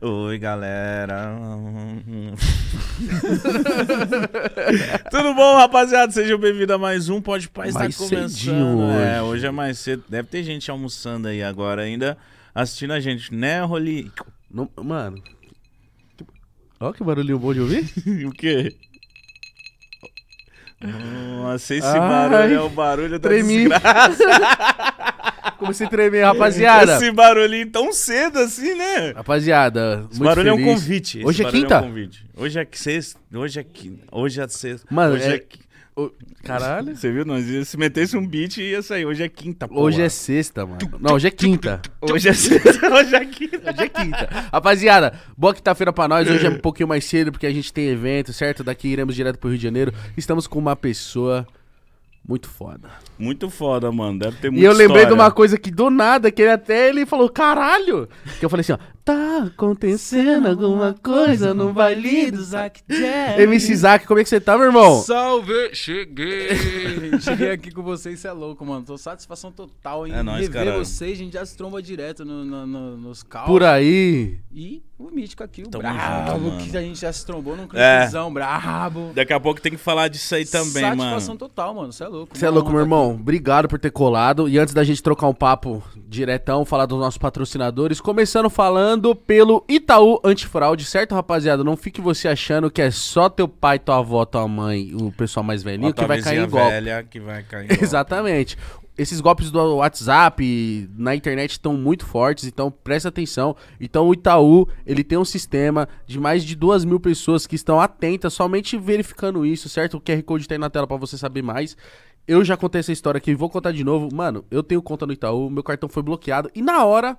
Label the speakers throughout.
Speaker 1: Oi, galera. Tudo bom, rapaziada? Sejam bem-vindos a mais um Pode Pai está
Speaker 2: Mais
Speaker 1: começando.
Speaker 2: cedinho hoje.
Speaker 1: É, hoje é mais cedo. Deve ter gente almoçando aí agora ainda, assistindo a gente, né, Roli?
Speaker 2: Não- mano. que- Ó, que barulhinho bom de ouvir.
Speaker 1: o quê? Nossa, esse
Speaker 2: Ai,
Speaker 1: barulho é o barulho da
Speaker 2: tremi.
Speaker 1: desgraça.
Speaker 2: Comecei a tremer, rapaziada.
Speaker 1: Esse barulhinho tão cedo assim, né?
Speaker 2: Rapaziada,
Speaker 1: Esse
Speaker 2: muito
Speaker 1: barulho
Speaker 2: feliz.
Speaker 1: é um convite. Esse
Speaker 2: Hoje é
Speaker 1: barulho
Speaker 2: quinta?
Speaker 1: um convite. Hoje é sexta. Hoje é quinta. Hoje é sexta.
Speaker 2: Mano,
Speaker 1: hoje
Speaker 2: é-
Speaker 1: qui-
Speaker 2: Ô, Caralho.
Speaker 1: Você viu? Nós ia- se metesse um beat e ia sair. Hoje é quinta, porra.
Speaker 2: Hoje é sexta, mano. Não, hoje é quinta.
Speaker 1: Hoje é sexta, hoje é quinta.
Speaker 2: Hoje é quinta. Rapaziada, boa quinta-feira pra nós. Hoje é um pouquinho mais cedo porque a gente tem evento, certo? Daqui iremos direto pro Rio de Janeiro. Estamos com uma pessoa muito foda.
Speaker 1: Muito foda, mano. Deve ter
Speaker 2: E
Speaker 1: Tipo, muita
Speaker 2: eu lembrei
Speaker 1: história.
Speaker 2: de uma coisa que do nada, que ele até ele falou, caralho! Que eu falei assim, ó, tá acontecendo alguma coisa no Vale do Zac Jerry. MC Zac, como é que você tá, meu irmão?
Speaker 3: Salve! Cheguei! Cheguei aqui com vocês, cê é louco, mano. Tô satisfação total em
Speaker 1: É nóis,
Speaker 3: rever
Speaker 1: caralho.
Speaker 3: vocês. A gente já se tromba direto no- no- no- nos calls.
Speaker 2: Por aí.
Speaker 3: E o mítico aqui, o
Speaker 1: Tamo
Speaker 3: brabo,
Speaker 1: junto,
Speaker 3: que
Speaker 1: mano.
Speaker 3: a gente já se trombou num
Speaker 1: É.
Speaker 3: clipezão, brabo.
Speaker 1: Daqui a pouco tem que falar disso aí também,
Speaker 3: satisfação
Speaker 1: mano.
Speaker 3: total, mano. Você é louco.
Speaker 2: Você é
Speaker 3: Uma
Speaker 2: louco, meu
Speaker 3: honra.
Speaker 2: irmão. Obrigado por ter colado. E antes da gente trocar um papo diretão, falar dos nossos patrocinadores, começando falando pelo Itaú Antifraude, certo, rapaziada? Não fique você achando que é só teu pai, tua avó, tua mãe, o pessoal mais velhinho que vai cair em golpe.
Speaker 1: velha que vai cair em golpe.
Speaker 2: Exatamente. Esses golpes do WhatsApp na internet estão muito fortes, então presta atenção. Então o Itaú, ele tem um sistema de mais de duas mil pessoas que estão atentas, somente verificando isso, certo? O QR Code tá aí na tela pra você saber mais. Eu já contei essa história aqui, vou contar de novo. Mano, eu tenho conta no Itaú, meu cartão foi bloqueado e na hora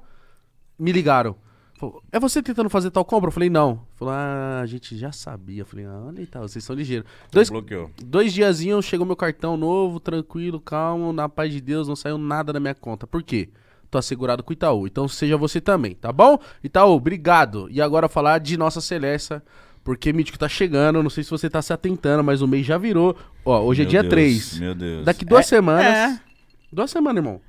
Speaker 2: me ligaram. Falou, é você tentando fazer tal compra? Eu falei, não. Falou, ah, a gente já sabia. Eu falei, ah, olha Itaú, vocês são ligeiros. Dois,
Speaker 1: Bloqueou.
Speaker 2: Dois diazinhos chegou meu cartão novo, tranquilo, calmo, na paz de Deus, não saiu nada da minha conta. Por quê? Tô assegurado com o Itaú. Então seja você também, tá bom? Itaú, obrigado. E agora falar de nossa Celesta, porque Mítico tá chegando, não sei se você tá se atentando, mas o mês já virou. Ó, hoje é
Speaker 1: Meu
Speaker 2: dia
Speaker 1: Deus,
Speaker 2: 3.
Speaker 1: Meu Deus.
Speaker 2: Daqui duas
Speaker 1: É,
Speaker 2: semanas.
Speaker 1: é.
Speaker 2: Duas semanas, irmão.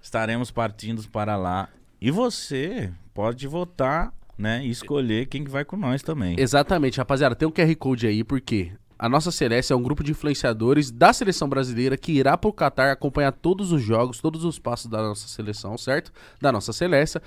Speaker 1: Estaremos partindo para lá. E você pode votar, né? E escolher quem que vai com nós também.
Speaker 2: Exatamente, rapaziada. Tem um QR Code aí, porque a nossa Celeste é um grupo de influenciadores da seleção brasileira que irá pro Qatar acompanhar todos os jogos, todos os passos da nossa seleção, certo? Da nossa Celeste.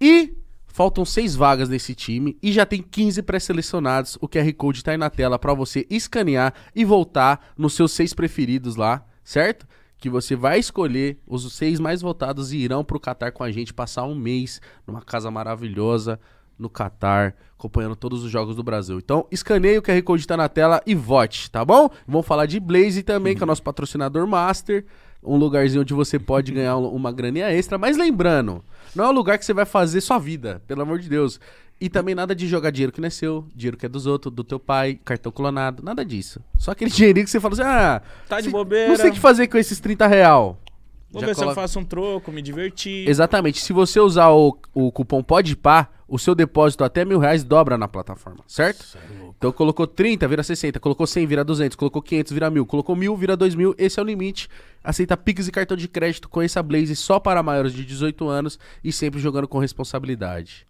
Speaker 2: E faltam seis vagas nesse time e já tem 15 pré-selecionados. O QR Code tá aí na tela pra você escanear e voltar nos seus seis preferidos lá, certo? Que você vai escolher os seis mais votados e irão pro Qatar com a gente passar um mês numa casa maravilhosa no Qatar, acompanhando todos os jogos do Brasil. Então, escaneie o QR Code tá na tela e vote, tá bom? Vamos falar de Blaze também, que é o nosso patrocinador master, um lugarzinho onde você pode ganhar um- uma graninha extra, mas lembrando, não é um lugar que você vai fazer sua vida, pelo amor de Deus. E também nada de jogar dinheiro que não é seu, dinheiro que é dos outros, do teu pai, cartão clonado, nada disso. Só aquele dinheirinho que você fala assim, ah,
Speaker 1: Tá de
Speaker 2: se-
Speaker 1: bobeira.
Speaker 2: não sei o que fazer com esses 30 real.
Speaker 1: Vou
Speaker 2: Já
Speaker 1: ver se eu
Speaker 2: colo-
Speaker 1: faço um troco, me divertir.
Speaker 2: Exatamente. Se você usar o, o cupom PODPAR, o seu depósito até mil reais dobra na plataforma, certo?
Speaker 3: é
Speaker 2: Então colocou 30, vira 60, colocou 100, vira 200, colocou 500, vira 1000, colocou 1000, vira 2000, esse é o limite. Aceita Pix e cartão de crédito, conheça a Blaze só para maiores de 18 anos e sempre jogando com responsabilidade.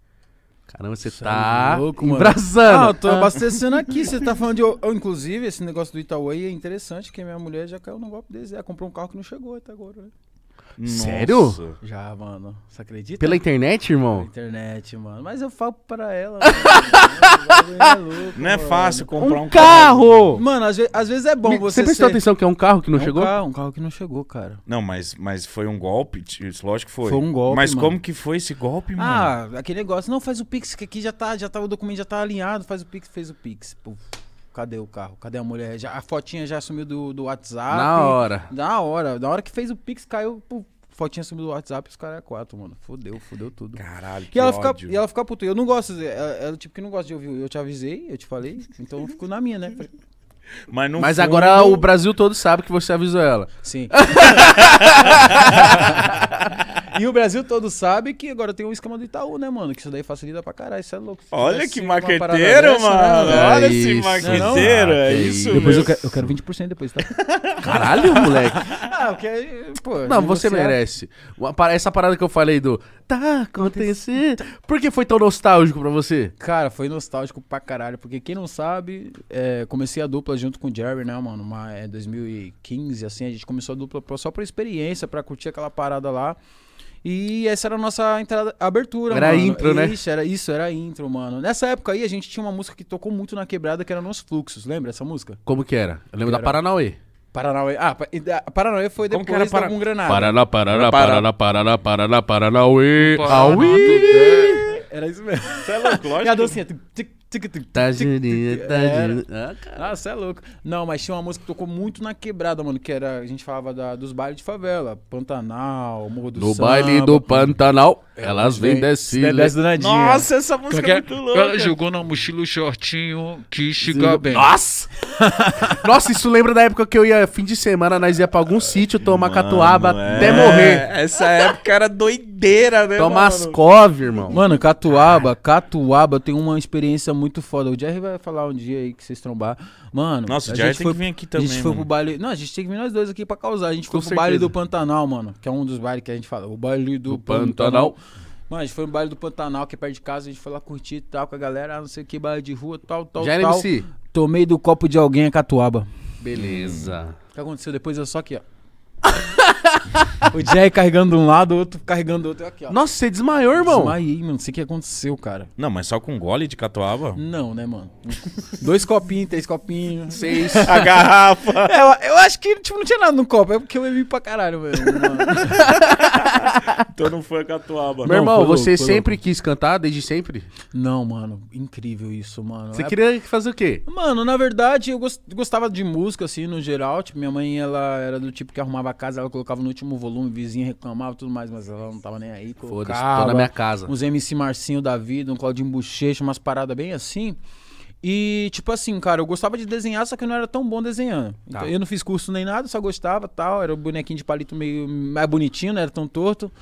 Speaker 2: Caramba, você tá
Speaker 3: é louco, mano.
Speaker 2: embraçando.
Speaker 3: Ah, eu tô
Speaker 2: Ah.
Speaker 3: abastecendo aqui. Você tá falando de. eu- eu, inclusive, esse negócio do Itaú aí é interessante, porque minha mulher já caiu num golpe desse. Ela comprou um carro que não chegou até agora. né?
Speaker 1: Nossa.
Speaker 2: Sério?
Speaker 3: Já, mano. Você acredita?
Speaker 2: Pela internet,
Speaker 3: Na
Speaker 2: irmão?
Speaker 3: internet, mano. Mas eu falo pra ela. mano, o bagulho é louco,
Speaker 1: Não é
Speaker 3: mano.
Speaker 1: fácil comprar um,
Speaker 2: Um carro!
Speaker 3: Mano, às ve- às vezes, é bom
Speaker 2: Me-
Speaker 3: você.
Speaker 2: você prestou
Speaker 3: ser-
Speaker 2: atenção que é um carro que não
Speaker 3: É um
Speaker 2: chegou?
Speaker 3: Carro, um carro que não chegou, cara.
Speaker 1: Não, mas, mas foi um golpe? tio, isso Lógico que foi.
Speaker 3: Foi um golpe,
Speaker 1: Mas
Speaker 3: mano.
Speaker 1: como que foi esse golpe, mano?
Speaker 3: Ah, aquele negócio. Não, faz o Pix, que aqui já tá, já tá, o documento já tá alinhado. Faz o Pix, fez o Pix. Puf, cadê o carro? Cadê a mulher? Já, a fotinha já sumiu do, do WhatsApp.
Speaker 2: Na hora.
Speaker 3: Na hora. Na hora que fez o Pix, caiu. Puf, fotinha sumiu do WhatsApp, os caras é quatro, mano. Fudeu, fudeu tudo.
Speaker 1: Caralho, que
Speaker 3: E ela, fica,
Speaker 1: ódio.
Speaker 3: e ela fica puta. Eu não gosto, ela, ela é o tipo que não gosta de ouvir. Eu te avisei, eu te falei, então eu fico na minha, né? Falei,
Speaker 1: Mas, no
Speaker 2: Mas
Speaker 1: fundo-
Speaker 2: agora o Brasil todo sabe que você avisou ela.
Speaker 3: Sim. E o Brasil todo sabe que agora tem o esquema do Itaú, né, mano? Que isso daí facilita pra caralho, isso é louco. Se
Speaker 1: Olha
Speaker 3: tivesse
Speaker 1: que
Speaker 3: uma parada
Speaker 1: marqueteiro,
Speaker 3: dessa, né,
Speaker 1: mano.
Speaker 2: velho?
Speaker 1: Olha
Speaker 2: É
Speaker 1: esse
Speaker 2: isso.
Speaker 1: marqueteiro.
Speaker 2: Não, não.
Speaker 1: É
Speaker 2: Que
Speaker 1: isso
Speaker 2: isso.
Speaker 1: mesmo.
Speaker 3: Depois eu quero, eu quero 20% depois, tá?
Speaker 2: Caralho, moleque.
Speaker 3: ah, porque, pô...
Speaker 2: Não, você
Speaker 3: negociar-
Speaker 2: merece. Uma para- Essa parada que eu falei do tá acontecendo. Por que foi tão nostálgico pra você?
Speaker 3: Cara, foi nostálgico pra caralho, porque quem não sabe, é, comecei a dupla junto com o Jerry, né, mano? Uma, é 2015, assim, a gente começou a dupla pra- só pra experiência, pra curtir aquela parada lá. E essa era a nossa entrada, abertura,
Speaker 2: Era
Speaker 3: mano.
Speaker 2: intro, né?
Speaker 3: Ixi, era, isso, era intro, mano. Nessa época aí, a gente tinha uma música que tocou muito na quebrada, que era Nos Fluxos, lembra essa música?
Speaker 2: Como que era? Eu lembro da
Speaker 3: Era-
Speaker 2: Paranauê.
Speaker 3: Paranauê. Ah, pa- e da- Paranauê foi
Speaker 1: Como que
Speaker 3: depois
Speaker 1: era Para-
Speaker 3: de algum granada.
Speaker 2: Paraná, Paraná,
Speaker 1: Paraná.
Speaker 2: Paraná, Paraná, Paraná, Paranauê. Auí!
Speaker 1: Auí!
Speaker 3: Era isso mesmo.
Speaker 1: Você é louco,
Speaker 3: E a
Speaker 1: lógico.
Speaker 3: dancinha. tic, tic, tic, tic,
Speaker 2: Tá
Speaker 3: tic, tic,
Speaker 2: junto, tá
Speaker 3: era.
Speaker 2: junto. Ah, cara.
Speaker 3: Ah, você é louco. Não, mas tinha uma música que tocou muito na quebrada, mano, que era. A gente falava da- dos bailes de favela. Pantanal, Morro do
Speaker 2: No
Speaker 3: Samba.
Speaker 2: baile do Pantanal, elas vêm
Speaker 3: Né,
Speaker 2: descendo.
Speaker 3: Desce do Nadinha.
Speaker 1: Nossa, essa
Speaker 4: Como é
Speaker 1: música
Speaker 4: que
Speaker 1: é
Speaker 4: é?
Speaker 1: muito louca.
Speaker 4: Ela jogou na mochila o shortinho que estiga bem.
Speaker 2: Nossa! Nossa, isso lembra da época que eu ia fim de semana, nós ia pra algum sítio tomar
Speaker 1: Mano,
Speaker 2: catuaba
Speaker 1: é.
Speaker 2: até morrer.
Speaker 1: Essa época era doideira, né,
Speaker 2: Tomar as
Speaker 1: mano?
Speaker 2: cove, irmão.
Speaker 3: Mano, Catuaba, Catuaba tem uma experiência muito foda. O Jerry vai falar um dia aí que vocês trombar. Mano,
Speaker 1: Nossa,
Speaker 3: a
Speaker 1: o Jerry
Speaker 3: gente
Speaker 1: tem
Speaker 3: foi-
Speaker 1: que vir aqui
Speaker 3: A
Speaker 1: também,
Speaker 3: gente foi
Speaker 1: mano.
Speaker 3: pro baile. Não, a gente tem que vir nós dois aqui pra causar. A gente foi
Speaker 2: Com
Speaker 3: pro baile
Speaker 2: certeza.
Speaker 3: do Pantanal, mano. Que é um dos bailes que a gente fala. O baile do,
Speaker 2: Do
Speaker 3: Pantanal.
Speaker 2: Pantanal.
Speaker 3: Mano, a gente foi no baile do Pantanal, que é perto de casa. A gente foi lá curtir e tal com a galera, ah, não sei o que, baile de rua, tal, tal,
Speaker 2: Já
Speaker 3: tal.
Speaker 2: MC.
Speaker 3: Tomei do copo de alguém a catuaba.
Speaker 2: Beleza.
Speaker 3: O que aconteceu depois? Eu só aqui, ó. o Jerry carregando de um lado, o outro carregando do outro. Eu Aqui, ó.
Speaker 2: Nossa, você desmaiou, irmão.
Speaker 3: Desmaiei, mano. Não sei o que aconteceu, cara.
Speaker 1: Não, mas só com gole de catuaba?
Speaker 3: Não, né, mano? Dois copinhos, três copinhos.
Speaker 2: Seis.
Speaker 1: A garrafa.
Speaker 3: É, Eu, eu acho que tipo, não tinha nada no copo. É porque eu bebi pra caralho, mesmo, mano.
Speaker 1: Então não foi catuaba.
Speaker 2: Meu
Speaker 3: Não,
Speaker 2: irmão,
Speaker 3: foi louco,
Speaker 2: você
Speaker 3: foi
Speaker 2: sempre quis cantar, desde sempre?
Speaker 3: não, mano. Incrível isso, mano.
Speaker 2: Você
Speaker 3: É
Speaker 2: queria fazer o quê?
Speaker 3: Mano, na verdade, eu gos- gostava de música, assim, no geral. Tipo, minha mãe, ela era do tipo que arrumava a casa, ela colocava no último volume, vizinha reclamava e tudo mais, mas ela não tava nem aí.
Speaker 2: Foda-se,
Speaker 3: colocava
Speaker 2: tô na minha casa.
Speaker 3: Uns MC Marcinho da vida, um Claudinho Bochecha, umas paradas bem assim. E, tipo assim, cara, eu gostava de desenhar, só que eu não era tão bom desenhando. Então,
Speaker 2: Tá.
Speaker 3: eu não fiz curso nem nada, só gostava tal. Era o bonequinho de palito meio mais bonitinho, não era tão torto.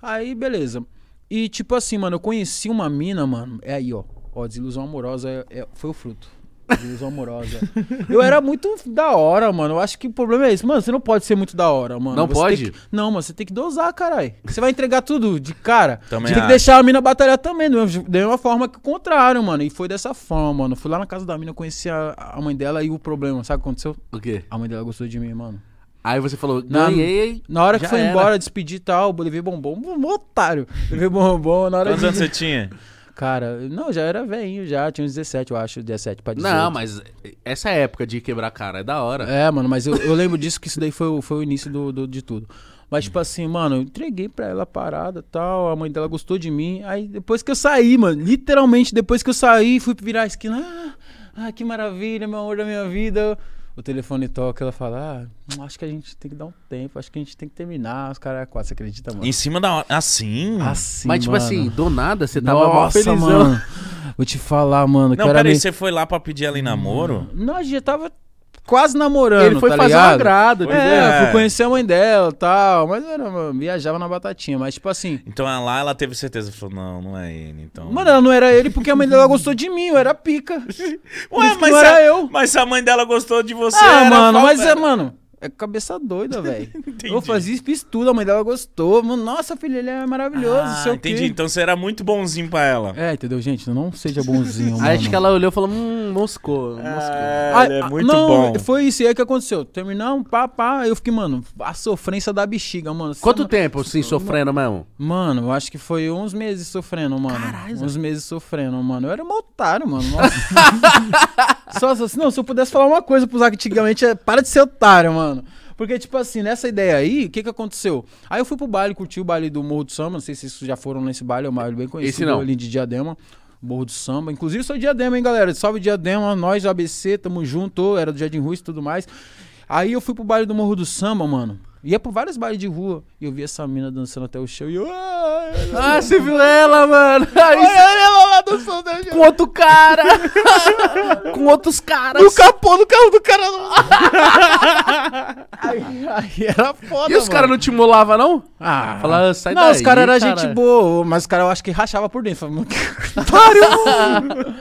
Speaker 3: Aí, beleza. E, tipo assim, mano, eu conheci uma mina, mano. É aí, ó. Ó, desilusão amorosa é- é- foi o fruto. Desilusão amorosa. eu era muito da hora, mano. Eu acho que o problema é esse. Mano, você não pode ser muito da hora, mano.
Speaker 2: Não
Speaker 3: Você tem
Speaker 2: pode?
Speaker 3: que- Não, mano, você tem que dosar, caralho. Você vai entregar tudo de cara.
Speaker 1: Também
Speaker 3: você tem que
Speaker 1: acho.
Speaker 3: deixar a mina batalhar também. Da mesma- da mesma forma que o contrário, mano. E foi dessa forma, mano. Fui lá na casa da mina, conheci a, a mãe dela e o problema. Sabe o que aconteceu?
Speaker 2: O quê?
Speaker 3: A mãe dela gostou de mim, mano.
Speaker 2: Aí você falou,
Speaker 3: Na-
Speaker 2: ganhei.
Speaker 3: Na hora que
Speaker 2: Já
Speaker 3: foi
Speaker 2: era.
Speaker 3: embora, despedi e tal, eu levei bombom. Um otário. Levei bombom na hora
Speaker 1: Quantos
Speaker 3: de...
Speaker 1: anos você tinha?
Speaker 3: Cara, não, já era velhinho já. Tinha uns 17, eu acho. 17 pra 18.
Speaker 2: Não, mas essa época de quebrar a cara é da hora.
Speaker 3: É, mano, mas eu, eu lembro disso que isso daí foi, o- foi o início do, do- de tudo. Mas, tipo assim, mano, eu entreguei pra ela a parada e tal. A mãe dela gostou de mim. Aí depois que eu saí, mano, literalmente depois que eu saí, fui virar a esquina. Ah, ah, que maravilha, meu amor da minha vida. O telefone toca, ela fala: Ah, acho que a gente tem que dar um tempo, acho que a gente tem que terminar. Os caras, quase, você acredita, mano?
Speaker 1: Em cima da hora. Assim?
Speaker 3: Assim,
Speaker 2: mas, tipo
Speaker 3: mano.
Speaker 2: assim, do nada, você tava mó
Speaker 3: nossa,
Speaker 2: felizão.
Speaker 3: mano. Vou te falar, mano. É que eu
Speaker 1: não,
Speaker 3: era
Speaker 1: peraí,
Speaker 3: meio- Hum.
Speaker 1: você foi lá pra pedir ela em namoro?
Speaker 3: Não, a gente já tava quase namorando.
Speaker 2: Ele foi
Speaker 3: tá
Speaker 2: fazer um
Speaker 3: ligado?
Speaker 2: agrado,
Speaker 1: Pois
Speaker 2: entendeu?
Speaker 1: é.
Speaker 3: É, fui conhecer a mãe dela e tal. Mas era, mano, viajava na batatinha. Mas, tipo assim.
Speaker 1: Então ela lá ela teve certeza. Falou, não, não é ele. Então.
Speaker 3: Mano, ela não era ele porque a mãe dela gostou de mim, eu era pica. Por isso que não
Speaker 1: se
Speaker 3: era
Speaker 1: a-
Speaker 3: eu.
Speaker 1: Mas se a mãe dela gostou de você.
Speaker 3: Ah,
Speaker 1: era
Speaker 3: mano,
Speaker 1: fal-
Speaker 3: mas é, mano. É cabeça doida, velho. Eu fazia isso, fiz tudo, a mãe dela gostou. Mano, nossa, filho, ele é maravilhoso,
Speaker 1: Ah,
Speaker 3: sei o
Speaker 1: entendi.
Speaker 3: quê.
Speaker 1: Então você era muito bonzinho pra ela.
Speaker 3: É, entendeu, gente? Não seja bonzinho, mano.
Speaker 2: Aí acho que ela olhou e falou, hum, moscou, moscou.
Speaker 1: Ah, ele é
Speaker 3: Ah,
Speaker 1: muito
Speaker 3: não,
Speaker 1: bom.
Speaker 3: Foi isso, e aí que aconteceu. Terminamos, pá, pá. Eu fiquei, mano, a sofrência da bexiga, mano.
Speaker 2: Quanto tempo, assim, sofrendo mesmo?
Speaker 3: Mano, eu acho que foi uns meses sofrendo, mano.
Speaker 2: Caralho,
Speaker 3: uns meses sofrendo, mano. Eu era um otário, mano. Nossa. só, só- não, se eu pudesse falar uma coisa pro Zac antigamente, é para de ser otário, mano. Porque, tipo assim, nessa ideia aí, o que que aconteceu? Aí eu fui pro baile, curti o baile do Morro do Samba. Não sei se vocês já foram nesse baile, é um baile bem conhecido
Speaker 2: não.
Speaker 3: ali de Diadema. Morro do Samba. Inclusive, sou de Diadema, hein, galera? Salve Diadema, nós, ABC, tamo junto. Era do Jardim Ruiz e tudo mais. Aí eu fui pro baile do Morro do Samba, mano. Ia por vários bailes de rua. E eu vi essa mina dançando até o chão. E eu, "Ah,
Speaker 2: Ah, você viu ela, mano? Aí,
Speaker 3: Olha ela lá né, do som da
Speaker 2: com outro cara. com outros caras.
Speaker 3: No capô do carro do cara. aí, aí era foda,
Speaker 2: E os caras não te molavam, não?
Speaker 3: Ah,
Speaker 2: Fala, sai
Speaker 3: não,
Speaker 2: daí,
Speaker 3: os caras eram gente
Speaker 2: cara.
Speaker 3: boa, mas os caras eu acho que rachava por dentro. Falava, mano, que otário!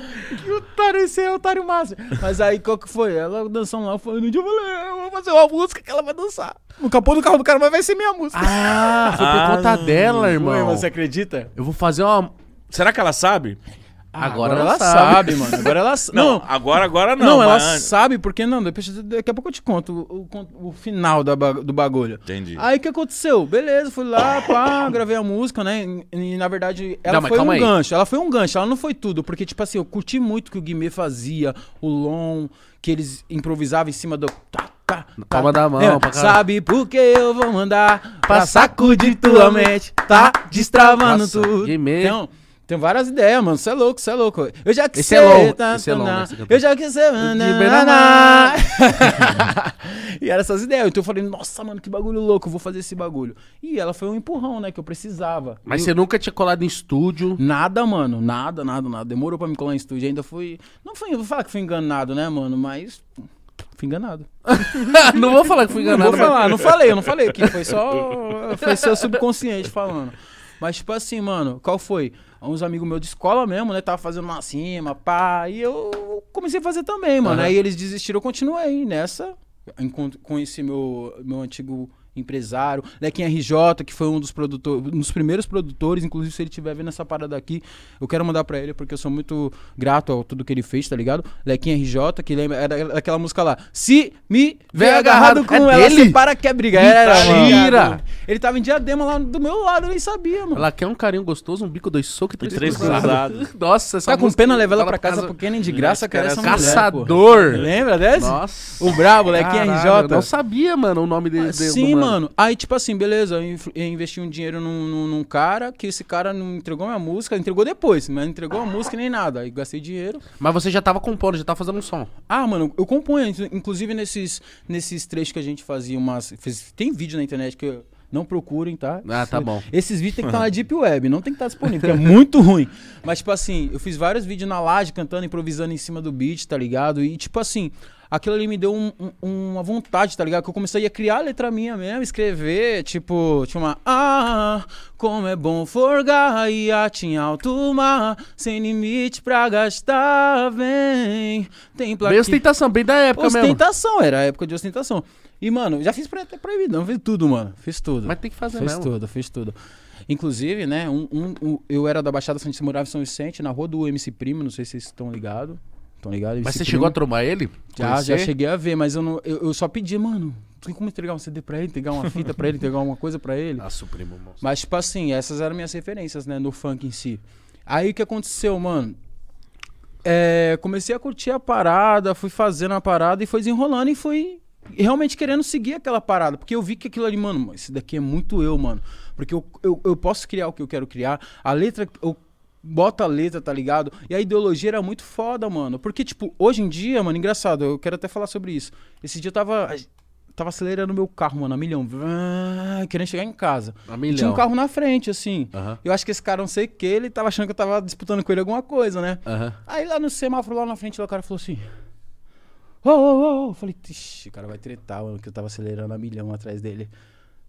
Speaker 3: que otário, esse é otário máximo. Mas aí, qual que foi? Ela dançando lá, falando, um dia eu falei, eu vou fazer uma música que ela vai dançar. No capô do carro do cara, mas vai ser minha música.
Speaker 2: Ah, foi por
Speaker 1: Ah,
Speaker 2: conta dela,
Speaker 3: Foi, é
Speaker 2: irmão.
Speaker 3: você acredita?
Speaker 2: Eu vou fazer uma.
Speaker 1: Será que ela sabe?
Speaker 2: Agora,
Speaker 3: Ah, ela sabe, mano. Agora ela sabe.
Speaker 1: Não,
Speaker 3: Não,
Speaker 1: agora, agora não.
Speaker 3: não, ela
Speaker 1: mas antes-
Speaker 3: sabe porque não. Depois, daqui a pouco eu te conto o, o- o final da ba- do bagulho.
Speaker 1: Entendi.
Speaker 3: Aí o que aconteceu? Beleza, fui lá, pá, gravei a música, né? E, e, na verdade, ela
Speaker 2: Não, mas
Speaker 3: foi um
Speaker 2: calma aí.
Speaker 3: gancho. Ela foi um gancho, ela não foi tudo. Porque, tipo assim, eu curti muito o que o Guimê fazia, o Lon, que eles improvisavam em cima do. Tá, tá,
Speaker 2: Palma da mão,
Speaker 3: É,
Speaker 2: pra caralho.
Speaker 3: Sabe por que eu vou mandar pra
Speaker 2: Pra
Speaker 3: sacudir tua mente? Tá destravando
Speaker 2: Nossa,
Speaker 3: tudo.
Speaker 2: Guimê.
Speaker 3: Então, tem várias ideias, mano. Você é louco, você é louco. Eu já quis
Speaker 2: Esse é longo,
Speaker 3: tá,
Speaker 2: esse é
Speaker 3: tá,
Speaker 2: longo,
Speaker 3: tá.
Speaker 2: esse cantor.
Speaker 3: Eu já quis ser.
Speaker 2: Guimê-naná.
Speaker 3: E eram essas ideias. Então eu falei, nossa, mano, que bagulho louco, eu vou fazer esse bagulho. E ela foi um empurrão, né, que eu precisava.
Speaker 2: Mas
Speaker 3: E
Speaker 2: você nunca tinha colado em estúdio.
Speaker 3: Nada, mano, nada, nada, nada. Demorou pra me colar em estúdio, ainda fui... Não fui, vou falar que fui enganado, né, mano, mas... Fui enganado.
Speaker 2: não vou falar que fui enganado.
Speaker 3: não vou falar, não falei, eu não falei aqui, foi só... Foi seu subconsciente falando. Mas, tipo assim, mano, qual foi? Uns amigos meus de escola mesmo, né, tava fazendo uma cima, pá, e eu comecei a fazer também, mano.
Speaker 2: Aham.
Speaker 3: Aí eles desistiram, eu continuei nessa. Encont- Conheci meu, meu antigo empresário, Lequinha RJ, que foi um dos produtores, um dos primeiros produtores, inclusive se ele estiver vendo essa parada aqui, eu quero mandar pra ele porque eu sou muito grato a tudo que ele fez, tá ligado? Lequinha RJ, que lembra era daquela música lá. Se me vê agarrado com
Speaker 2: É
Speaker 3: ela,
Speaker 2: dele?
Speaker 3: separa que é briga. Era, mano.
Speaker 2: Mentira!
Speaker 3: Ele tava em diadema lá do meu lado, eu nem sabia, mano.
Speaker 2: Ela quer um carinho gostoso, um bico, dois socos e três,
Speaker 1: Três cruzados.
Speaker 2: Nossa, essa
Speaker 3: tá com
Speaker 2: música-
Speaker 3: pena, leva ela
Speaker 2: fala
Speaker 3: pra casa, porque nem de graça quer essa mulher, pô.
Speaker 2: Caçador.
Speaker 3: Lembra dessa?
Speaker 2: Nossa.
Speaker 3: O brabo, Lequinha
Speaker 2: Caralho,
Speaker 3: RJ.
Speaker 2: eu não sabia, mano, o nome dele.
Speaker 3: Ah,
Speaker 2: do
Speaker 3: Sim, mano. Aí, tipo assim, beleza, eu inf- eu investi um dinheiro num, num- num cara, que esse cara não entregou minha música, entregou depois, mas não entregou a música nem nada. Aí gastei dinheiro.
Speaker 2: Mas você já tava compondo, já tava fazendo um som.
Speaker 3: Ah, mano, eu componho, inclu- inclusive nesses, nesses trechos que a gente fazia umas. fez- tem vídeo na internet que eu- não procurem, tá?
Speaker 2: Ah, tá bom.
Speaker 3: Esses vídeos tem que estar na Deep Web, não tem que estar disponível, porque é muito ruim. Mas, tipo assim, eu fiz vários vídeos na laje, cantando, improvisando em cima do beat, tá ligado? E, tipo assim, aquilo ali me deu um- um- uma vontade, tá ligado? Que eu comecei a criar a letra minha mesmo, escrever, tipo, tinha uma. Ah, como é bom forgar e em alto mar, sem limite pra gastar, vem. Tem
Speaker 2: Bem
Speaker 3: plaquinha.
Speaker 2: ostentação, bem da época mesmo.
Speaker 3: Ostentação, era a época de ostentação. E, mano, já fiz pra- até proibido, não, fiz tudo, mano. Fiz tudo.
Speaker 2: Mas tem que fazer
Speaker 3: Fez
Speaker 2: mesmo.
Speaker 3: tudo, fez tudo. Inclusive, né, um, um- um- eu era da Baixada Santista, morava em São Vicente, na rua do MC Primo, não sei se vocês estão ligados. Estão ligados?
Speaker 2: Mas você
Speaker 3: MC
Speaker 2: chegou a
Speaker 3: Primo.
Speaker 2: trombar ele?
Speaker 3: Já, já cheguei a ver, mas eu, não, eu, eu só pedi, mano, tem como entregar um CD pra ele, entregar uma fita pra ele, entregar alguma coisa pra ele?
Speaker 2: Ah, supremo, moço.
Speaker 3: Mas, tipo assim, essas eram minhas referências, né, no funk em si. Aí o que aconteceu, mano? É, comecei a curtir a parada, fui fazendo a parada e foi desenrolando e fui realmente querendo seguir aquela parada. Porque eu vi que aquilo ali, mano, isso daqui é muito eu, mano. Porque eu, eu, eu posso criar o que eu quero criar. A letra, eu boto a letra, tá ligado? E a ideologia era muito foda, mano. Porque, tipo, hoje em dia, mano, engraçado, eu quero até falar sobre isso. Esse dia eu tava. Tava acelerando meu carro, mano, a milhão. Vrã, Querendo chegar em casa.
Speaker 2: A
Speaker 3: E Tinha
Speaker 2: milhão.
Speaker 3: um carro na frente, assim.
Speaker 2: Aham.
Speaker 3: Eu acho que esse cara, não sei o que, ele tava achando que eu tava disputando com ele alguma coisa, né?
Speaker 2: Aham.
Speaker 3: Aí lá no semáforo, lá na frente, lá, o cara falou assim. Ô, ô, ô, eu falei, "Ixi, o cara vai tretar, mano, que eu tava acelerando a milhão atrás dele.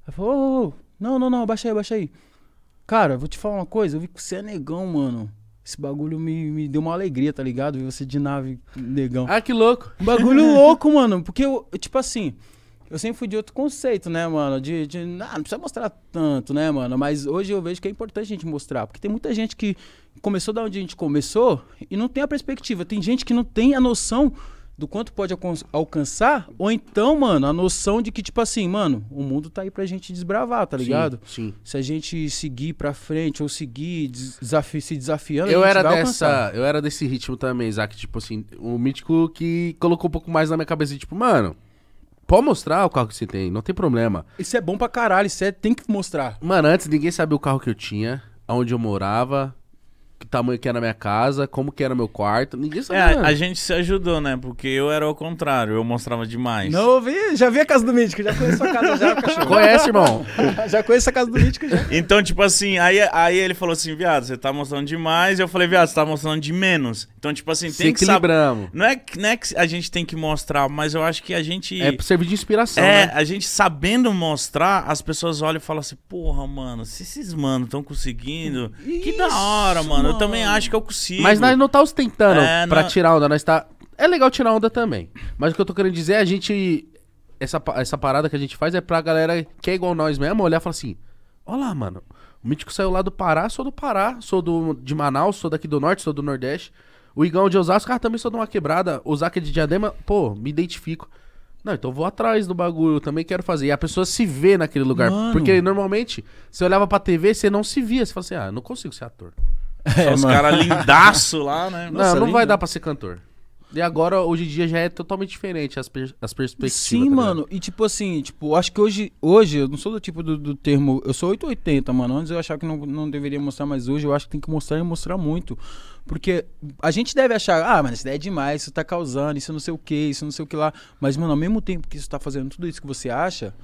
Speaker 3: Aí falou, ô, ô, ô, não, não, não, baixa aí, baixa aí. Cara, eu vou te falar uma coisa, eu vi que você é negão, mano. Esse bagulho me, me deu uma alegria, tá ligado? Ver você de nave negão.
Speaker 2: Ah, que louco.
Speaker 3: Um bagulho louco, mano. Porque eu, eu, tipo assim, eu sempre fui de outro conceito, né, mano? De, de ah, não precisa mostrar tanto, né, mano? Mas hoje eu vejo que é importante a gente mostrar. Porque tem muita gente que começou da onde a gente começou e não tem a perspectiva. Tem gente que não tem a noção do quanto pode alcan- alcançar, ou então, mano, a noção de que, tipo assim, mano, o mundo tá aí pra gente desbravar, tá ligado?
Speaker 2: Sim.
Speaker 3: Se a gente seguir pra frente ou seguir des- desafi- se desafiando, a
Speaker 2: Eu
Speaker 3: gente
Speaker 2: era
Speaker 3: vai
Speaker 2: dessa,
Speaker 3: alcançar.
Speaker 2: eu era desse ritmo também, Isaac, tipo assim, o mítico que colocou um pouco mais na minha cabeça, tipo, mano, pode mostrar o carro que você tem, não tem problema.
Speaker 3: Isso é bom pra caralho, isso é, tem que mostrar.
Speaker 2: Mano, antes ninguém sabia o carro que eu tinha, aonde eu morava, que tamanho que era a minha casa, como que era meu quarto. Ninguém
Speaker 1: É,
Speaker 2: sabia.
Speaker 1: a, a gente se ajudou, né? Porque eu era ao contrário, eu mostrava demais.
Speaker 3: Não vi, já vi a casa do mítico, já conheço a casa já, cachorro.
Speaker 2: Conhece, irmão?
Speaker 3: já conheço a casa do mítico já.
Speaker 1: Então, tipo assim, aí, aí ele falou assim, viado, você tá mostrando demais. Eu falei, viado, você tá mostrando de menos. Então, tipo assim,
Speaker 2: Se
Speaker 1: tem que saber.
Speaker 2: equilibramos.
Speaker 1: Não é, que- não é que a gente tem que mostrar, mas eu acho que a gente.
Speaker 2: É pra servir de inspiração,
Speaker 1: É,
Speaker 2: né?
Speaker 1: a gente sabendo mostrar, as pessoas olham e falam assim, porra, mano, se esses mano estão conseguindo, que da
Speaker 3: Isso,
Speaker 1: hora, mano. Eu também
Speaker 3: mano.
Speaker 1: acho que eu consigo.
Speaker 2: Mas nós não tá ostentando
Speaker 1: É,
Speaker 2: pra
Speaker 1: não-
Speaker 2: tirar onda, nós tá... É legal tirar onda também. Mas o que eu tô querendo dizer é a gente... Essa, pa- essa parada que a gente faz é pra galera que é igual nós mesmo olhar e falar assim... Ó lá, mano. O Mítico saiu lá do Pará, sou do Pará. Sou do, de Manaus, sou daqui do Norte, sou do Nordeste. O Igão de Osasco, ah, também sou de uma quebrada. Osaka de Diadema, pô, me identifico. Não, então vou atrás do bagulho, eu também quero fazer. E a pessoa se vê naquele lugar.
Speaker 3: Mano.
Speaker 2: Porque normalmente, você olhava pra TV, você não se via. Você fala assim, ah, eu não consigo ser ator.
Speaker 1: Só
Speaker 3: É,
Speaker 1: os caras lindaço lá, né?
Speaker 2: É, Não,
Speaker 3: Nossa,
Speaker 2: não
Speaker 3: lindo.
Speaker 2: vai dar pra ser cantor. E agora, hoje em dia, já é totalmente diferente as, per- as perspectivas.
Speaker 3: Sim,
Speaker 2: tá ligado?
Speaker 3: mano. E tipo assim, tipo, acho que hoje, hoje, eu não sou do tipo do, do termo. Eu sou 880, mano. Antes eu achava que não, não deveria mostrar, mas hoje eu acho que tem que mostrar e mostrar muito. Porque a gente deve achar, ah, mano, isso daí é demais, isso tá causando, isso não sei o que, isso não sei o que lá. Mas, mano, ao mesmo tempo que isso tá fazendo tudo isso que você acha,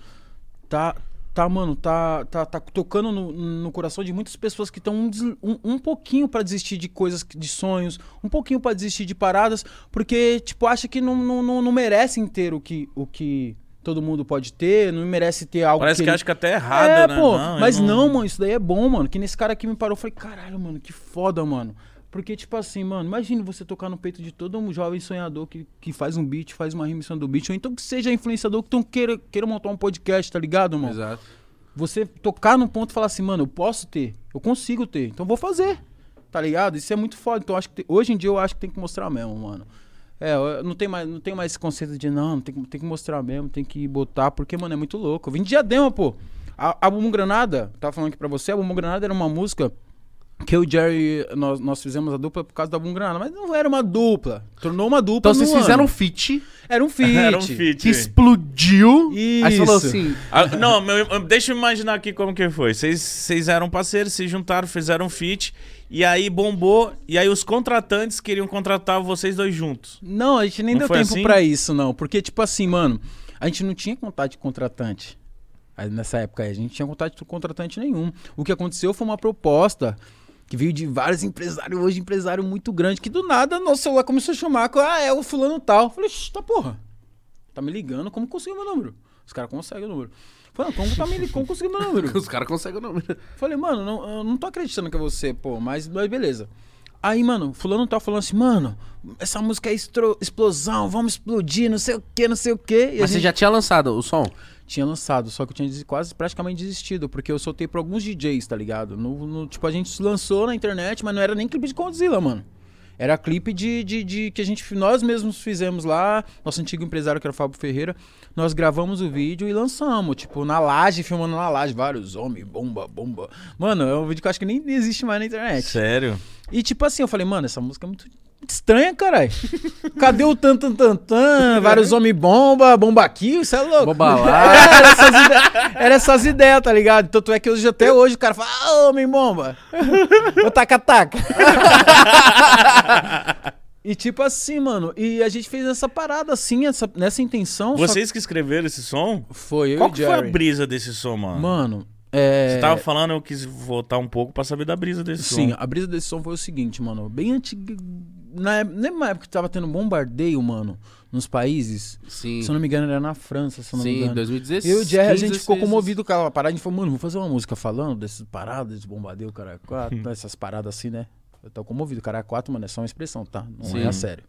Speaker 3: tá. Tá, mano, tá, tá, tá tocando no, no coração de muitas pessoas que estão um, des- um, um pouquinho pra desistir de coisas, que- de sonhos, um pouquinho pra desistir de paradas, porque, tipo, acha que não, não, não, não merecem ter o que, o que todo mundo pode ter, não merece ter algo
Speaker 1: Parece que
Speaker 3: ele-
Speaker 1: acho que até é errado,
Speaker 3: é,
Speaker 1: né?
Speaker 3: pô,
Speaker 1: eu
Speaker 3: mas não... mano, isso daí é bom, mano. Que nesse cara aqui me parou, eu falei, caralho, mano, que foda, mano. Porque, tipo assim, mano, imagina você tocar no peito de todo um jovem sonhador que, que faz um beat, faz uma remissão do beat, ou então que seja influenciador que tão queira, queira montar um podcast, tá ligado, mano?
Speaker 2: Exato.
Speaker 3: Você tocar num ponto e falar assim, mano, eu posso ter, eu consigo ter, então vou fazer, tá ligado? Isso é muito foda. Então, acho que te- hoje em dia eu acho que tem que mostrar mesmo, mano. É, eu- não tem mais, não tem mais esse conceito de não, tem, que- tem que mostrar mesmo, tem que botar, porque, mano, é muito louco. Eu vim de diadema, pô. A, a Bumbum Granada, tava falando aqui pra você, a Bumbum Granada era uma música que eu e o Jerry, nós, nós fizemos a dupla por causa da Bumbum Granada, mas não era uma dupla. Tornou uma
Speaker 2: Então,
Speaker 3: dupla. no
Speaker 2: vocês fizeram um
Speaker 3: ano.
Speaker 2: feat
Speaker 3: Era um feat.
Speaker 1: Era um
Speaker 2: que
Speaker 1: fit.
Speaker 2: explodiu. Aí você falou
Speaker 3: Isso.
Speaker 2: assim...
Speaker 1: Ah, não, meu- eu- deixa eu imaginar aqui como que foi. Vocês- Vocês eram parceiros, se juntaram, fizeram um fit, e aí bombou, e aí os contratantes queriam contratar vocês dois juntos.
Speaker 3: Não, a gente nem
Speaker 1: Não
Speaker 3: deu
Speaker 1: foi
Speaker 3: tempo
Speaker 1: assim?
Speaker 3: pra isso, não. Porque, tipo assim, mano, a gente não tinha contato de contratante. Aí, nessa época aí, a gente não tinha contato de contratante nenhum. O que aconteceu foi uma proposta que veio de vários empresários, hoje empresário muito grande, que do nada nosso celular começou a chamar, ah, é o fulano tal. Eu falei, "Ixi, tá porra, tá me ligando, como conseguiu meu número? Os caras conseguem o número. Eu Falei, não, como, tá me, li- como conseguiu meu número?
Speaker 2: Os caras conseguem o número.
Speaker 3: Falei, mano, não, eu não tô acreditando que é você, pô, mas, mas beleza. Aí, mano, fulano tá falando assim, mano, essa música é estro- explosão, vamos explodir, não sei o que, não sei o que.
Speaker 2: Mas você já tinha lançado o som?
Speaker 3: tinha lançado, só que eu tinha des- quase praticamente desistido, porque eu soltei pra alguns DJs, tá ligado? No, no- tipo, a gente lançou na internet, mas não era nem clipe de Godzilla, mano. Era clipe de, de, de- que a gente nós mesmos fizemos lá, nosso antigo empresário que era o Fábio Ferreira, nós gravamos o vídeo e lançamos, tipo, na laje, filmando na laje, vários homens, bomba, bomba. Mano, é um vídeo que eu acho que nem existe mais na internet.
Speaker 1: Sério?
Speaker 3: E tipo assim, eu falei, mano, essa música é muito estranha, caralho. Cadê o tan tan tan tan? Vários homem bomba, bomba aqui, isso é louco.
Speaker 2: Bomba lá.
Speaker 3: era, essas ideias, era essas ideias, tá ligado? Tanto é que hoje, até hoje o cara fala, ah, homem bomba. Ô, taca-taca. e tipo assim, mano, e a gente fez essa parada assim, essa, nessa intenção. só
Speaker 1: Vocês que escreveram esse som?
Speaker 3: que Foi eu
Speaker 1: Qual
Speaker 3: e
Speaker 1: que foi a
Speaker 3: Jerry.
Speaker 1: brisa desse som, mano?
Speaker 3: Mano, é...
Speaker 1: Você tava falando, eu quis voltar um pouco pra saber da brisa desse
Speaker 3: Sim,
Speaker 1: som.
Speaker 3: a brisa desse som foi o seguinte, mano. Bem antigo. Na, ép- lembra na época que tava tendo um bombardeio, mano, nos países?
Speaker 2: Sim.
Speaker 3: Se eu não me engano, era na França, se eu não me
Speaker 2: Sim,
Speaker 3: engano.
Speaker 2: 2016.
Speaker 3: Eu e o Jerry, a gente ficou
Speaker 2: 15,
Speaker 3: comovido com aquela parada. A gente falou, mano, vamos fazer uma música falando dessas paradas, desse bombardeio, cara, quatro, essas paradas assim, né? Eu tô comovido, cara, quatro, mano, é só uma expressão, tá? Não é a sério.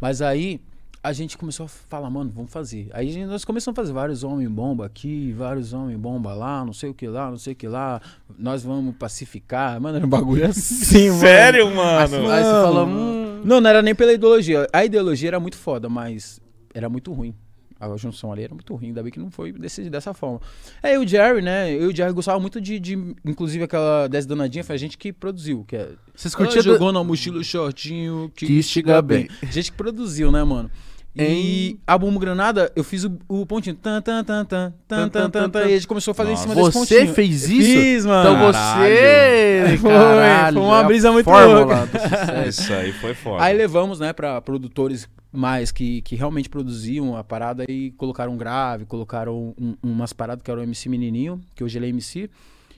Speaker 3: Mas aí a gente começou a falar, mano, vamos fazer. Aí a gente- nós começamos a fazer vários homem-bomba aqui, vários homem-bomba lá, não sei o que lá, não sei o que lá. Nós vamos pacificar. Mano, era um bagulho assim, mano.
Speaker 1: Sério, mano?
Speaker 2: Aí você
Speaker 3: Mano.
Speaker 2: falou, hum,
Speaker 3: Não, não era nem pela ideologia. A ideologia era muito foda, mas era muito ruim. A junção ali era muito ruim, ainda bem que não foi desse, dessa forma. É, eu e o Jerry, né? Eu e o Jerry gostava muito de, de- Inclusive aquela 10 danadinha foi a gente que produziu, que é.
Speaker 2: vocês
Speaker 3: Ela
Speaker 2: curtiam...
Speaker 3: jogou na mochila o shortinho que,
Speaker 2: Que estiga
Speaker 3: A gente que produziu, né, mano? E a Bumbo Granada, eu fiz o, o pontinho. Tan, tan, tan, tan, tan, tan, tan, tan, e a gente começou a fazer em cima desse
Speaker 2: Você
Speaker 3: pontinho.
Speaker 2: fez
Speaker 3: Eu
Speaker 2: isso?
Speaker 3: Fiz, mano.
Speaker 2: Então você.
Speaker 3: Foi,
Speaker 2: caralho,
Speaker 3: foi uma
Speaker 2: é a
Speaker 3: brisa muito
Speaker 2: fórmula
Speaker 3: louca.
Speaker 2: do sucesso.
Speaker 1: Isso aí foi foda.
Speaker 3: Aí levamos, né, pra produtores mais que, que realmente produziam a parada e colocaram um grave, colocaram um- umas paradas que era o MC Menininho, que hoje ele é MC,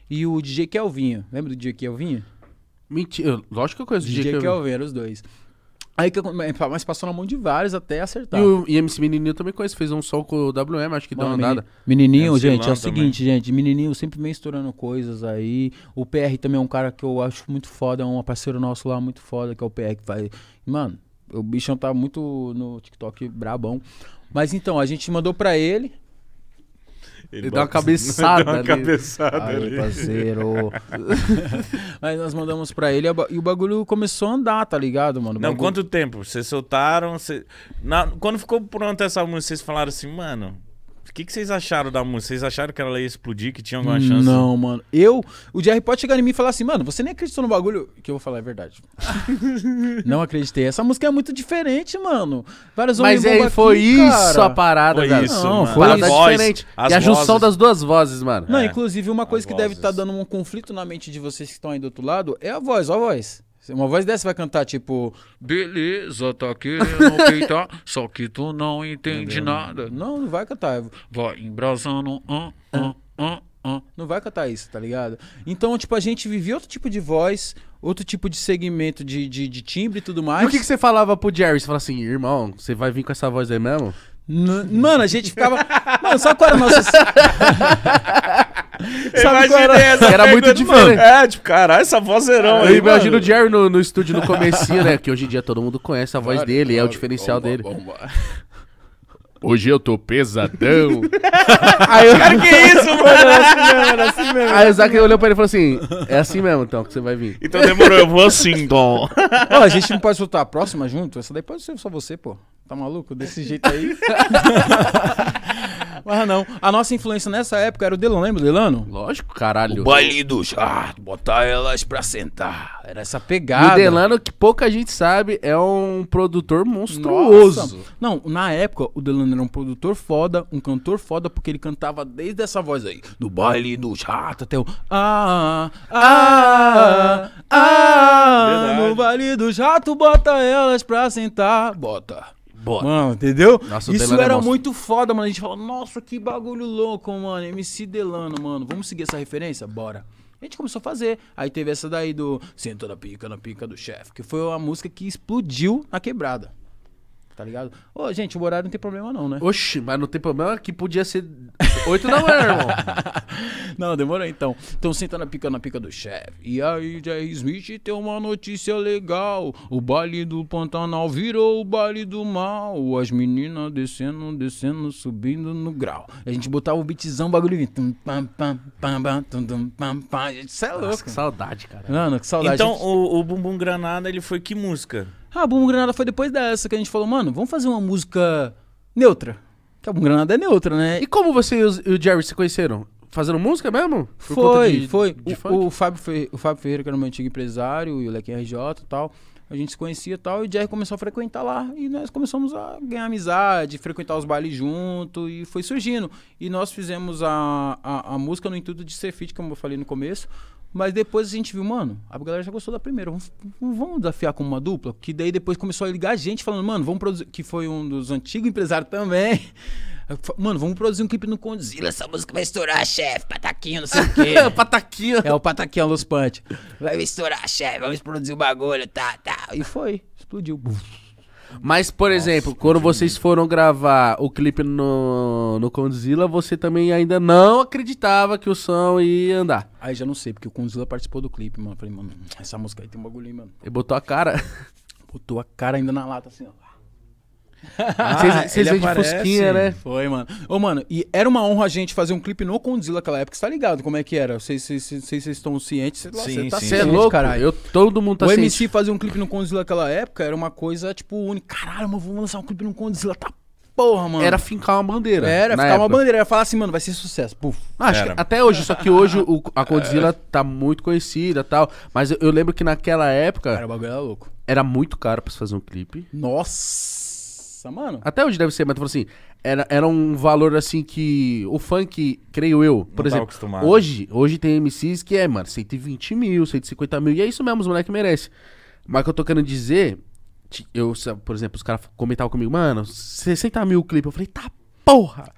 Speaker 3: e o DJ Kelvinho. Lembra do DJ Kelvinho?
Speaker 2: Mentira, eu- lógico que eu conheço o
Speaker 3: DJ
Speaker 2: DJ que eu...
Speaker 3: Kelvin, eram os dois. Aí que eu, mas passou na mão de vários até
Speaker 1: Tá.
Speaker 3: acertar.
Speaker 2: E o e MC Menininho eu também conheço, fez um som com o WM, acho que deu uma
Speaker 3: Mano,
Speaker 2: andada.
Speaker 3: meni- Menininho,
Speaker 1: MC
Speaker 3: gente, é
Speaker 1: Lan
Speaker 3: o seguinte, gente. Menininho sempre vem estourando coisas aí. O PR também é um cara que eu acho muito foda. É um parceiro nosso lá muito foda, que é o PR que faz. Mano, o bichão tá muito no TikTok brabão. Mas então, a gente mandou pra ele.
Speaker 2: Ele dá uma cabeçada
Speaker 1: Dá uma
Speaker 2: ali.
Speaker 1: cabeçada
Speaker 3: Aí,
Speaker 1: ali.
Speaker 3: parceiro. Mas nós mandamos pra ele e a ba- e o bagulho começou a andar, tá ligado, mano? O
Speaker 1: Não,
Speaker 3: bagulho-
Speaker 1: quanto tempo? Vocês soltaram? cê- Na- Quando ficou pronta essa música, vocês falaram assim, mano, o que, que vocês acharam da música? Vocês acharam que ela ia explodir, que tinha alguma chance?
Speaker 3: Não, mano. Eu, o Jerry pode chegar em mim e falar assim, mano, você nem acreditou no bagulho. Que eu vou falar, é verdade. não acreditei. Essa música é muito diferente, mano. Vários
Speaker 2: Mas
Speaker 3: homem
Speaker 2: aí
Speaker 3: bomba
Speaker 2: foi
Speaker 3: aqui,
Speaker 2: isso
Speaker 3: cara.
Speaker 2: a parada,
Speaker 1: Foi
Speaker 2: velho.
Speaker 1: isso,
Speaker 3: Não,
Speaker 1: mano.
Speaker 3: foi
Speaker 1: A
Speaker 2: parada é
Speaker 3: isso.
Speaker 1: voz,
Speaker 2: diferente.
Speaker 1: as
Speaker 2: e a junção
Speaker 1: vozes.
Speaker 2: das duas vozes, mano.
Speaker 3: Não,
Speaker 1: É.
Speaker 3: inclusive, uma coisa
Speaker 1: As
Speaker 3: que deve
Speaker 1: vozes.
Speaker 3: estar dando um conflito na mente de vocês que estão aí do outro lado é a voz, ó a voz. Uma voz dessa vai cantar, tipo,
Speaker 4: Beleza, tá querendo peitar, tá. só que tu não entende nada.
Speaker 3: não, não vai cantar.
Speaker 4: Vai embrasando, ah, ah,
Speaker 1: É.
Speaker 4: ah, ah.
Speaker 3: Não vai cantar isso, tá ligado? Então, tipo, a gente vivia outro tipo de voz, outro tipo de segmento de, de, de timbre e tudo mais.
Speaker 2: E o que, que você falava pro Jerry? Você falava assim, irmão, você vai vir com essa voz aí mesmo?
Speaker 3: N- Mano, a gente ficava. Mano, sabe qual era o nosso. sabe qual
Speaker 1: Imaginei
Speaker 3: era?
Speaker 1: essa
Speaker 2: Era muito
Speaker 1: pergunta, mano.
Speaker 2: diferente.
Speaker 1: É, tipo, caralho, essa vozeirão
Speaker 2: Eu
Speaker 1: aí,
Speaker 2: imagino o
Speaker 1: mano.
Speaker 2: Jerry no, no estúdio no comecinho, né? Que hoje em dia todo mundo conhece a voz dele, é o diferencial dele. Hoje eu tô pesadão.
Speaker 3: Aí eu-
Speaker 1: Cara, que é isso, mano?
Speaker 2: Aí o Zac olhou pra ele e falou assim: É assim mesmo, então, que você vai vir.
Speaker 1: Então demorou, eu vou assim, Dom.
Speaker 3: Ó, a gente não pode soltar a próxima junto? Essa daí pode ser só você, pô. Tá maluco? Desse jeito aí. Mas não. A nossa influência nessa época era o Delon, lembra, o Delano?
Speaker 2: Lógico, caralho.
Speaker 3: Baile do jato, botar elas pra sentar. Era essa
Speaker 2: E o
Speaker 3: pegada.
Speaker 2: Delano, que pouca gente sabe, é um produtor monstruoso.
Speaker 3: Nossa. Não, na época o Delano era um produtor foda, um cantor foda, porque ele cantava desde essa voz aí, do baile do jato até o ah ah ah, ah
Speaker 1: Verdade.
Speaker 3: no baile do jato bota elas pra sentar, bota.
Speaker 2: Bota.
Speaker 3: Mano, entendeu?
Speaker 2: Nossa, o
Speaker 3: Isso
Speaker 2: Delano é
Speaker 3: era
Speaker 2: monstro.
Speaker 3: muito foda, mano. A gente fala, nossa, que bagulho louco, mano. MC Delano, mano. Vamos seguir essa referência? Bora. A gente começou a fazer. Aí teve essa daí do Senta na pica, na pica do chefe, que foi uma música que explodiu na quebrada. Tá ligado? Ô, gente, o horário não tem problema não, né?
Speaker 2: Oxi, mas não tem problema que podia ser 8 da manhã, irmão.
Speaker 3: Não, demorou então. Então senta na pica, na pica do chefe. E aí, Jerry Smith tem uma notícia legal. O baile do Pantanal virou o baile do mal. As meninas descendo, descendo, subindo no grau. A gente botava o beatzão, o bagulho vinha. Tum, pam, pam, pam, pam, tum, tum, pam, pam. Gente, Isso é
Speaker 2: Nossa, que
Speaker 3: louco.
Speaker 2: saudade, cara.
Speaker 3: Mano, que saudade.
Speaker 1: Então,
Speaker 3: Gente-
Speaker 1: o, o Bumbum Granada, ele foi que música?
Speaker 3: Ah, Bumbo Granada foi depois dessa que a gente falou, mano, vamos fazer uma música neutra. Que a Bumbo Granada é neutra, né?
Speaker 2: E como você e o- e o Jerry se conheceram? Fazendo música mesmo? Por conta
Speaker 3: foi,
Speaker 2: de-
Speaker 3: foi.
Speaker 2: de
Speaker 3: O-
Speaker 2: funk?
Speaker 3: o, Fábio Ferre- o Fábio Ferreira, que era o meu antigo empresário, e o Lequim RJ e tal. A gente se conhecia e tal, e o Jerry começou a frequentar lá. E nós começamos a ganhar amizade, frequentar os bailes junto, e foi surgindo. E nós fizemos a, a, a música no intuito de ser feat, como eu falei no começo. Mas depois a gente viu, mano, a galera já gostou da primeira, vamos, vamos desafiar como uma dupla? Que daí depois começou a ligar a gente falando, mano, vamos produzir, que foi um dos antigos empresários também. Mano, vamos produzir um clipe no Condzilla, essa música vai estourar, chefe, pataquinho, não sei o quê.
Speaker 2: É, pataquinha.
Speaker 3: É o Pataquinha Los Punch. Vai estourar, chefe. Vamos produzir o bagulho, tá, tá. E foi. Explodiu.
Speaker 2: Mas, por exemplo, quando vocês foram gravar o clipe no, no Condzilla, você também ainda não acreditava que o som ia andar.
Speaker 3: Aí já não sei, porque o Condzilla participou do clipe, mano. Falei, mano, essa música aí tem um bagulhinho, mano.
Speaker 2: E botou a cara.
Speaker 3: Botou a cara ainda na lata, assim, ó.
Speaker 2: Vocês-
Speaker 1: Ah,
Speaker 2: vocês
Speaker 1: ele
Speaker 2: vêm de
Speaker 1: aparece.
Speaker 2: fusquinha, né?
Speaker 3: Foi, mano. Ô, mano, e era uma honra a gente fazer um clipe no Condzilla naquela época. Você tá ligado como é que era? Vocês vocês- vocês- vocês estão cientes? Cê- nossa,
Speaker 1: Sim,
Speaker 3: cê tá
Speaker 1: sim.
Speaker 2: Você é
Speaker 1: Gente,
Speaker 3: ciente,
Speaker 2: louco,
Speaker 3: caralho.
Speaker 2: Eu, todo mundo tá
Speaker 3: o
Speaker 2: sem-
Speaker 3: MC fazer um clipe no Condzilla naquela época era uma coisa, tipo, única. Caralho, mano, vamos lançar um clipe no Condzilla, tá porra, mano.
Speaker 2: Era fincar uma bandeira.
Speaker 3: era
Speaker 2: na
Speaker 3: ficar uma
Speaker 2: época.
Speaker 3: bandeira, era falar assim, mano, vai ser sucesso. Puf.
Speaker 2: Ah, acho que
Speaker 1: Era.
Speaker 2: até hoje, só que hoje o- a Condzilla tá muito conhecida e tal. Mas eu, eu lembro que naquela época
Speaker 3: Cara, o bagulho era louco.
Speaker 2: era muito caro pra se fazer um clipe.
Speaker 3: Nossa. Nossa, mano.
Speaker 2: Até hoje deve ser, mas tu falou assim, era, era um valor assim que o funk, creio eu, por
Speaker 1: tava
Speaker 2: exemplo,
Speaker 1: acostumado.
Speaker 2: hoje, hoje tem MCs que é, mano, 120 mil, 150 mil, e é isso mesmo, os moleques merecem. Mas o que eu tô querendo dizer, ti- eu, sa- por exemplo, os caras comentavam comigo, mano, 60 mil o clipe, eu falei, tá porra!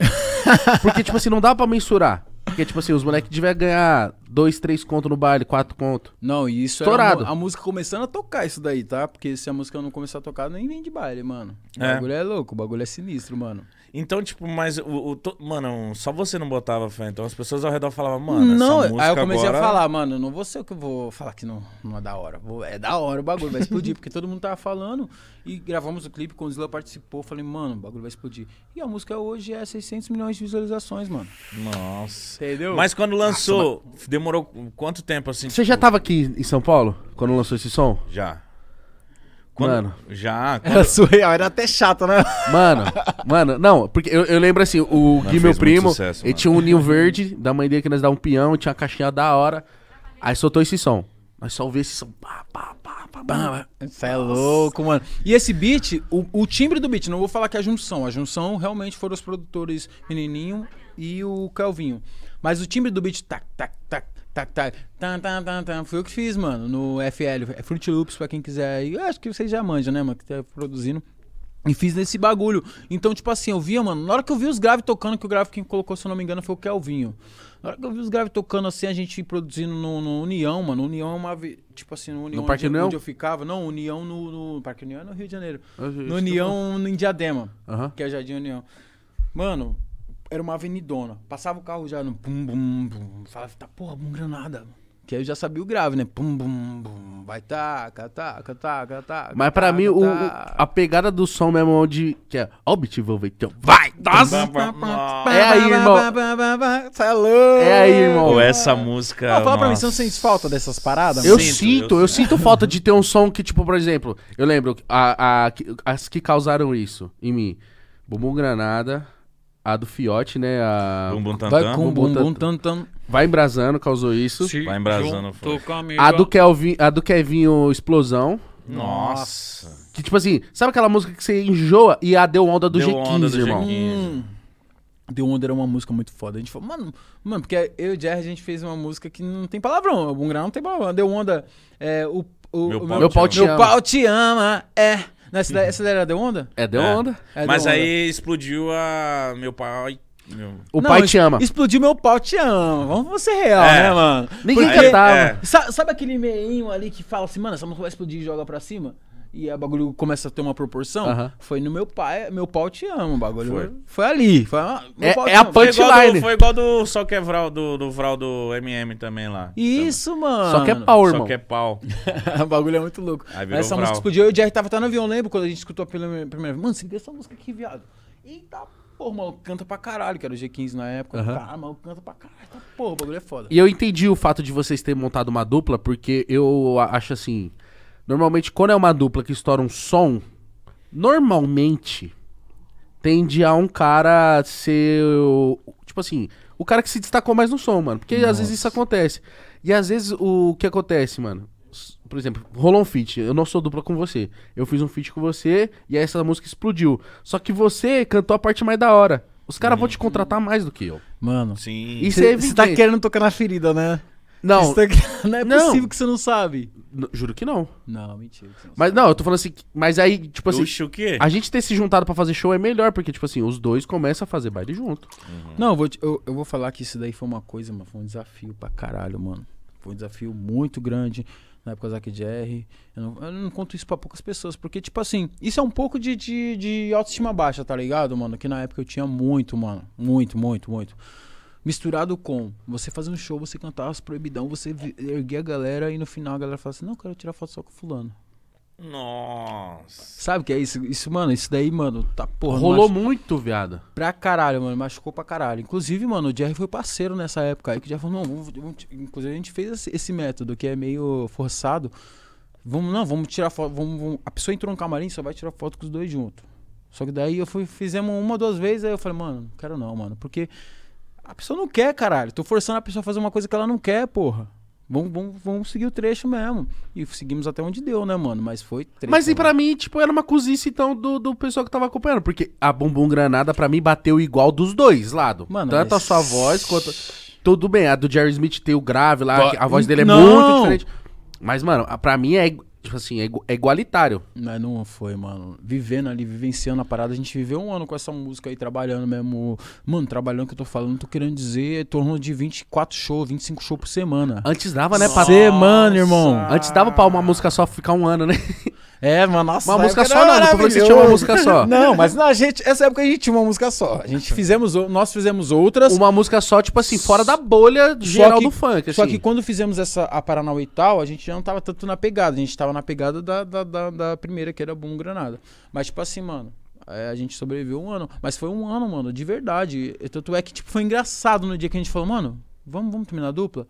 Speaker 2: Porque, tipo assim, não dá pra mensurar. Porque, tipo assim, os moleques tiver ganhar 2, 3 conto no baile, 4 conto.
Speaker 3: Não, e isso
Speaker 2: Estourado.
Speaker 3: era a mu- a música começando a tocar isso daí, tá? Porque se a música não começar a tocar, nem vem de baile, mano. O
Speaker 1: É.
Speaker 3: bagulho é louco, o bagulho é sinistro, mano.
Speaker 1: Então, tipo, mas o. o to- Mano, só você não botava fé. Então as pessoas ao redor falavam, mano,
Speaker 3: não,
Speaker 1: essa música
Speaker 3: aí eu comecei
Speaker 1: agora-
Speaker 3: a falar, mano, não vou ser o que eu vou falar que não, não é da hora. Vou- é da hora o bagulho, vai explodir, porque todo mundo tava falando. E gravamos o clipe, quando o Zila participou, eu falei, mano, o bagulho vai explodir. E a música hoje é 600 milhões de visualizações, mano.
Speaker 1: Nossa.
Speaker 3: Entendeu?
Speaker 1: Mas quando lançou, demorou quanto tempo assim?
Speaker 2: Você já tava aqui em São Paulo quando lançou esse som?
Speaker 1: Já.
Speaker 2: Mano.
Speaker 1: Já.
Speaker 3: era surreal, era até chato, né?
Speaker 2: Mano, mano, não, porque eu, eu lembro assim, o Gui,
Speaker 1: fez
Speaker 2: meu
Speaker 1: muito
Speaker 2: primo,
Speaker 1: sucesso,
Speaker 2: ele
Speaker 1: mano.
Speaker 2: tinha um ninho verde da mãe dele que nós dava um peão, tinha uma caixinha da hora. Aí soltou esse som. Nós só ouvimos esse som. Pá, pá, pá, pá, pá.
Speaker 3: Isso é louco, mano. E esse beat, o, o timbre do beat, não vou falar que é a junção. A junção realmente foram os produtores Menininho e o Calvinho. Mas o timbre do beat, tac, tac, tac, tac, tac, tan, tan, tan, tan, foi eu que fiz, mano, no FL. É Fruit Loops, pra quem quiser. aí. Eu acho que vocês já manjam, né, mano, que tá produzindo. E fiz nesse bagulho. Então, tipo assim, eu via, mano, na hora que eu vi os graves tocando, que o grave quem colocou, se eu não me engano, foi o Kelvinho. Na hora que eu vi os graves tocando, assim, a gente produzindo no, no União, mano. União é uma. vi- Tipo assim, no União.
Speaker 2: Parque
Speaker 3: onde,
Speaker 2: União?
Speaker 3: Onde eu ficava. Não, União no. no Parque União é no Rio de Janeiro.
Speaker 2: Ah, isso
Speaker 3: No União, no em Diadema,
Speaker 2: Aham.
Speaker 3: que é Jardim União. Mano, era uma avenidona. Passava o carro já no pum, bum, bum. Falava, tá porra, bum, granada. mano." Que aí eu já sabia o grave, né? Pum, bum, bum. Vai taca, taca, taca, taca.
Speaker 2: Mas pra
Speaker 3: taca,
Speaker 2: mim, o, o-
Speaker 3: taca.
Speaker 2: a pegada do som mesmo é onde. Que é. Ó, o beat, vou ver. Então, vai!
Speaker 4: tá
Speaker 2: Nossa!
Speaker 1: Nossa.
Speaker 2: É aí, irmão.
Speaker 3: Tá louco.
Speaker 2: É aí, irmão.
Speaker 1: Pô, essa música.
Speaker 3: Não, fala pra mim,
Speaker 1: nossa.
Speaker 3: você não sente falta dessas paradas?
Speaker 2: Eu
Speaker 3: mano?
Speaker 1: Sinto,
Speaker 2: sinto,
Speaker 1: eu
Speaker 2: eu, sinto falta de ter um som que, tipo, por exemplo, eu lembro a, a- que- as que causaram isso em mim. Bumbum Granada, a do Fiote, né? A
Speaker 1: Bum, bum, tam,
Speaker 3: Vai
Speaker 1: tam.
Speaker 3: com
Speaker 2: Bum,
Speaker 3: bum,
Speaker 2: bum,
Speaker 3: bum, tam, tam.
Speaker 2: Vai Embrasando causou isso.
Speaker 4: Se
Speaker 1: Vai embrasando,
Speaker 4: junto comigo.
Speaker 2: A do Kelvin, a do Kevinho Explosão.
Speaker 1: Nossa.
Speaker 2: Que tipo assim, sabe aquela música que você enjoa e a deu onda do
Speaker 1: Deu
Speaker 2: G15,
Speaker 1: onda do
Speaker 2: irmão?
Speaker 1: G15.
Speaker 3: Hum. The Wonder é uma música muito foda. A gente falou, mano, mano, porque eu e o Jerry a gente fez uma música que não tem palavrão. O Bungrão não tem palavrão. The Wonder é o. o
Speaker 1: Meu
Speaker 3: o
Speaker 1: pau
Speaker 2: Meu pau te
Speaker 3: meu
Speaker 2: ama.
Speaker 3: pau te ama. É. Não, essa, daí- essa daí era The Wonder?
Speaker 2: É, deu
Speaker 1: É.
Speaker 2: onda.
Speaker 3: É The
Speaker 1: Mas
Speaker 3: Wonder.
Speaker 1: aí explodiu a. Meu pai. Meu...
Speaker 2: O
Speaker 3: Não,
Speaker 2: pai
Speaker 3: es-
Speaker 2: te ama.
Speaker 3: Explodiu meu pau te ama. Vamos ser real,
Speaker 1: É.
Speaker 3: né, mano?
Speaker 2: Ninguém
Speaker 1: Aí-
Speaker 2: cantava.
Speaker 1: é.
Speaker 3: Sa- Sabe aquele meinho ali que fala assim, mano, essa música vai explodir e joga pra cima? E o bagulho começa a ter uma proporção?
Speaker 2: Aham.
Speaker 3: Foi no meu pai, meu pau te ama, o bagulho.
Speaker 1: Foi.
Speaker 3: Foi, ali. Foi, uma- meu
Speaker 2: É-
Speaker 3: pau te
Speaker 2: é a
Speaker 3: ama.
Speaker 2: pan-
Speaker 1: Foi igual, do,
Speaker 2: Punchline.
Speaker 1: foi igual do Só que é Vral, do, do Vral do MM também lá.
Speaker 3: Isso, mano.
Speaker 2: Só que é pau,
Speaker 1: Só
Speaker 2: irmão.
Speaker 1: que é pau.
Speaker 3: o bagulho é muito louco.
Speaker 1: Aí virou um
Speaker 3: Essa
Speaker 1: brau.
Speaker 3: música explodiu. Eu e o Jerry tava até no avião, lembro quando a gente escutou pela primeira vez. Mano, se liga essa música aqui, viado. Eita, porra, mano, canta pra caralho, que era o G15 na época.
Speaker 2: Aham.
Speaker 3: Caralho, mano, canta pra caralho. Eita, porra, o bagulho é foda.
Speaker 2: E eu entendi o fato de vocês terem montado uma dupla, porque eu a- acho assim. Normalmente, quando é uma dupla que estoura um som, normalmente tende a um cara ser. o- Tipo assim, o cara que se destacou mais no som, mano. Porque às vezes isso acontece. E às vezes o que acontece, mano? S- Por exemplo, rolou um feat. Eu não sou dupla com você. Eu fiz um feat com você e aí essa música explodiu. Só que você cantou a parte mais da hora. Os caras vão te contratar mais do que eu.
Speaker 3: Mano,
Speaker 1: Sim.
Speaker 2: Isso é
Speaker 3: você tá
Speaker 2: evidente.
Speaker 3: querendo tocar na ferida, né?
Speaker 2: Não,
Speaker 3: Isso tá- Não é
Speaker 2: Não.
Speaker 3: possível que você não sabe.
Speaker 2: n- juro que não.
Speaker 3: Não, mentira. que você não
Speaker 2: Mas não, eu tô falando assim, que- mas aí, tipo assim,
Speaker 1: Puxa o quê?
Speaker 2: a gente ter se juntado pra fazer show é melhor, porque, tipo assim, os dois começam a fazer baile junto.
Speaker 3: Não, eu vou, te- eu, eu vou falar que isso daí foi uma coisa, mano. Foi um desafio pra caralho, mano. Foi um desafio muito grande na época do Zac Jerry. Eu não, eu não conto isso pra poucas pessoas, porque, tipo assim, isso é um pouco de, de, de autoestima baixa, tá ligado, mano? Que na época eu tinha muito, mano. Muito, muito, muito. Misturado com você fazer um show, você cantar as proibidão, você vi- erguer a galera e no final a galera fala assim: Não, eu quero tirar foto só com Fulano.
Speaker 1: Nossa.
Speaker 3: Sabe o que é isso? Isso, mano, isso daí, mano, tá porra.
Speaker 2: Rolou
Speaker 3: machu-
Speaker 2: muito, viado.
Speaker 3: Pra caralho, mano. Machucou pra caralho. Inclusive, mano, o Jerry foi parceiro nessa época. Aí que o Jerry falou, não, vamos, vamos ti- inclusive a gente fez esse, esse método que é meio forçado. Vamos, não, vamos tirar foto. Vamos, vamos- A pessoa entrou no camarim só vai tirar foto com os dois juntos. Só que daí eu fui, fizemos uma, duas vezes, aí eu falei, mano, não quero não, mano. Porque a pessoa não quer, caralho. Tô forçando a pessoa a fazer uma coisa que ela não quer, porra. Vamos, vamos, vamos seguir o trecho mesmo. E seguimos até onde deu, né, mano? Mas foi treta. né?
Speaker 2: Mas e
Speaker 3: mano.
Speaker 2: pra mim, tipo, era uma cozice, então, do, do pessoal que tava acompanhando. Porque a Bumbum Granada, pra mim, bateu igual dos dois lados.
Speaker 3: Mano,
Speaker 2: Tanto a
Speaker 3: mas-
Speaker 2: sua voz quanto. Tudo bem, a do Jerry Smith tem o grave lá,
Speaker 4: Va-
Speaker 2: que a voz dele é
Speaker 3: Não!
Speaker 2: muito diferente. Mas, mano, a- pra mim é, igu- tipo assim, é igu- é igualitário.
Speaker 3: Mas não foi, mano. Vivendo ali, vivenciando a parada, a gente viveu um ano com essa música aí, trabalhando mesmo. Mano, trabalhando que eu tô falando, tô querendo dizer, em torno de 24 shows, 25 shows por semana.
Speaker 2: Antes dava, né, pra...
Speaker 3: Semana, irmão.
Speaker 2: Antes dava pra uma música só ficar um ano, né?
Speaker 3: É, mano, nossa.
Speaker 2: Uma
Speaker 3: essa
Speaker 2: música
Speaker 3: época
Speaker 2: só
Speaker 3: era
Speaker 2: não, não tô falando que você tinha uma
Speaker 3: maravilhoso.
Speaker 2: música só.
Speaker 3: Não, mas na gente, essa época a gente tinha uma música só. A gente fizemos, o- nós fizemos outras.
Speaker 2: Uma música só, tipo assim, fora da bolha geral do funk, assim.
Speaker 3: Só que quando fizemos essa a Paranauê e tal, a gente já não tava tanto na pegada. A gente tava na pegada da, da, da, da primeira, que era Boom Granada. Mas, tipo assim, mano, é, a gente sobreviveu um ano. Mas foi um ano, mano, de verdade. E Tanto é que, tipo, foi engraçado no dia que a gente falou, mano, vamos, vamos terminar a dupla?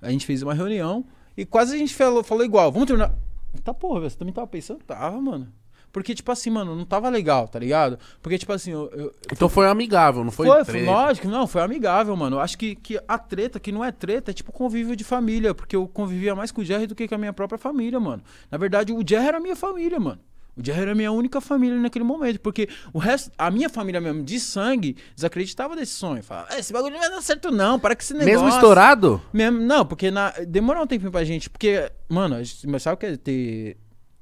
Speaker 3: A gente fez uma reunião e quase a gente falou, falou igual, vamos terminar. Tá porra, velho, você também tava pensando? Tava, mano. Porque, tipo assim, mano, não tava legal, tá ligado? Porque, tipo assim, eu- eu,
Speaker 2: Então foi amigável, não foi?
Speaker 3: foi, foi
Speaker 2: treta.
Speaker 3: lógico, não, foi amigável, mano. Eu Acho que, que a treta, que não é treta, é tipo convívio de família, porque eu convivia mais com o Jerry do que com a minha própria família, mano. Na verdade, o Jerry era a minha família, mano. O Jerry era a minha única família naquele momento, porque o resto, a minha família mesmo, de sangue, desacreditava desse sonho. Falava, "Ah, esse bagulho não vai dar certo não, para que esse negócio...
Speaker 2: Mesmo estourado?
Speaker 3: Mesmo, não, porque na, demorou um tempinho pra gente, porque, mano, a gente- mas sabe o que é ter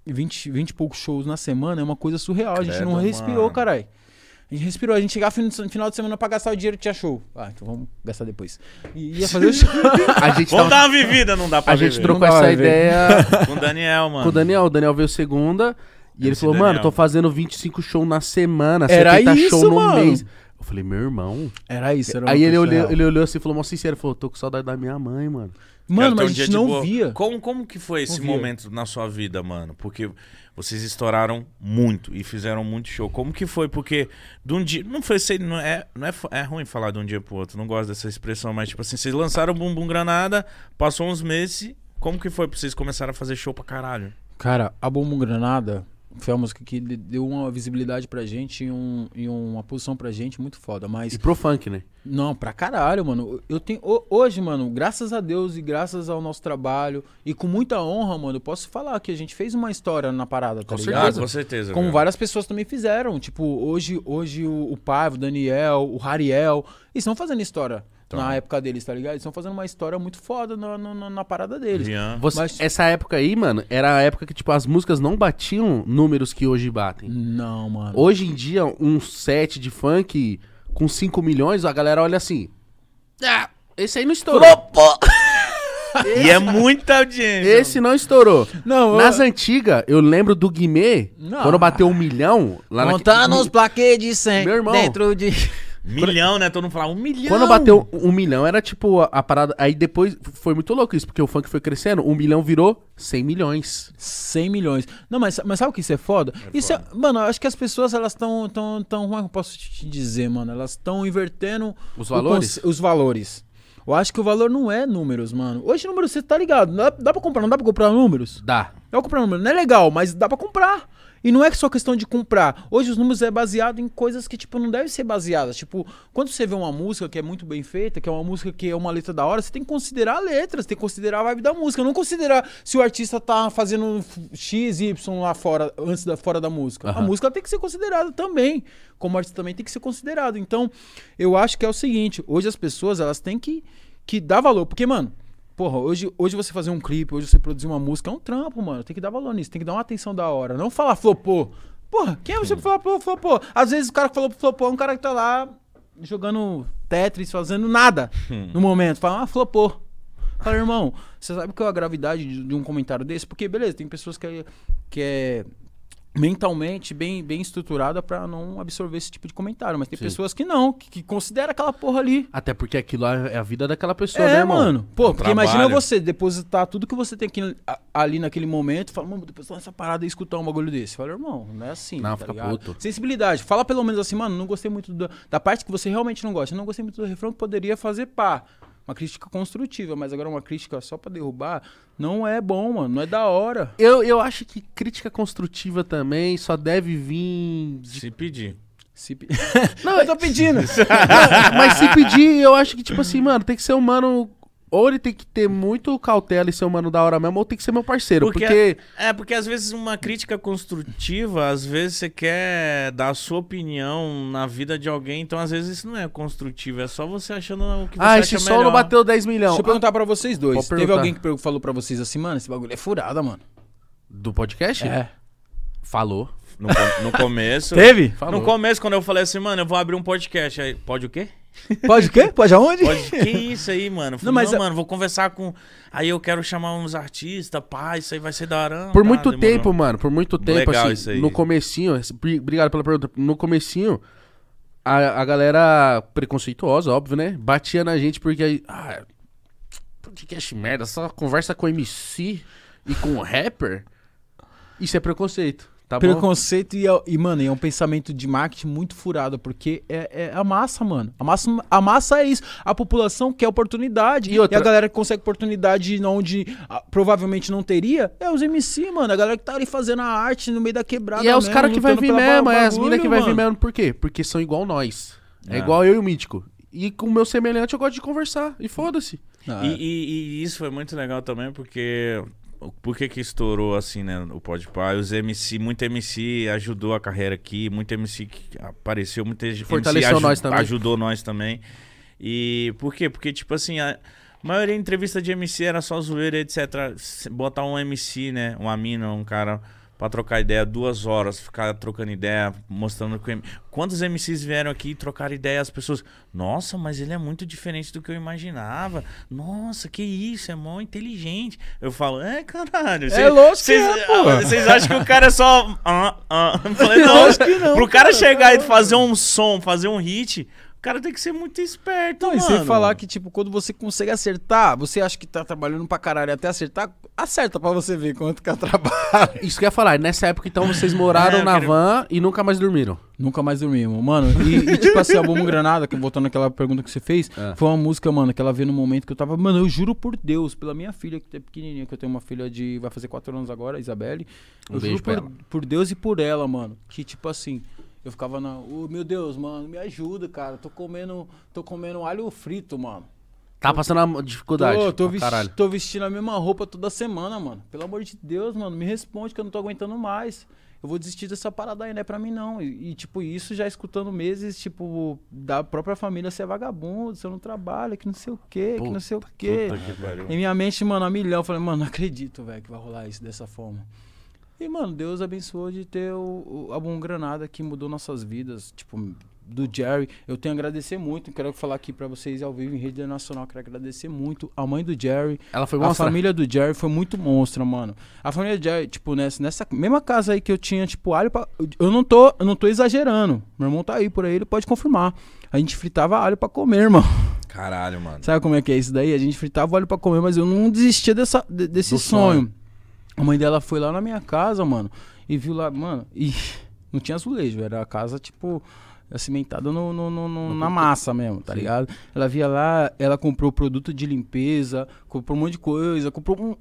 Speaker 3: 20, 20 e poucos shows na semana? É uma coisa surreal, a gente
Speaker 1: Credo,
Speaker 3: não respirou,
Speaker 1: mano.
Speaker 3: caralho. A gente respirou, a gente chegava fin- no final de semana pra gastar o dinheiro tinha show. Ah, então vamos gastar depois. E ia fazer o show.
Speaker 2: A gente
Speaker 1: Vamos
Speaker 2: tava
Speaker 1: dar uma vivida, não dá pra
Speaker 2: A gente
Speaker 1: viver.
Speaker 2: trocou
Speaker 3: Não dá
Speaker 2: essa
Speaker 3: pra ver.
Speaker 2: ideia
Speaker 1: Com o Daniel, mano.
Speaker 2: com o Daniel. O Daniel veio segunda e ele
Speaker 1: Esse
Speaker 2: falou, mano,
Speaker 1: Daniel.
Speaker 2: tô fazendo 25 shows na semana,
Speaker 3: Era
Speaker 2: 70
Speaker 3: isso,
Speaker 2: shows no
Speaker 3: mano.
Speaker 2: mês. Eu falei, meu irmão.
Speaker 3: Era isso, era uma
Speaker 2: Aí ele
Speaker 3: coisa
Speaker 2: olhou,
Speaker 3: surreal.
Speaker 2: ele olhou assim e falou, mó sincero, falou, tô com saudade da minha mãe, mano.
Speaker 1: Cara,
Speaker 3: Mano,
Speaker 1: tem
Speaker 3: mas
Speaker 1: um
Speaker 3: a
Speaker 1: dia
Speaker 3: gente
Speaker 1: de
Speaker 3: não
Speaker 1: boa.
Speaker 3: via.
Speaker 1: Como, como que foi esse
Speaker 3: via.
Speaker 1: momento na sua vida, mano? Porque vocês estouraram muito e fizeram muito show. Como que foi? Porque de um dia. Não foi sei, não é, não é, fa- é ruim falar de um dia pro outro, não gosto dessa expressão, mas tipo assim, vocês lançaram o Bumbum Granada, passou uns meses. Como que foi pra vocês começaram a fazer show pra caralho?
Speaker 3: Cara, a Bombo Granada foi uma música que de- deu uma visibilidade pra gente e, um- e uma posição pra gente muito foda, mas...
Speaker 2: E pro funk, né?
Speaker 3: Não, pra caralho, mano. Eu tenho ho- hoje, mano, graças a Deus e graças ao nosso trabalho e com muita honra, mano, eu posso falar que a gente fez uma história na parada, tá ligado?
Speaker 1: Ah, com certeza.
Speaker 3: Como
Speaker 1: velho.
Speaker 3: várias pessoas também fizeram. Tipo, hoje, hoje o, o Paivo, o Daniel, o Rariel, eles estão fazendo história
Speaker 2: Então.
Speaker 3: na época deles, tá ligado? Eles estão fazendo uma história muito foda na, na- na- na parada deles.
Speaker 1: Rian.
Speaker 2: Você-
Speaker 3: Mas-
Speaker 2: Essa época aí, mano, era a época que, tipo, as músicas não batiam números que hoje batem.
Speaker 3: Não, mano.
Speaker 2: Ah. Hoje em dia, um set de funk com 5 milhões, a galera olha assim. Ah, esse aí não estourou.
Speaker 1: E é muita audiência.
Speaker 2: Esse não estourou.
Speaker 3: Não, eu-
Speaker 2: Nas antigas, eu lembro do Guimê,
Speaker 3: Não.
Speaker 2: quando bateu um milhão, lá na-
Speaker 3: plaquês de 100
Speaker 2: Meu irmão.
Speaker 3: de...
Speaker 1: Milhão, né? Todo mundo falava um milhão.
Speaker 2: Quando bateu um milhão, era tipo a, a parada. Aí depois foi muito louco isso, porque o funk foi crescendo, um milhão virou 100 milhões.
Speaker 3: 100 milhões. Não, mas, mas sabe o que isso é foda? isso é, mano, eu acho que as pessoas elas estão tão, tão, como é que eu posso te te dizer, mano? Elas estão invertendo
Speaker 2: Os
Speaker 3: o
Speaker 2: valores?
Speaker 3: conce- os valores. Eu acho que o valor não é números, mano. Hoje números você tá ligado? Dá, dá para comprar, não dá pra comprar números?
Speaker 2: Dá.
Speaker 3: Dá pra comprar números, não é legal, mas dá pra comprar. E não é só questão de comprar. Hoje os números é baseado em coisas que, tipo, não devem ser baseadas. Tipo, quando você vê uma música que é muito bem feita, que é uma música que é uma letra da hora, você tem que considerar a letra, você tem que considerar a vibe da música. Não considerar se o artista tá fazendo X, Y lá fora, antes da fora da música. A
Speaker 2: Aham.
Speaker 3: música tem que ser considerada também. Como artista também tem que ser considerado. Então, eu acho que é o seguinte, hoje as pessoas, elas têm que, que dar valor. Porque, mano, Porra, hoje, hoje você fazer um clipe, hoje você produzir uma música, é um trampo, mano. Tem que dar valor nisso, tem que dar uma atenção da hora. Não falar flopô. Porra, quem é você pra falar pô, flopô? Às vezes o cara que falou flopô é um cara que tá lá jogando Tetris, fazendo nada no momento. Fala, ah, flopô. Fala, irmão, você sabe qual é a gravidade de, de um comentário desse? Porque, beleza, tem pessoas que é, que é mentalmente bem, bem estruturada pra não absorver esse tipo de comentário. Mas tem pessoas que não, que, que considera aquela porra ali.
Speaker 2: Até porque aquilo lá é a vida daquela pessoa, né,
Speaker 3: É,
Speaker 2: irmão?
Speaker 3: mano. Pô, porque
Speaker 1: trabalho.
Speaker 3: imagina você depositar tudo que você tem aqui, a- ali naquele momento, fala, mano, depois essa parada e escutar um bagulho desse. Fala, irmão, não é assim.
Speaker 2: Não,
Speaker 3: tá
Speaker 2: fica
Speaker 3: ligado?
Speaker 2: puto.
Speaker 3: Sensibilidade. Fala pelo menos assim, mano, não gostei muito da, da parte que você realmente não gosta. Eu não gostei muito do refrão que poderia fazer pá. Uma crítica construtiva, mas agora uma crítica só pra derrubar não é bom, mano. Não é da hora.
Speaker 2: Eu, eu acho que crítica construtiva também só deve vir. de-
Speaker 1: Se pedir.
Speaker 3: Se pe- eu tô pedindo.
Speaker 2: Mas se pedir, eu acho que, tipo assim, mano, tem que ser humano ou ele tem que ter muito cautela e ser um mano da hora mesmo, ou tem que ser meu parceiro. Porque,
Speaker 1: É, porque às vezes uma crítica construtiva, às vezes você quer dar a sua opinião na vida de alguém, então às vezes isso não é construtivo, é só você achando o que você
Speaker 2: ah,
Speaker 1: acha
Speaker 2: esse sol
Speaker 1: melhor.
Speaker 2: não bateu 10 milhões.
Speaker 3: Deixa eu perguntar pra vocês dois.
Speaker 2: Pode
Speaker 3: Teve
Speaker 2: perguntar.
Speaker 3: alguém que per- falou pra vocês assim, mano, esse bagulho é furada, mano.
Speaker 2: Ah, Do podcast?
Speaker 3: É.
Speaker 2: Falou.
Speaker 1: No, co- no começo...
Speaker 3: Teve?
Speaker 2: Falou.
Speaker 1: No começo, quando eu falei assim, mano, eu vou abrir um podcast, aí, pode o quê?
Speaker 3: Pode o quê? Pode aonde?
Speaker 1: Pode, que isso aí, mano? Eu Falei,
Speaker 3: Não,
Speaker 1: não,
Speaker 2: é
Speaker 3: mas a-
Speaker 1: mano, vou conversar com... Aí eu quero chamar uns artistas, pá, isso aí vai ser da hora.
Speaker 2: Por
Speaker 1: Tá,
Speaker 2: muito
Speaker 1: demorou.
Speaker 2: tempo, mano, por muito tempo,
Speaker 1: Legal
Speaker 2: assim,
Speaker 1: isso aí.
Speaker 2: no comecinho, esse- bri- obrigado pela pergunta, no comecinho, a, a galera preconceituosa, óbvio, né, batia na gente porque aí, ah, podcast merda, só conversa com MC e com rapper, isso é preconceito, tá bom?
Speaker 3: Preconceito e, é- e, mano, e é um pensamento de marketing muito furado, porque é, é a massa, mano. A massa, a massa é isso. A população quer oportunidade.
Speaker 2: E
Speaker 3: E,
Speaker 2: outra-
Speaker 3: a galera que consegue oportunidade onde ah, provavelmente não teria é os MC, mano. A galera que tá ali fazendo a arte no meio da quebrada.
Speaker 2: E é os
Speaker 3: Tá mesmo,
Speaker 2: caras que vai
Speaker 3: lutando
Speaker 2: vir
Speaker 3: pela
Speaker 2: mesmo,
Speaker 3: ba-
Speaker 2: é as
Speaker 3: bagulho,
Speaker 2: minas que vai vir
Speaker 3: mano.
Speaker 2: mesmo, por quê? Porque são igual nós, é
Speaker 1: É.
Speaker 2: igual eu e o Mítico. E com o meu semelhante eu gosto de conversar, e foda-se.
Speaker 3: Ah,
Speaker 2: é.
Speaker 1: E, e- e isso foi muito legal também, porque. o- Por que que estourou assim, né? O Podpah? Os MC, muito MC ajudou a carreira aqui, muito MC que apareceu, muita gente.
Speaker 2: Fortaleceu nós também.
Speaker 1: Ajudou nós também. E por quê? Porque, tipo assim, a maioria da entrevista de MC era só zoeira, etc. Se Botar um MC, né? Uma mina, um cara. Pra trocar ideia duas horas, ficar trocando ideia, mostrando que. o M- Quantos MCs vieram aqui e trocaram ideia? As pessoas. Nossa, mas ele é muito diferente do que eu imaginava. Nossa, que isso, é mó inteligente. Eu falo, é, caralho. cê-
Speaker 3: lógico que
Speaker 1: cês-
Speaker 3: é, pô."
Speaker 1: ah, Vocês acham que o cara é só. Ah, ah. Eu falei, não.
Speaker 3: Lógico que não,
Speaker 1: Pro cara,
Speaker 3: cara,
Speaker 1: chegar
Speaker 3: tá
Speaker 1: e fazer um som, fazer um hit, o cara tem que ser muito esperto,
Speaker 3: Não,
Speaker 1: mano.
Speaker 3: e sem falar que, tipo, quando você consegue acertar, você acha que tá trabalhando pra caralho até acertar, acerta pra você ver quanto que é trabalho.
Speaker 2: Isso que eu ia falar, nessa época então vocês moraram
Speaker 1: É, eu
Speaker 2: na
Speaker 1: quero-
Speaker 2: van e nunca mais dormiram.
Speaker 3: Nunca mais dormimos. Mano, e, e, tipo assim, a Bomba Granada, que voltando naquela pergunta que você fez,
Speaker 2: É.
Speaker 3: foi uma música, mano, que ela veio no momento que eu tava. Mano, eu juro por Deus, pela minha filha, que é pequenininha, que eu tenho uma filha de. Vai fazer quatro anos agora, a Isabelle.
Speaker 2: Um
Speaker 3: eu
Speaker 2: beijo
Speaker 3: juro
Speaker 2: pra
Speaker 3: por, por Deus e por ela, mano. Que, tipo assim. Eu ficava na. Ô, meu Deus, mano, me ajuda, cara. Tô comendo. Tô comendo alho frito, mano.
Speaker 2: Tá passando a dificuldade.
Speaker 3: Tô, tô,
Speaker 2: pra
Speaker 3: vesti-
Speaker 2: caralho.
Speaker 3: tô vestindo a mesma roupa toda semana, mano. Pelo amor de Deus, mano, me responde que eu não tô aguentando mais. Eu vou desistir dessa parada aí, não é pra mim não. E, e, tipo, isso já escutando meses, tipo, da própria família, você é vagabundo, você não trabalha, que não sei o quê, que não sei o quê.
Speaker 1: Puta que pariu.
Speaker 3: Em minha mente, mano, a milhão, eu falei, mano, não acredito, velho, que vai rolar isso dessa forma. E, mano, Deus abençoou de ter o, o álbum Granada que mudou nossas vidas, tipo, do Jerry. Eu tenho a agradecer muito, quero falar aqui pra vocês ao vivo em rede nacional, quero agradecer muito a mãe do Jerry,
Speaker 2: Ela foi
Speaker 3: a
Speaker 2: monstra.
Speaker 3: família do Jerry foi muito monstra, mano. A família do Jerry, tipo, nessa, nessa mesma casa aí que eu tinha, tipo, alho pra. Eu não tô, eu não tô exagerando. Meu irmão tá aí por aí, ele pode confirmar. A gente fritava alho pra comer, irmão.
Speaker 1: Caralho, mano.
Speaker 3: Sabe como é que é isso daí? A gente fritava o alho pra comer, mas eu não desistia dessa, de- desse
Speaker 2: Do
Speaker 3: sonho.
Speaker 2: sonho.
Speaker 3: A mãe dela foi lá na minha casa, mano, e viu lá, mano, e não tinha azulejo, era a casa, tipo, cimentada no, no- no- no- na massa mesmo, tá
Speaker 2: Sim.
Speaker 3: ligado? Ela via lá, ela comprou produto de limpeza, comprou um monte de coisa, comprou um.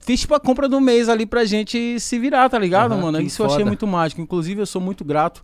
Speaker 3: Fiz tipo a compra do mês ali pra gente se virar, tá ligado,
Speaker 2: Aham,
Speaker 3: mano?
Speaker 2: que
Speaker 3: Isso eu achei
Speaker 2: foda.
Speaker 3: muito mágico. Inclusive, eu sou muito grato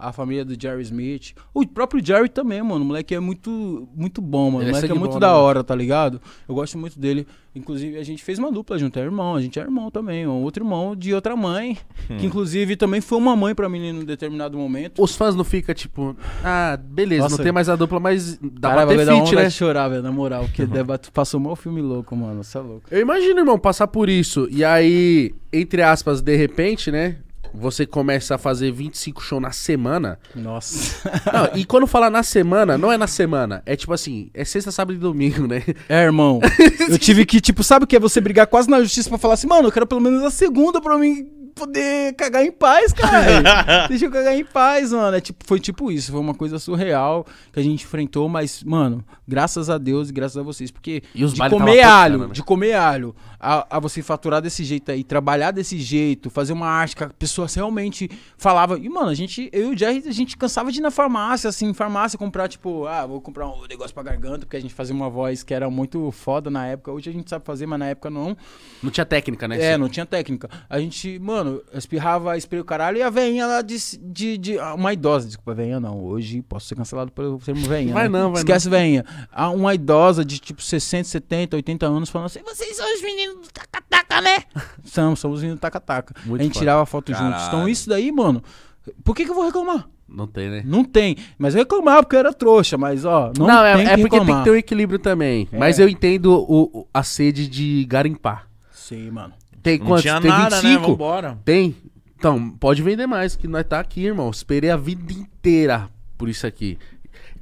Speaker 3: à família do Jerry Smith. O próprio Jerry também, mano. O moleque é muito, muito bom, mano.
Speaker 2: Ele é
Speaker 3: o moleque é
Speaker 2: sangue
Speaker 3: muito
Speaker 2: bom,
Speaker 3: da
Speaker 2: né, mano?
Speaker 3: hora, tá ligado? Eu gosto muito dele. Inclusive, a gente fez uma dupla junto. É irmão, a gente é irmão também. Um outro irmão de outra mãe.
Speaker 2: Hum.
Speaker 3: Que, inclusive, também foi uma mãe pra mim em um determinado momento.
Speaker 2: Os fãs não ficam tipo, ah, beleza,
Speaker 3: Nossa.
Speaker 2: não tem mais a dupla, mas dá
Speaker 3: Caralho,
Speaker 2: pra
Speaker 3: vai
Speaker 2: ter
Speaker 3: dar
Speaker 2: fit,
Speaker 3: vontade
Speaker 2: né?
Speaker 3: de chorar, velho, na moral. Porque debate, passou mal filme louco, mano. Você é louco.
Speaker 2: Eu imagino, irmão, passar por isso. E aí, entre aspas, de repente, né? Você começa a fazer 25 shows na semana.
Speaker 3: Nossa.
Speaker 2: Não, e quando fala na semana, não é na semana. É tipo assim, é sexta, sábado e domingo, né?
Speaker 3: É, irmão. eu tive que, tipo, sabe o que é você brigar quase na justiça pra falar assim, mano, eu quero pelo menos a segunda pra mim poder cagar em paz, cara. Deixa eu cagar em paz, mano. É tipo, foi tipo isso, foi uma coisa surreal que a gente enfrentou, mas, mano, graças a Deus e graças a vocês, porque
Speaker 2: E os
Speaker 3: de
Speaker 2: baile tava
Speaker 3: comer
Speaker 2: tocando,
Speaker 3: alho,
Speaker 2: né?
Speaker 3: de comer alho, a, a você faturar desse jeito aí, trabalhar desse jeito, fazer uma arte que a pessoa realmente falava. E, mano, a gente, eu e o Jerry, a gente cansava de ir na farmácia, assim, em farmácia, comprar, tipo, ah, vou comprar um negócio pra garganta, porque a gente fazia uma voz que era muito foda na época. Hoje a gente sabe fazer, mas na época não.
Speaker 2: Não tinha técnica, né?
Speaker 3: É, não tinha É, técnica. A gente, mano, mano, eu espirrava, espirrei o caralho, e a veinha lá de, de, de- ah, Uma idosa, desculpa, veinha não. Hoje posso ser cancelado pelo termo veinha.
Speaker 2: Vai
Speaker 3: né?
Speaker 2: não, vai
Speaker 3: Esquece veinha. Ah, Uma idosa de tipo 60, 70, 80 anos falando assim: vocês são os meninos do taca-taca, né? são, somos os meninos do taca-taca. A
Speaker 2: Muito
Speaker 3: gente
Speaker 2: foda.
Speaker 3: tirava foto juntos.
Speaker 1: Caralho.
Speaker 3: Então isso daí, mano, por que, que eu vou reclamar?
Speaker 2: Não tem, né?
Speaker 3: Não tem. Mas eu reclamava porque eu era trouxa, mas ó, não,
Speaker 2: Não, é,
Speaker 3: tem É.
Speaker 2: é
Speaker 3: que
Speaker 2: porque tem que
Speaker 3: reclamar.
Speaker 2: ter um equilíbrio também. Mas eu entendo o- o- a sede de garimpar.
Speaker 3: Sim, mano.
Speaker 2: Tem
Speaker 1: Não
Speaker 2: quantos?
Speaker 1: tinha
Speaker 2: tem
Speaker 1: nada, né?
Speaker 2: 25?
Speaker 1: Vambora.
Speaker 2: Tem. Então, pode vender mais, que nós tá aqui, irmão. Esperei a vida inteira por isso aqui.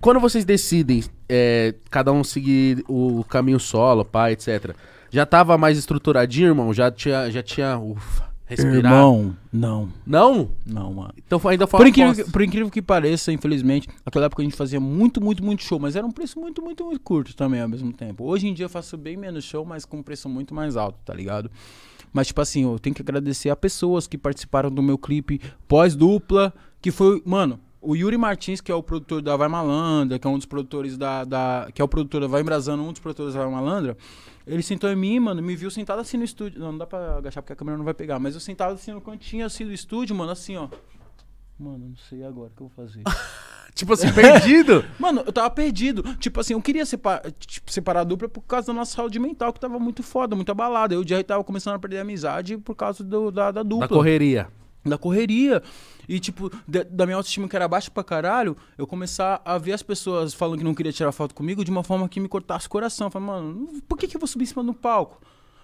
Speaker 2: Quando vocês decidem, é, cada um seguir o caminho solo, pai, etc. Já tava mais estruturadinho, irmão? Já tinha, já tinha, ufa, respirado?
Speaker 3: Irmão, não,
Speaker 2: Não?
Speaker 3: não, mano.
Speaker 2: Então foi- ainda foi
Speaker 3: Por
Speaker 2: uma
Speaker 3: incrível, que,
Speaker 2: aposta.
Speaker 3: por incrível que pareça, infelizmente, naquela época a gente fazia muito, muito, muito show, mas era um preço muito, muito, muito curto também ao mesmo tempo. Hoje em dia eu faço bem menos show, mas com um preço muito mais alto, tá ligado? Mas, tipo assim, eu tenho que agradecer a pessoas que participaram do meu clipe pós-dupla, que foi, mano, o Yuri Martins, que é o produtor da Vai Malandra, que é um dos produtores da. da- que é o produtor da Vai Embrasando, um dos produtores da Vai Malandra. Ele sentou em mim, mano, me viu sentado assim no estúdio. Não, não dá pra agachar porque a câmera não vai pegar, mas eu sentado assim no cantinho assim do estúdio, mano, assim, ó. Mano, não sei agora o que eu vou fazer.
Speaker 2: Tipo assim, perdido.
Speaker 3: Mano, eu tava perdido. Tipo assim, eu queria sepa- tipo, separar a dupla por causa da nossa saúde mental, que tava muito foda, muito abalada. Eu já tava começando a perder a amizade por causa do- da, da
Speaker 2: Na
Speaker 3: dupla.
Speaker 2: correria.
Speaker 3: da correria. E, tipo, de- da minha autoestima que era baixa pra caralho, eu começar a ver as pessoas falando que não queria tirar foto comigo de uma forma que me cortasse o coração. Eu falei, mano, por que, que eu vou subir em cima do palco?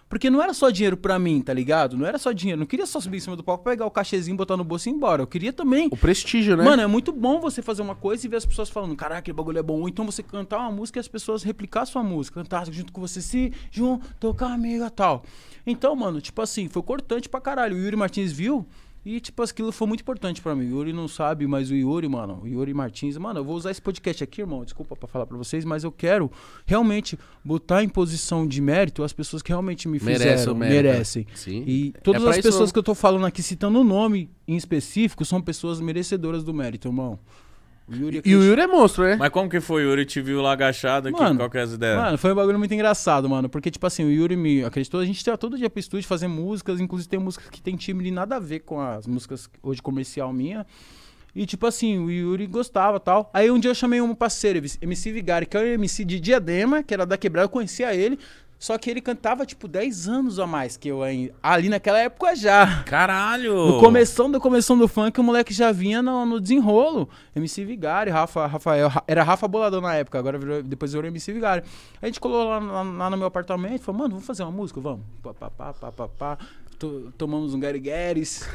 Speaker 3: Porque não era só dinheiro pra mim, tá ligado? Não era só dinheiro. Eu Não queria só subir em cima do palco, pegar o cachezinho, botar no bolso e ir embora. Eu queria também
Speaker 2: O prestígio, né?
Speaker 3: Mano, é muito bom você fazer uma coisa e ver as pessoas falando, caraca, aquele bagulho é bom. Ou então você cantar uma música e as pessoas replicar a sua música, cantar junto com você, se junto com a amiga tal. Então, mano, tipo assim, foi cortante pra caralho. O Yuri Martins viu e, tipo, aquilo foi muito importante pra mim. O Yuri não sabe, mas o Yuri, mano, o Yuri Martins, mano, eu vou usar esse podcast aqui, irmão, desculpa pra falar pra vocês, mas eu quero realmente botar em posição de mérito as pessoas que realmente me
Speaker 2: Merece o
Speaker 3: fizeram,
Speaker 2: mérito.
Speaker 3: merecem.
Speaker 2: Sim.
Speaker 3: E todas
Speaker 2: É pra
Speaker 3: as
Speaker 2: isso
Speaker 3: pessoas
Speaker 2: eu-
Speaker 3: que eu tô falando aqui, citando o nome em específico, são pessoas merecedoras do mérito, irmão. O Yuri
Speaker 2: E o Yuri é monstro, né?
Speaker 1: Mas como que foi, Yuri? Te viu lá agachado aqui?
Speaker 3: Mano,
Speaker 1: Qual que é as ideias?
Speaker 3: Mano, foi um bagulho muito engraçado, mano. Porque, tipo assim, o Yuri me acreditou. A gente tá todo dia pro estúdio fazer músicas. Inclusive, tem músicas que tem timbre nada a ver com as músicas hoje comercial minha. E, tipo assim, o Yuri gostava tal. Aí um dia eu chamei um parceiro, MC Vigari, que é o MC de Diadema, que era da Quebrada. Eu conhecia ele. Só que ele cantava, tipo, 10 anos a mais que eu ainda. Ali naquela época já.
Speaker 1: Caralho!
Speaker 3: No começão do começão do funk, o moleque já vinha no, no desenrolo. MC Vigari, Rafa, Rafael, Ra- era Rafa Boladão na época, agora virou, depois virou MC Vigari. A gente colou lá, lá- lá no meu apartamento, falou, mano, vamos fazer uma música, vamos. Pá, pá, pá, pá, pá, pá. To- Tomamos um Gary Guedes.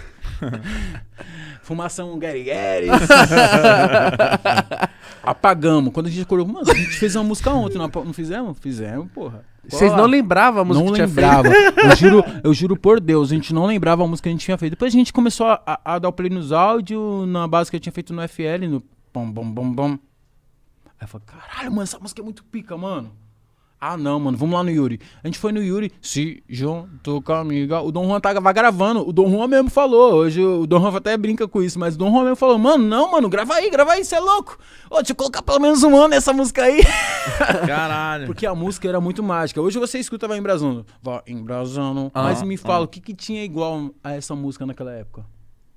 Speaker 3: Fumação um Gary Guedes. Apagamos. Quando a gente acordou, mano, a gente fez uma música ontem, não, apa- não fizemos? Fizemos, porra.
Speaker 2: Vocês
Speaker 3: Cola
Speaker 2: não lembravam a música
Speaker 3: não
Speaker 2: que tinha
Speaker 3: lembrava. Eu juro, eu juro por Deus, a gente não lembrava a música que a gente tinha feito. Depois a gente começou a, a- a dar o play nos áudios, na base que eu tinha feito no FL, no bom, bom, bom, bom. Aí eu falei, caralho, mano, essa música é muito pica, mano. Ah, não, mano, vamos lá no Yuri. A gente foi no Yuri, se juntou com a amiga. O Dom Juan tava gravando, o Dom Juan mesmo falou. Hoje o Dom Juan até brinca com isso, mas o Dom Juan mesmo falou: Mano, não, mano, grava aí, grava aí, você é louco. Ô, deixa eu colocar pelo menos um ano nessa música aí.
Speaker 1: Caralho!
Speaker 3: Porque a música era muito mágica. Hoje você escuta Vai Embrasando. Vai Embrasando. Mas me fala, o que, que tinha igual a essa música naquela época?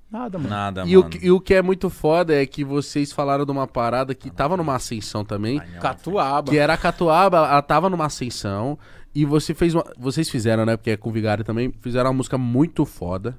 Speaker 3: Nada, mano.
Speaker 1: Nada,
Speaker 2: E o,
Speaker 1: mano.
Speaker 2: que- e o que é muito foda é que vocês falaram de uma parada que tava numa ascensão também.
Speaker 3: Catuaba.
Speaker 2: Que era a Catuaba, ela tava numa ascensão. E você fez uma- Vocês fizeram, né? Porque é com o Vigário também. Fizeram uma música muito foda.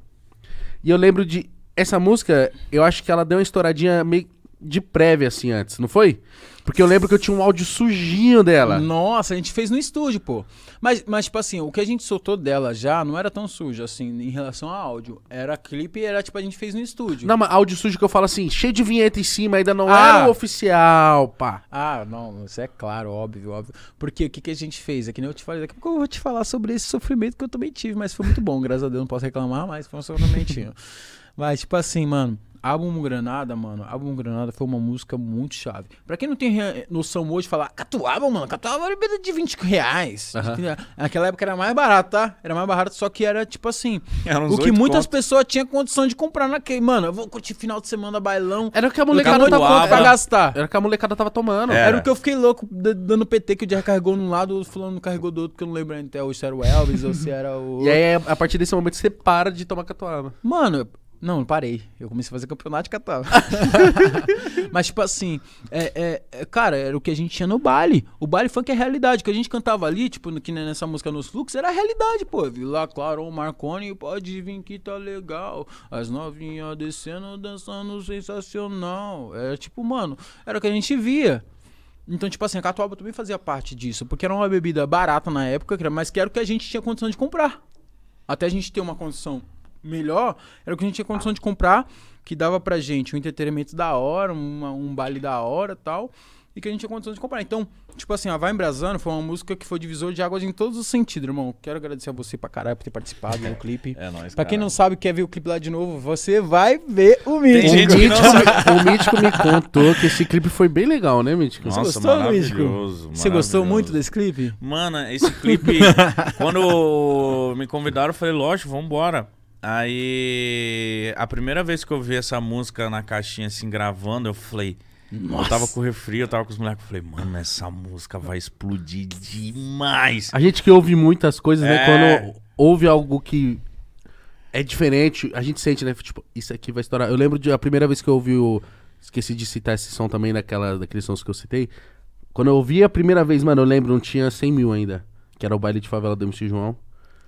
Speaker 2: E eu lembro de. Essa música, eu acho que ela deu uma estouradinha meio de prévia, assim, antes, não foi? Porque eu lembro que eu tinha um áudio sujinho dela.
Speaker 3: Nossa, a gente fez no estúdio, pô. Mas, mas, tipo assim, o que a gente soltou dela já não era tão sujo, assim, em relação a áudio. Era clipe, era tipo, a gente fez no estúdio.
Speaker 2: Não, mas áudio sujo que eu falo assim, cheio de vinheta em cima, ainda não
Speaker 3: Ah.
Speaker 2: era o oficial, pá.
Speaker 3: Ah, não, isso é claro, óbvio, óbvio. Porque o que, que a gente fez? É que nem eu te falei, daqui a pouco eu vou te falar sobre esse sofrimento que eu também tive, mas foi muito bom, graças a Deus, não posso reclamar, mas foi um sofrimentinho. mas, tipo assim, mano, Álbum Granada, mano. Álbum Granada foi uma música muito chave. Pra quem não tem rea- noção hoje, falar Catuaba, mano. Catuaba era bebida de 20 reais. Naquela época era mais barato, tá? Era mais barato, só que era tipo assim.
Speaker 1: Era uns
Speaker 3: o que
Speaker 1: oito
Speaker 3: muitas
Speaker 1: conto.
Speaker 3: pessoas tinham condição de comprar naquele. Mano, eu vou curtir final de semana bailão.
Speaker 2: Era um o que a
Speaker 3: Acabou
Speaker 2: molecada
Speaker 3: de
Speaker 2: tava
Speaker 3: conta pra
Speaker 2: era,
Speaker 3: gastar.
Speaker 2: era o que a molecada tava tomando.
Speaker 1: É.
Speaker 3: Era o que eu fiquei louco d- dando PT que o Jerry carregou num lado, o fulano carregou do outro, que eu não lembro ainda até hoje se era o Elvis ou se era o.
Speaker 2: E aí, é, a partir desse momento, você para de tomar catuaba.
Speaker 3: Mano, eu- não, eu parei. Eu comecei a fazer campeonato de catar. Mas, tipo assim, é- é- é, cara, era o que a gente tinha no baile. O baile funk é realidade. O que a gente cantava ali, tipo, no- que nem nessa música nos fluxos, era a realidade, pô. Vila Claro, Marconi, pode vir que tá legal. As novinhas descendo, dançando sensacional. Era tipo, mano, era o que a gente via. Então, tipo assim, a catuaba também fazia parte disso, porque era uma bebida barata na época, que era- mas que era o que a gente tinha condição de comprar. Até a gente ter uma condição melhor, era o que a gente tinha condição de comprar, que dava pra gente um entretenimento da hora, uma- um baile da hora tal, e que a gente tinha condição de comprar. Então, tipo assim, a Vai Embrasando foi uma música que foi divisor de águas em todos os sentidos, irmão. Quero agradecer a você pra caralho por ter participado do clipe.
Speaker 1: É nóis,
Speaker 3: pra quem
Speaker 1: caralho.
Speaker 3: não sabe, quer ver o clipe lá de novo, você vai ver
Speaker 1: Tem
Speaker 3: o vídeo.
Speaker 1: gente que
Speaker 2: o, Um Mítico,
Speaker 1: não sabe.
Speaker 2: o Mítico me contou que esse clipe foi bem legal, né, Mítico?
Speaker 1: Nossa,
Speaker 3: gostou, Luiz?
Speaker 1: maravilhoso.
Speaker 3: Você gostou
Speaker 1: maravilhoso.
Speaker 3: muito desse clipe?
Speaker 1: Mano, esse clipe, quando me convidaram, eu falei, lógico, vambora. Aí, a primeira vez que eu vi essa música na caixinha, assim, gravando, eu falei... Eu tava com o refri, eu tava com os moleques, eu falei, mano, essa música vai explodir demais.
Speaker 2: A gente que ouve muitas coisas, né?
Speaker 1: É.
Speaker 2: Quando ouve algo que é diferente, a gente sente, né? Tipo, isso aqui vai estourar. Eu lembro de a primeira vez que eu ouvi o. Esqueci de citar esse som também, daquela, daqueles sons que eu citei. Quando eu ouvi a primeira vez, mano, eu lembro, não tinha 100 mil ainda. Que era o baile de favela do MC João.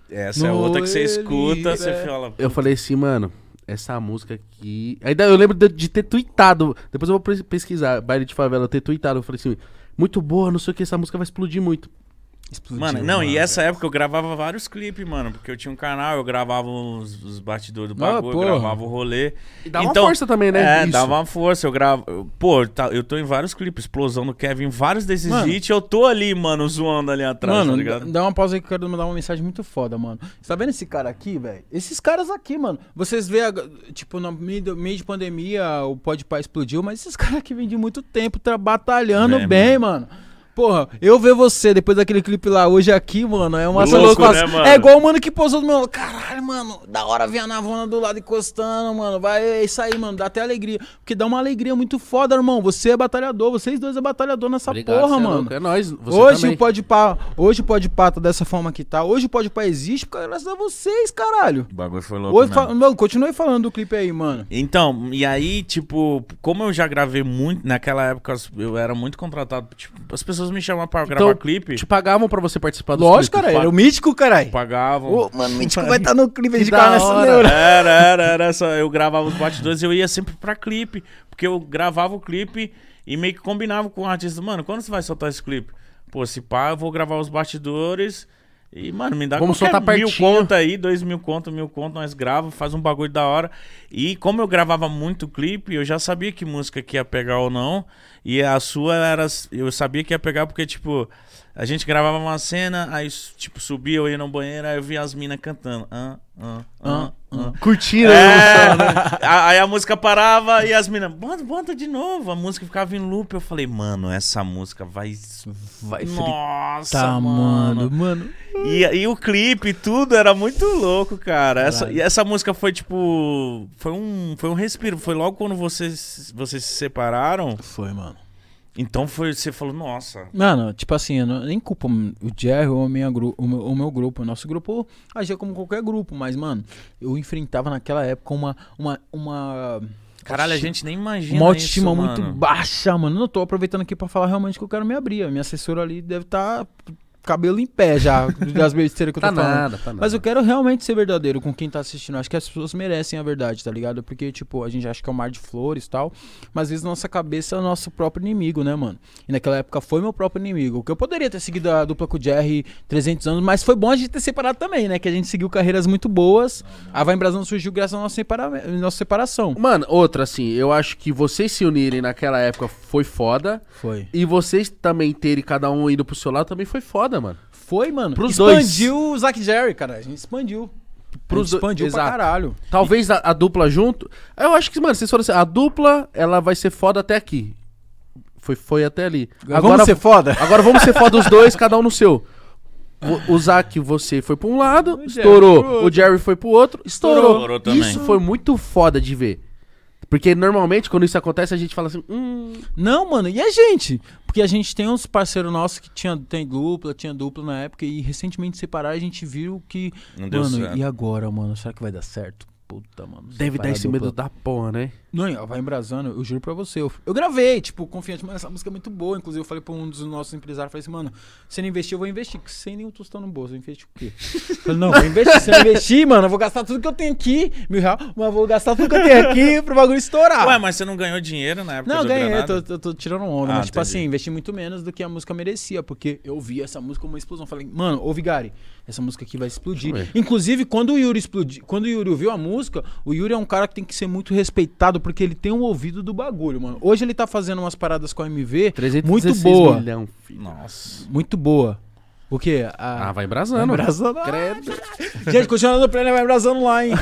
Speaker 1: Essa é outra que você
Speaker 3: Noeli,
Speaker 1: escuta,
Speaker 3: né?
Speaker 1: você fala...
Speaker 2: Eu falei assim, mano, essa música aqui. Ainda eu lembro de, de ter tweetado. Depois eu vou pres- pesquisar, baile de favela, eu ter tweetado. Eu falei assim, muito boa, não sei o que, essa música vai explodir muito.
Speaker 3: Explodiu,
Speaker 1: Mano, não, e essa época eu gravava vários clipes, mano, porque eu tinha um canal, eu gravava os, os batidores do
Speaker 3: Ah,
Speaker 1: bagulho,
Speaker 3: porra.
Speaker 1: eu gravava o rolê.
Speaker 2: E dá uma força também, né?
Speaker 1: É,
Speaker 2: Isso.
Speaker 1: dava uma força. Eu gravo. eu- Pô, tá- eu tô em vários clipes, explosão do Kevin, vários desses
Speaker 3: Mano.
Speaker 1: hits, eu tô ali, mano, zoando ali atrás,
Speaker 3: mano,
Speaker 1: tá
Speaker 3: dá-
Speaker 1: ligado?
Speaker 3: dá uma pausa aí que eu quero mandar uma mensagem muito foda, mano. Você tá vendo esse cara aqui, velho? Esses caras aqui, mano. Vocês vê, ag- tipo, no meio do- meio de pandemia, o Podpah explodiu, mas esses caras aqui vêm de muito tempo tá batalhando
Speaker 1: Vem,
Speaker 3: bem, mano. Porra, eu ver você depois daquele clipe lá hoje aqui, mano, é uma
Speaker 1: Louco, né,
Speaker 3: satisfação.
Speaker 1: mano?
Speaker 3: É igual o mano que posou do meu lado. Caralho, mano, da hora ver a navona do lado encostando, mano. Vai, é isso aí, mano. Dá até alegria. Porque dá uma alegria muito foda, irmão. Você é batalhador, vocês dois é batalhador nessa
Speaker 2: Obrigado,
Speaker 3: porra,
Speaker 2: cê é
Speaker 3: mano.
Speaker 2: louco, É nóis. Você
Speaker 3: Hoje
Speaker 2: também.
Speaker 3: o Podpah, hoje o Podpah tá dessa forma que tá. Hoje o Podpah existe porque graças a vocês, caralho.
Speaker 1: O bagulho foi louco.
Speaker 3: Hoje,
Speaker 1: mesmo.
Speaker 3: fa... Mano, continue falando do clipe aí, mano.
Speaker 1: Então, e aí, tipo, como eu já gravei muito, naquela época as- eu era muito contratado, tipo, as pessoas me chamavam pra gravar
Speaker 2: Então,
Speaker 1: clipe,
Speaker 3: tipo,
Speaker 2: Te pagavam pra você participar dos
Speaker 3: Lógico,
Speaker 2: clipes?
Speaker 3: cara, era o mítico, caralho.
Speaker 1: pagavam.
Speaker 3: Ô, mano, o mítico vai estar no clipe de
Speaker 2: da
Speaker 3: cara nessa
Speaker 2: hora.
Speaker 3: neura.
Speaker 1: Era, era, era só. Eu gravava os bastidores e eu ia sempre pra clipe. Porque eu gravava o clipe e meio que combinava com o artista. Mano, quando você vai soltar esse clipe? Pô, se pá, eu vou gravar os bastidores. E, mano, me dá
Speaker 2: Vamos
Speaker 1: qualquer
Speaker 2: soltar
Speaker 1: mil
Speaker 2: pertinho.
Speaker 1: conto aí, dois mil conto, mil conto, nós grava, faz um bagulho da hora. E como eu gravava muito clipe, eu já sabia que música que ia pegar ou não. E a sua era. Eu sabia que ia pegar porque, tipo, a gente gravava uma cena, aí, tipo, subia, eu ia no banheiro, aí eu via as minas cantando. Ah, ah, ah,
Speaker 3: Hum.
Speaker 1: ah.
Speaker 2: Curtiram.
Speaker 3: né?
Speaker 1: É, a- aí a música parava e as minas, bota, bota de novo. A música ficava em loop. Eu falei, mano, essa música vai.
Speaker 2: Vai
Speaker 1: Nossa,
Speaker 3: Tá, mano, mano.
Speaker 1: E, e o clipe, tudo era muito louco, cara. Essa, e essa música foi tipo. Foi um, foi um respiro. Foi logo quando vocês, vocês se separaram.
Speaker 3: Foi, mano.
Speaker 1: Então foi, você falou, nossa.
Speaker 3: Mano, tipo assim, eu não- nem culpa o Jerry ou a minha gru- o, meu, o meu grupo. O nosso grupo agia como qualquer grupo, mas, mano, eu enfrentava naquela época uma. uma, uma...
Speaker 1: Caralho, a gente nem imagina.
Speaker 3: Uma autoestima
Speaker 1: isso,
Speaker 3: muito
Speaker 1: mano.
Speaker 3: baixa, mano. Não tô aproveitando aqui pra falar realmente que eu quero me abrir. A minha assessora ali deve estar cabelo em pé já, das besteiras que eu tô
Speaker 2: Tá
Speaker 3: falando.
Speaker 2: nada, tá nada.
Speaker 3: Mas eu quero realmente ser verdadeiro com quem tá assistindo. Acho que as pessoas merecem a verdade, tá ligado? Porque, tipo, a gente acha que é um mar de flores e tal. Mas às vezes nossa cabeça é nosso próprio inimigo, né, mano? E naquela época foi meu próprio inimigo. Que eu poderia ter seguido a dupla com o Jerry 300 anos, mas foi bom a gente ter separado também, né? Que a gente seguiu carreiras muito boas. A Vai em Brasão surgiu graças à nossa, separa- nossa separação.
Speaker 2: Mano, outra assim, eu acho que vocês se unirem naquela época foi foda.
Speaker 3: Foi.
Speaker 2: E vocês também terem cada um indo pro seu lado também foi foda, mano.
Speaker 3: Foi, mano.
Speaker 2: Pros
Speaker 3: expandiu o Zack Jerry, cara. A gente expandiu. Pro
Speaker 2: pros dois-
Speaker 3: expandiu pra
Speaker 2: Exato.
Speaker 3: caralho.
Speaker 2: Talvez a, a dupla junto. Eu acho que, mano, vocês foram assim, a dupla, ela vai ser foda até aqui. Foi, foi até ali.
Speaker 3: Vamos ser foda?
Speaker 2: agora vamos ser foda os dois, cada um no seu. O- O Zack, você foi pra um lado,
Speaker 3: Jerry pro
Speaker 2: estourou.
Speaker 3: outro.
Speaker 2: O Jerry foi pro outro, estourou.
Speaker 1: Estourou também.
Speaker 2: Isso foi muito foda de ver. Porque normalmente quando isso acontece, a gente fala assim, hum,
Speaker 3: Não, mano, e a gente? Porque a gente tem uns parceiros nossos que tinha, tem dupla, tinha dupla na época, e recentemente separaram, a gente viu que.
Speaker 1: Não deu
Speaker 3: mano,
Speaker 1: certo.
Speaker 3: e agora, mano? Será que vai dar certo? Puta, mano.
Speaker 2: deve dar
Speaker 3: separar
Speaker 2: esse
Speaker 3: a
Speaker 2: medo
Speaker 3: dupla.
Speaker 2: da porra, né?
Speaker 3: Não, e ela vai embrasando, eu juro pra você. Eu, eu gravei, tipo, confiante, mano, essa música é muito boa. Inclusive, eu falei pra um dos nossos empresários, falei assim, mano, se não investir, eu vou investir. que Sem nenhum tostão no bolso, eu investi o quê? Eu falei, não, vou investir, se eu investir, mano, eu vou gastar tudo que eu tenho aqui, mil real, mas eu vou gastar tudo que eu tenho aqui pro bagulho estourar.
Speaker 1: Ué, mas você não ganhou dinheiro na época
Speaker 3: não, eu
Speaker 1: do
Speaker 3: ganhei, eu
Speaker 1: Granada?
Speaker 3: tô, tô, tô tirando onda,
Speaker 1: Ah,
Speaker 3: mas tipo
Speaker 1: entendi.
Speaker 3: assim, investi muito menos do que a música merecia, porque eu vi essa música como uma explosão. Falei, mano, ouve Gary, essa música aqui vai explodir.
Speaker 2: Ué.
Speaker 3: Inclusive, quando o Yuri explodiu, quando o Yuri ouviu a música, o Yuri é um cara que tem que ser muito respeitado, porque ele tem um ouvido do bagulho, mano. Hoje ele tá fazendo umas paradas com a MV muito
Speaker 2: 316
Speaker 3: boa.
Speaker 2: milhão, filho.
Speaker 1: Nossa.
Speaker 3: Muito boa. O quê?
Speaker 2: Ah,
Speaker 3: A...
Speaker 2: vai embrasando.
Speaker 3: Embrasando.
Speaker 2: Credo.
Speaker 3: Gente, continuando o plano, vai embrasando lá, hein?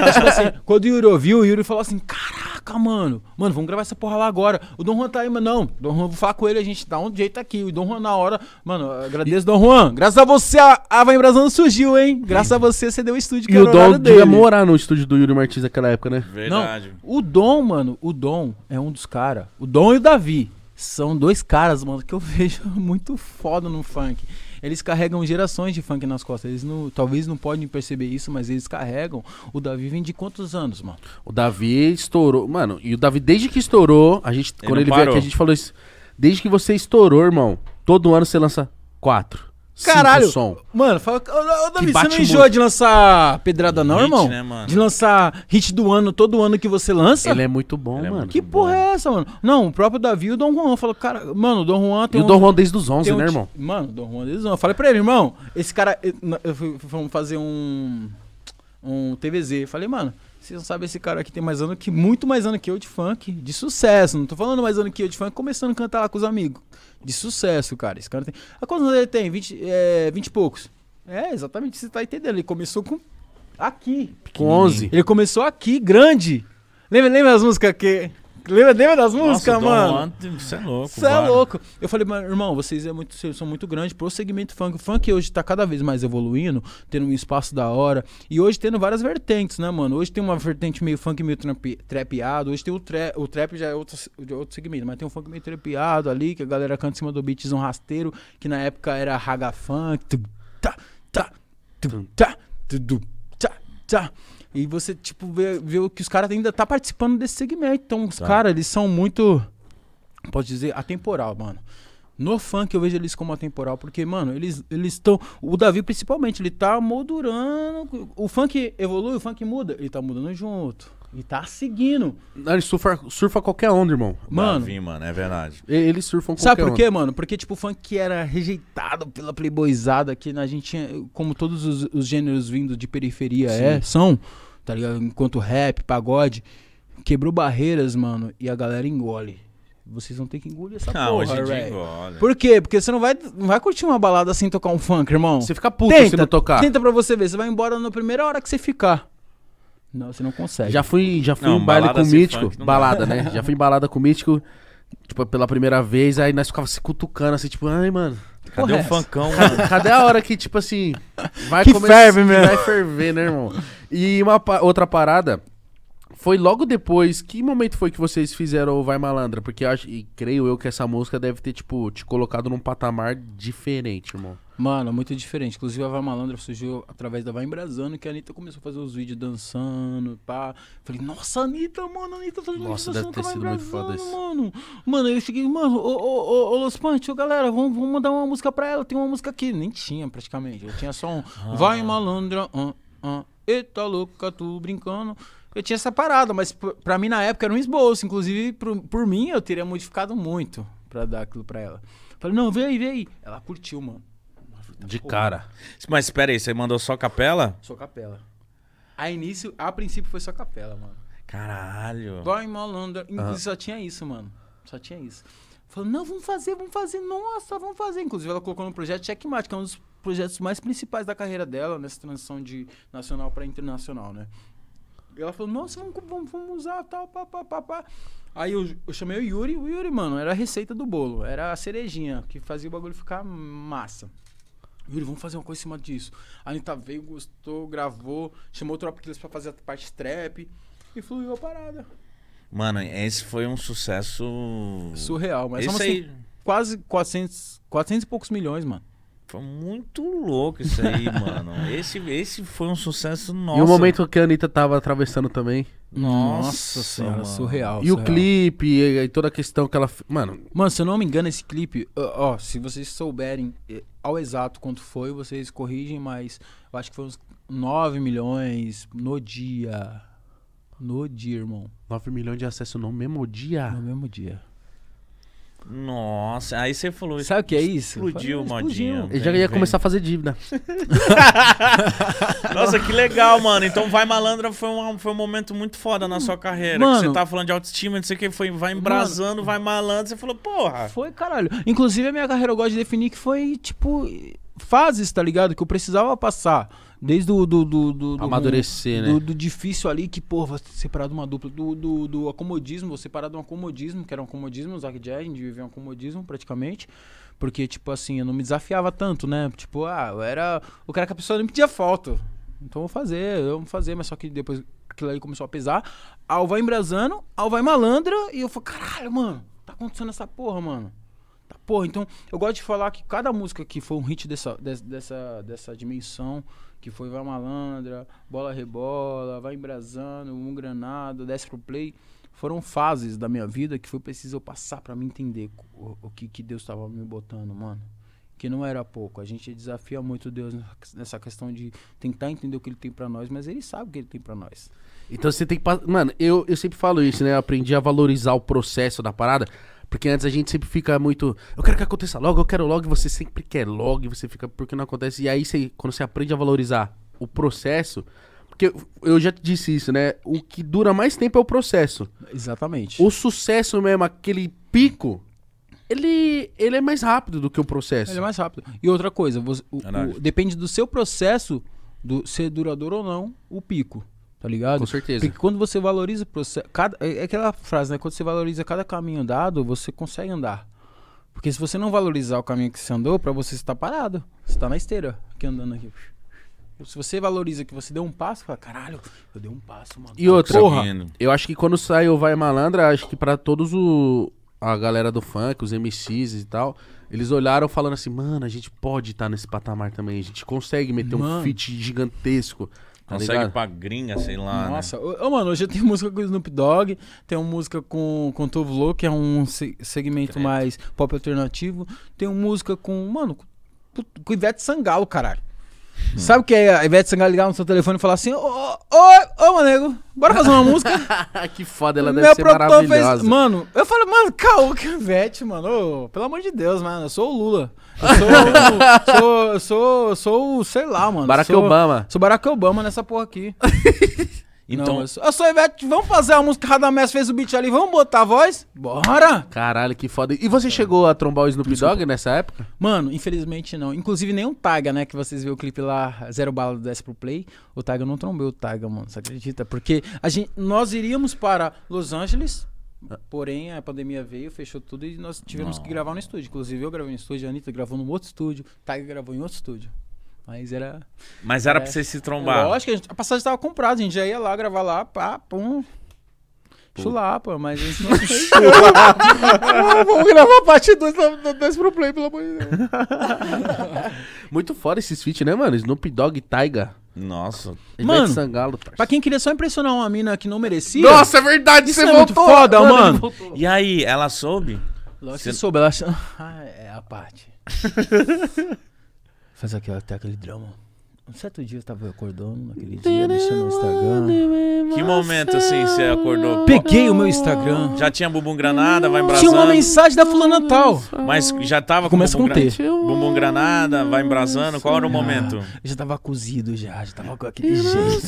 Speaker 3: Mas, tipo assim, quando o Yuri ouviu, o Yuri falou assim: Caraca, mano, mano, vamos gravar essa porra lá agora. O Dom Juan tá aí, mas não, Dom Juan, vou falar com ele, a gente dá um jeito aqui. O Dom Juan, na hora, mano, eu agradeço, Dom Juan. Graças a você, a, a Vai Embrasando surgiu, hein? Graças a você, você deu o estúdio que
Speaker 2: E
Speaker 3: era
Speaker 2: o
Speaker 3: horário
Speaker 2: Dom devia morar no estúdio do Yuri Martins naquela época, né?
Speaker 3: Não,
Speaker 1: Verdade.
Speaker 3: o Dom, mano, o Dom é um dos caras. O Dom e o Davi são dois caras, mano, que eu vejo muito foda no funk. Eles carregam gerações de funk nas costas. Eles não, talvez não podem perceber isso, mas eles carregam. O Davi vem de quantos anos, mano?
Speaker 2: O Davi estourou. Mano, e o Davi, desde que estourou, a gente,
Speaker 1: Ele
Speaker 2: quando
Speaker 1: não
Speaker 2: ele veio
Speaker 1: parou.
Speaker 2: aqui, a gente falou isso. Desde que você estourou, irmão, todo ano você lança quatro.
Speaker 3: Caralho!
Speaker 2: Cinco som.
Speaker 3: Mano, fala. Ô, ô, Davi, você
Speaker 2: bate
Speaker 3: não
Speaker 2: muito.
Speaker 3: enjoa de lançar pedrada, não,
Speaker 1: Hit,
Speaker 3: irmão?
Speaker 1: né, mano?
Speaker 3: De lançar hit do ano, todo ano que você lança?
Speaker 2: Ele é muito bom,
Speaker 1: Ele é
Speaker 2: mano.
Speaker 1: muito
Speaker 3: Que porra é essa, mano? Não, o próprio Davi e o Dom Juan falou, cara, mano, o Dom Juan
Speaker 2: E
Speaker 3: tem
Speaker 2: o
Speaker 3: um-
Speaker 2: Dom Juan desde os 11,
Speaker 3: Tem um
Speaker 2: né,
Speaker 3: ti-
Speaker 2: irmão?
Speaker 3: Mano, Dom Juan deles não. Eu falei pra ele, irmão, esse cara. eu- na- eu fui- Vamos fazer um. Um TVZ. Eu Falei, mano, vocês não sabem, esse cara aqui tem mais ano que. Muito mais ano que eu de funk. De sucesso. Não tô falando mais ano que eu de funk, começando a cantar lá com os amigos. De sucesso, cara. Esse cara tem. A quantos anos ele tem? 20, é, 20 e poucos. É, exatamente, você tá entendendo. Ele começou com. Aqui.
Speaker 2: Com 11.
Speaker 3: Ele começou aqui, grande. Lembra, lembra das músicas que. Lembra, lembra das
Speaker 1: Nossa,
Speaker 3: músicas,
Speaker 1: o Dom
Speaker 3: mano?
Speaker 1: Juan, Você é louco.
Speaker 3: Você é
Speaker 1: vale.
Speaker 3: louco. Eu falei, mano, irmão, vocês é muito, vocês são muito grandes pro segmento funk. O funk hoje tá cada vez mais evoluindo, tendo um espaço da hora. E hoje tendo várias vertentes, né, mano? Hoje tem uma vertente meio funk, meio trapi- trapeado. Hoje tem o, tra- o trap, já é outro, de outro segmento. Mas tem um funk meio trapeado ali, que a galera canta em cima do beatzão rasteiro, que na época era raga funk. tum, tá, tá, tum, tá, tudu, tá, tá. E você, tipo, vê, vê o que os caras ainda tá participando desse segmento. Então, os caras, eles são muito posso dizer, atemporal, mano. No funk eu vejo eles como atemporal, porque, mano, eles eles estão. o Davi, principalmente, ele tá moldurando. O funk evolui, o funk muda. Ele tá mudando junto. E tá seguindo.
Speaker 2: Não, Ele surfa, surfa qualquer onda, irmão.
Speaker 3: Mano.
Speaker 1: Davi, mano, é verdade.
Speaker 2: E- Eles surfam qualquer
Speaker 3: Sabe por
Speaker 2: onda.
Speaker 3: quê, mano? Porque, tipo, o funk era rejeitado pela playboyzada que a gente tinha. Como todos os, os gêneros vindos de periferia é, são, tá ligado? Enquanto rap, pagode. Quebrou barreiras, mano. E a galera engole. Vocês vão ter que engolir essa
Speaker 1: Ah,
Speaker 3: porra,
Speaker 1: hoje em dia
Speaker 3: véi.
Speaker 1: engole.
Speaker 3: É. Por quê? Porque você não vai, não vai curtir uma balada sem tocar um funk, irmão.
Speaker 2: Você fica puto se não tocar.
Speaker 3: Tenta pra você ver. Você vai embora na primeira hora que você ficar. Não, você não consegue.
Speaker 2: Já fui, já fui
Speaker 1: Não,
Speaker 2: em baile
Speaker 1: balada
Speaker 2: com o
Speaker 1: sem
Speaker 2: Mítico.
Speaker 1: funk não dá.
Speaker 2: Balada, né? Já fui em balada com o Mítico, tipo, pela primeira vez. Aí nós ficava se cutucando, assim, tipo, ai, mano.
Speaker 1: Cadê
Speaker 3: porra é
Speaker 1: o
Speaker 3: essa?
Speaker 1: funkão, mano?
Speaker 2: Cadê a hora que, tipo assim, vai
Speaker 3: Que
Speaker 2: começar-
Speaker 3: ferve
Speaker 2: que
Speaker 3: mesmo.
Speaker 2: Vai ferver, né, irmão? E uma pa- outra parada foi logo depois. Que momento foi que vocês fizeram o Vai Malandra? Porque eu acho, e creio eu que essa música deve ter, tipo, te colocado num patamar diferente, irmão.
Speaker 3: Mano, é muito diferente. Inclusive, a Vai Malandra surgiu através da Vai Embrasando, que a Anitta começou a fazer os vídeos dançando, pá. Falei, nossa, Anitta, mano, a Anitta fazendo
Speaker 2: Nossa,
Speaker 3: vídeo
Speaker 2: deve ter
Speaker 3: dançando
Speaker 2: sido
Speaker 3: com a Vai
Speaker 2: muito foda
Speaker 3: Embrasando,
Speaker 2: isso.
Speaker 3: mano. Mano, aí eu cheguei, mano, ô, ô, ô, ô, Los Pantes, ô, galera, vamos, vamos mandar uma música pra ela. Tem uma música aqui. Nem tinha, praticamente. Eu tinha só um Vai Malandra, ah, ah, eita louca, tu brincando. Eu tinha essa parada, mas p- pra mim na época era um esboço. Inclusive, por, por mim, eu teria modificado muito pra dar aquilo pra ela. Falei, não, vem aí, vem aí. Ela curtiu, mano.
Speaker 2: De cara.
Speaker 1: Mas espera aí, você mandou só capela?
Speaker 3: Só capela. A início, a princípio foi só capela, mano.
Speaker 1: Caralho.
Speaker 3: Vai malandra. Inclusive só tinha isso, mano. Só tinha isso. Falou, não, vamos fazer, vamos fazer. Nossa, vamos fazer. Inclusive ela colocou no projeto Checkmate, que é um dos projetos mais principais da carreira dela, nessa transição de nacional para internacional, né? E ela falou, nossa, vamos, vamos, vamos usar tal, pá, pá, pá, pá. Aí eu, eu chamei o Yuri, o Yuri, mano, era a receita do bolo, era a cerejinha que fazia o bagulho ficar massa. Yuri, vamos fazer uma coisa em cima disso. A Anitta veio, gostou, gravou, chamou o Tropic Killers pra fazer a parte trap e fluiu a parada.
Speaker 1: Mano, esse foi um sucesso.
Speaker 3: Surreal, mas assim?
Speaker 1: Esse
Speaker 3: somos
Speaker 1: aí
Speaker 3: quase 400, 400 e poucos milhões, mano.
Speaker 1: foi muito louco isso aí, mano. Esse, esse foi um sucesso nosso.
Speaker 2: E o momento que a Anitta tava atravessando também.
Speaker 1: Nossa, mano.
Speaker 3: surreal.
Speaker 2: e o
Speaker 3: surreal.
Speaker 2: clipe, e, e toda a questão que ela. fe- Mano,
Speaker 3: Mano, se eu não me engano, esse clipe, ó, ó, se vocês souberem eh, ao exato quanto foi, vocês corrigem, mas eu acho que foi uns 9 milhões no dia. No dia, irmão.
Speaker 2: 9 milhões de acessos no mesmo dia.
Speaker 3: No mesmo dia.
Speaker 1: Nossa, aí você falou isso.
Speaker 3: Sabe o que é isso?
Speaker 1: Explodiu,
Speaker 3: Falei, explodiu.
Speaker 1: modinha.
Speaker 2: Ele já ia começar a fazer dívida.
Speaker 1: Nossa, que legal, mano. Então, Vai Malandra foi um, foi um momento muito foda na sua carreira. que
Speaker 3: Mano.
Speaker 1: você tá falando de autoestima, não sei o que, foi, vai embrasando, vai malandro. Você falou, porra.
Speaker 3: Foi, caralho. Inclusive, a minha carreira eu gosto de definir que foi, tipo, fases, tá ligado? Que eu precisava passar. Desde o do, do, do, do
Speaker 2: Amadurecer,
Speaker 3: do,
Speaker 2: né?
Speaker 3: do difícil ali, que, pô, você separar de uma dupla. Do, do, do acomodismo, você separar de um acomodismo, que era um acomodismo, o Zack Jazz, a gente vivia um acomodismo praticamente. Porque, tipo assim, eu não me desafiava tanto, né? Tipo, ah, eu era o cara que a pessoa nem pedia foto. Então eu vou fazer, eu vou fazer, mas só que depois aquilo aí começou a pesar. Ao vai embrasando, ao vai malandra, e eu falei, caralho, mano, tá acontecendo essa porra, mano. Tá, porra, então eu gosto de falar que cada música que foi um hit dessa, des- dessa, dessa dimensão, que foi Vai Malandra, Bola Rebola, Vai Embrasando, Um Granado, Desce pro Play, foram fases da minha vida que foi preciso eu passar pra me entender o, o que, que Deus tava me botando, mano. Que não era pouco. A gente desafia muito Deus nessa- nessa questão de tentar entender o que ele tem pra nós, mas ele sabe o que ele tem pra nós.
Speaker 2: Então você tem que. pa- Mano, eu, eu sempre falo isso, né? Eu aprendi a valorizar o processo da parada. Porque antes a gente sempre fica muito. Eu quero que aconteça logo, eu quero logo, e você sempre quer logo, e você fica. Porque não acontece. E aí, você, quando você aprende a valorizar o processo. Porque eu- eu já te disse isso, né? O que dura mais tempo é o processo.
Speaker 3: Exatamente.
Speaker 2: O sucesso mesmo, aquele pico, ele, ele é mais rápido do que o processo.
Speaker 3: Ele é mais rápido. E outra coisa, você- o-
Speaker 1: Caralho.
Speaker 3: o- depende do seu processo, do ser duradouro ou não, o pico. Tá ligado?
Speaker 2: Com certeza.
Speaker 3: Porque quando você valoriza o processo. Cada, é é aquela frase, né? Quando você valoriza cada caminho andado, você consegue andar. Porque se você não valorizar o caminho que você andou, pra você estar parado. Você tá na esteira, aqui andando aqui. Se você valoriza que você deu um passo, fala, caralho, eu dei um passo, mano.
Speaker 2: E outra,
Speaker 1: Porra.
Speaker 2: eu acho que quando sai o Vai Malandra, acho que pra todos o a galera do funk, os MCs e tal, eles olharam falando assim, mano, a gente pode estar nesse patamar também, a gente consegue meter um
Speaker 3: Mano.
Speaker 2: feat gigantesco, tá
Speaker 1: Consegue
Speaker 2: ligado?
Speaker 1: pra gringa, sei
Speaker 2: Ah,
Speaker 1: lá. né?
Speaker 3: Nossa, ô, ô, mano, hoje eu tenho música com o Snoop Dogg, tem uma música com, com o Tove Lo, que é um se- segmento mais pop alternativo, tem uma música com, mano, com, put- com Ivete Sangalo, caralho.
Speaker 2: Hum.
Speaker 3: Sabe o que é a Ivete Sangalo ligar no seu telefone e falar assim, ô, ô, ô, ô, manego, bora fazer uma música?
Speaker 2: que foda, ela deve
Speaker 3: Meu
Speaker 2: ser
Speaker 3: produtor fez,
Speaker 2: maravilhosa.
Speaker 3: mano, eu falo, mano, calma que a Ivete, mano, ô, pelo amor de Deus, mano, eu sou o Lula, eu sou, sou, sou, sou, o, sei lá, mano.
Speaker 2: Barack
Speaker 3: sou,
Speaker 2: Obama.
Speaker 3: Sou Barack Obama nessa porra aqui.
Speaker 1: Então,
Speaker 3: Não, eu, sou, eu sou Ivete, vamos fazer a música Radamés fez o beat ali, vamos botar a voz? Bora!
Speaker 2: Caralho, que foda. E você chegou a trombar o Snoop Dogg nessa época?
Speaker 3: Mano, infelizmente não. Inclusive nem o Taga, né? Que vocês viram o clipe lá, Zero Bala do Desce pro Play. O Taga eu não trombei o Taga, mano. Você acredita? Porque a gente, nós iríamos para Los Angeles, porém a pandemia veio, fechou tudo e nós tivemos que gravar no estúdio. Inclusive eu gravei no estúdio, a Anitta gravou num outro estúdio, o Taga gravou em outro estúdio. Mas era.
Speaker 1: mas era
Speaker 3: É.
Speaker 1: pra você se
Speaker 3: Eu
Speaker 1: trombar.
Speaker 3: Lógico, que a, gente- a passagem tava comprada, a gente já ia lá gravar lá, pá, pum. Chulapa, mas a gente não fez.
Speaker 2: Ah, Vamos gravar a parte 2 desse pro play, é pelo amor de Deus. Muito foda esses feat, né, mano? Snoop Dogg e Taiga.
Speaker 1: Nossa.
Speaker 2: Ivete
Speaker 3: Mano,
Speaker 2: Sangalo,
Speaker 3: Pra
Speaker 2: parça.
Speaker 3: quem queria só impressionar uma mina que não merecia.
Speaker 2: Nossa, é verdade,
Speaker 3: isso
Speaker 2: você
Speaker 3: é muito
Speaker 2: voltou.
Speaker 3: foda,
Speaker 2: ele
Speaker 3: mano.
Speaker 2: voltou.
Speaker 1: E aí, ela soube?
Speaker 3: Lógico
Speaker 1: Cê-
Speaker 3: que soube, ela acha. Ah, é a parte. Faz aquela, até aquele drama. Um certo dia eu tava acordando naquele dia, mexendo no Instagram.
Speaker 1: Que momento, assim, você acordou?
Speaker 3: Peguei o meu Instagram.
Speaker 1: Já tinha bumbum granada, vai embrasando.
Speaker 3: Tinha uma mensagem da fulana tal.
Speaker 1: Mas já tava com
Speaker 3: Começa
Speaker 1: bumbum,
Speaker 3: com
Speaker 1: gra-
Speaker 3: T.
Speaker 1: bumbum granada, vai embrasando. Qual era o momento?
Speaker 3: Eu Ah, já tava cozido já, já tava com aquele jeito.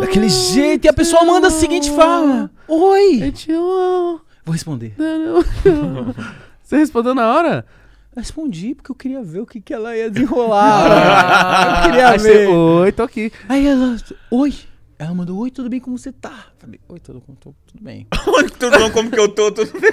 Speaker 3: Daquele jeito. E a pessoa manda a seguinte fala. Oi. Vou responder.
Speaker 2: Você respondeu na hora?
Speaker 3: Eu respondi porque eu queria ver o que, que ela ia desenrolar. Ah, eu queria
Speaker 2: Aí você,
Speaker 3: ver.
Speaker 2: Oi, tô aqui.
Speaker 3: Aí ela, oi. Ela mandou, oi, tudo bem, como você tá? Eu Falei, oi, tudo, tudo, tudo bem.
Speaker 1: tudo bom, como que eu tô? Tudo bem?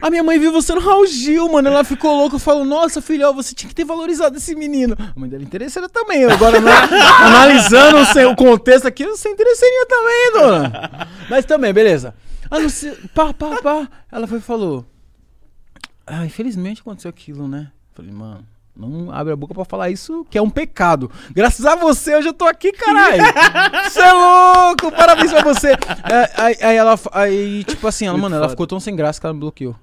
Speaker 3: A minha mãe viu você no Raul Gil, mano. Ela ficou louca. Eu falo, nossa, filhão, você tinha que ter valorizado esse menino. A mãe dela é interesseira também. Agora, né, analisando o seu- o contexto aqui, você é interesseirinha também, dona. Mas também, beleza. Ah, não sei. Pá, pá, pá. Ela foi e falou. Ah, infelizmente aconteceu aquilo, né? Falei, mano, não abre a boca pra falar isso, que é um pecado. Graças a você, hoje eu tô aqui, caralho. Você é louco, parabéns pra você. É, aí, aí ela, fa- aí, tipo assim, ela, mano, ela ficou tão sem graça que ela me bloqueou.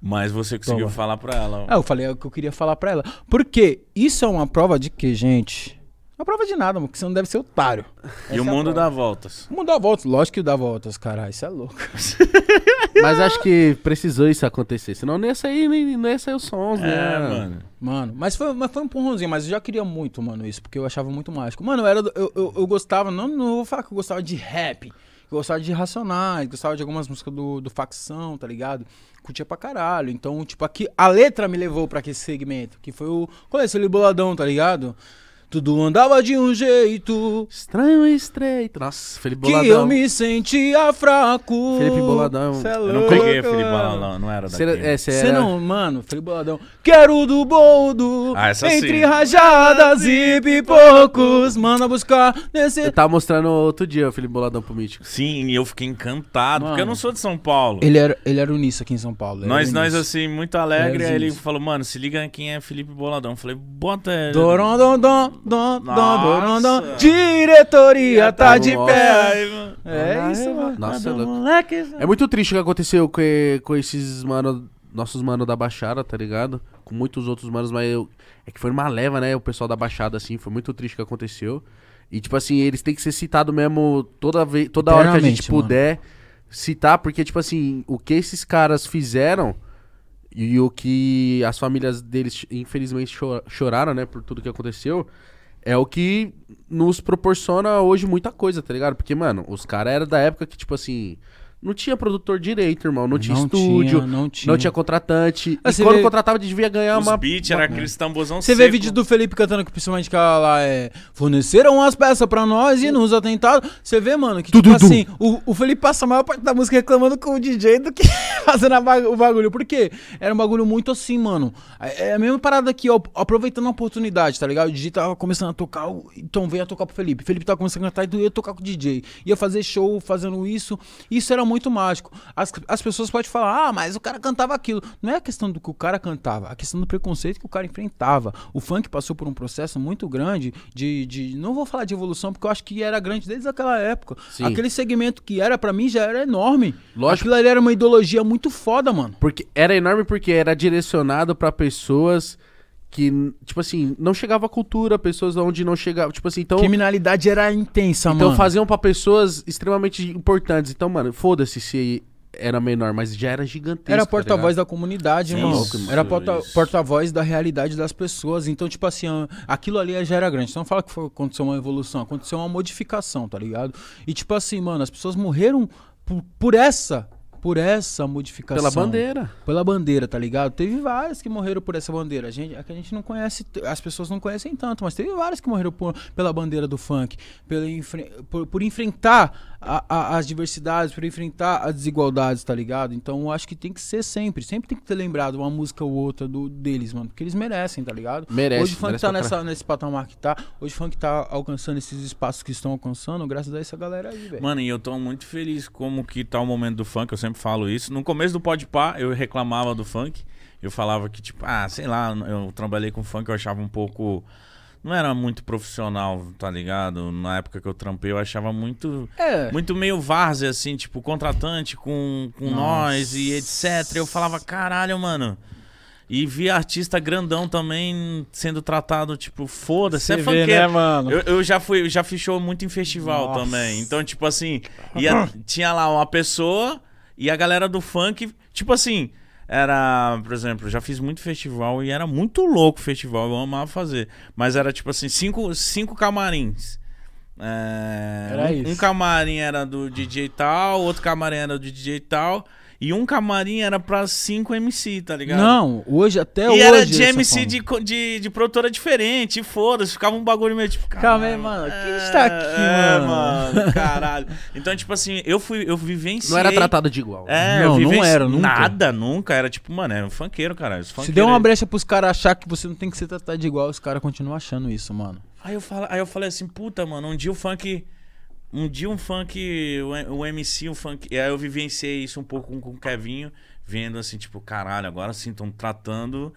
Speaker 1: Mas você conseguiu
Speaker 3: Toma.
Speaker 1: falar pra ela.
Speaker 3: Ah, eu falei o que eu queria falar pra ela. Porque isso é uma prova de que, gente? Não é prova de nada, mano, porque você não deve ser otário.
Speaker 1: e o
Speaker 3: é
Speaker 1: mundo dá voltas.
Speaker 3: O mundo dá voltas, lógico que dá voltas, caralho, isso é louco.
Speaker 2: Mas acho que precisou isso acontecer. Senão não ia sair, nem, não ia sair os sons,
Speaker 1: É,
Speaker 2: né?
Speaker 3: Ah.
Speaker 1: mano.
Speaker 3: Mano, mas foi, mas foi um porrãozinho, mas eu já queria muito, mano, isso, porque eu achava muito mágico. Mano, eu, era, do- eu, eu, eu gostava, não, não vou falar que eu gostava de rap, eu gostava de Racionais, gostava de algumas músicas do, do Facção, tá ligado? Curtia pra caralho, então, tipo, aqui, a letra me levou pra aquele segmento, que foi o Colecione Boladão, tá ligado? Tudo andava de um jeito,
Speaker 2: Estranho e estreito. Nossa, Felipe Boladão.
Speaker 3: que eu me sentia fraco.
Speaker 2: Felipe Boladão.
Speaker 3: Cê é
Speaker 1: Eu não
Speaker 3: louco,
Speaker 1: peguei Felipe
Speaker 3: mano.
Speaker 1: Balalão, não era daqui.
Speaker 2: Cê- é, cê
Speaker 3: Você
Speaker 2: era-
Speaker 3: não, mano, Felipe Boladão. Quero do boldo,
Speaker 1: Ah, essa sim.
Speaker 3: entre rajadas e pipocos, manda buscar nesse...
Speaker 2: Eu tava mostrando outro dia o Felipe Boladão pro Mítico.
Speaker 1: Sim, e eu fiquei encantado, porque eu não
Speaker 3: Mano.
Speaker 1: sou de São Paulo.
Speaker 3: Ele é era, ele era o Nisso aqui em São Paulo. ele
Speaker 1: Nós,
Speaker 3: era o
Speaker 1: nós,
Speaker 3: Nisso.
Speaker 1: assim, muito alegre.
Speaker 3: É,
Speaker 1: Aí ele
Speaker 3: isso.
Speaker 1: falou, mano, se liga quem é Felipe Boladão. Eu Falei, bota ele.
Speaker 3: Doron, dom, dom, dom, dom,
Speaker 1: né?
Speaker 3: doron, dom.
Speaker 1: Nossa.
Speaker 3: Diretoria tá de
Speaker 2: Nossa.
Speaker 3: pé.
Speaker 1: Aí, mano.
Speaker 3: É isso, mano.
Speaker 2: Nossa, é
Speaker 1: Nada,
Speaker 2: louco.
Speaker 1: moleque.
Speaker 2: É muito triste o que aconteceu com, com esses mano, nossos mano da Baixada, tá ligado? Com muitos outros manos, mas eu- é que foi uma leva, né? O pessoal da Baixada, assim, foi muito triste o que aconteceu. E, tipo assim, eles têm que ser citados mesmo toda, vez, toda hora que a gente
Speaker 3: Eternamente, mano.
Speaker 2: puder citar, porque, tipo assim, o que esses caras fizeram e o que as famílias deles, infelizmente, cho- choraram, né, por tudo que aconteceu, é o que nos proporciona hoje muita coisa, tá ligado? Porque, mano, os caras eram da época que, tipo assim, não tinha produtor direito, irmão, não tinha
Speaker 3: Não
Speaker 2: estúdio,
Speaker 3: tinha,
Speaker 2: não,
Speaker 3: não
Speaker 2: tinha.
Speaker 3: tinha.
Speaker 2: contratante.
Speaker 3: Ah,
Speaker 2: e
Speaker 3: você
Speaker 2: quando
Speaker 3: vê-
Speaker 2: contratava, devia ganhar
Speaker 1: Os
Speaker 2: uma.
Speaker 1: beats era aquele tambozão
Speaker 3: é Você vê vídeo do Felipe cantando que principalmente que ela lá é. Forneceram as peças pra nós e nos atentaram. Você vê, mano, que tipo
Speaker 2: Tududu.
Speaker 3: assim, o, o Felipe passa a maior parte da música reclamando com o DJ do que fazendo a ba- o bagulho. Por quê? Era um bagulho muito assim, mano. É é a mesma parada aqui, ó, aproveitando a oportunidade, tá ligado? O DJ tava começando a tocar, o- então veio a tocar pro Felipe. Felipe tava começando a cantar e tu ia tocar com o DJ. Ia fazer show fazendo isso. Isso era muito mágico. As, as pessoas podem falar, ah, mas o cara cantava aquilo. Não é a questão do que o cara cantava, a questão do preconceito que o cara enfrentava. O funk passou por um processo muito grande de. de não vou falar de evolução, porque eu acho que era grande desde aquela época.
Speaker 2: Sim.
Speaker 3: Aquele segmento que era, pra mim, já era enorme.
Speaker 2: Lógico.
Speaker 3: Aquilo ali era uma ideologia muito foda, mano.
Speaker 2: Porque era enorme porque era direcionado pra pessoas que, tipo assim, não chegava a cultura, pessoas onde não chegava. Tipo assim, então.
Speaker 3: Criminalidade era intensa,
Speaker 2: Então
Speaker 3: mano.
Speaker 2: faziam pra pessoas extremamente importantes. Então, mano, foda-se se era menor, mas já era gigantesco.
Speaker 3: Era
Speaker 2: tá
Speaker 3: porta-voz
Speaker 2: ligado?
Speaker 3: da comunidade,
Speaker 1: Isso,
Speaker 3: mano.
Speaker 1: isso.
Speaker 3: Era porta- porta-voz da realidade das pessoas. Então, tipo assim, ah, aquilo ali já era grande. Então, não fala que foi, aconteceu uma evolução, aconteceu uma modificação, tá ligado? E, tipo assim, mano, as pessoas morreram por, por essa. Por essa modificação.
Speaker 2: Pela bandeira.
Speaker 3: Pela bandeira, tá ligado? Teve várias que morreram por essa bandeira. A gente, é que a gente não conhece, t- as pessoas não conhecem tanto, mas teve várias que morreram por- pela bandeira do funk, pela enfre- por, por enfrentar a- a- as diversidades, por enfrentar as desigualdades, tá ligado? Então eu acho que tem que ser sempre, sempre tem que ter lembrado uma música ou outra do, deles, mano, porque eles merecem, tá ligado?
Speaker 2: Merece,
Speaker 3: Hoje o funk
Speaker 2: merece
Speaker 3: tá
Speaker 2: pra
Speaker 3: nessa, nesse patamar que tá, hoje o funk tá alcançando esses espaços que estão alcançando, graças a essa galera aí, velho.
Speaker 1: Mano, e eu tô muito feliz como que tá o momento do funk, eu sempre falo isso. No começo do Podpah, eu reclamava do funk. Eu falava que, tipo, ah, sei lá, eu trabalhei com funk, eu achava um pouco... Não era muito profissional, tá ligado? Na época que eu trampei, eu achava muito...
Speaker 3: É.
Speaker 1: Muito meio várzea, assim, tipo, contratante com, com nós e etc. Eu falava, caralho, mano... E vi artista grandão também sendo tratado, tipo, foda-se, é
Speaker 3: Você
Speaker 1: funkeiro.
Speaker 3: vê, né, mano?
Speaker 1: Eu, eu já fui, já fui show muito em festival
Speaker 3: Nossa.
Speaker 1: também. Então, tipo assim, ia- tinha lá uma pessoa e a galera do funk, tipo assim, era, por exemplo, já fiz muito festival e era muito louco o festival, eu amava fazer. Mas era tipo assim, cinco, cinco camarins. É,
Speaker 3: Era
Speaker 1: um,
Speaker 3: isso.
Speaker 1: um camarim era do DJ tal, outro camarim era do DJ tal. E um camarim era pra cinco MC, tá ligado?
Speaker 3: Não, hoje, até
Speaker 1: E
Speaker 3: hoje.
Speaker 1: era de
Speaker 3: essa
Speaker 1: MC
Speaker 3: forma.
Speaker 1: de, co- de, de produtora diferente, e foda-se, ficava um bagulho meio tipo.
Speaker 3: Calma aí,
Speaker 1: caralho,
Speaker 3: mano, quem
Speaker 1: é,
Speaker 3: está aqui,
Speaker 1: é,
Speaker 3: mano?
Speaker 1: Caralho. Então, tipo assim, eu fui, eu vivenciei.
Speaker 2: Não era tratado de igual.
Speaker 1: É,
Speaker 3: Não,
Speaker 1: eu
Speaker 3: não
Speaker 1: vivenci-
Speaker 3: era, nunca.
Speaker 1: Nada, nunca. Era tipo, mano, era um funkeiro, caralho. os
Speaker 3: Se
Speaker 1: funkeiros
Speaker 3: der uma
Speaker 1: aí.
Speaker 3: brecha pros caras achar que você não tem que ser tratado de igual, os caras continuam achando isso, mano.
Speaker 1: Aí eu, falo, aí eu falei assim, puta, mano, um dia o funk. Um dia um funk, o M- o MC, o funk. E aí eu vivenciei isso um pouco com, com o Kevinho, vendo assim, tipo, caralho, agora sim, estão tratando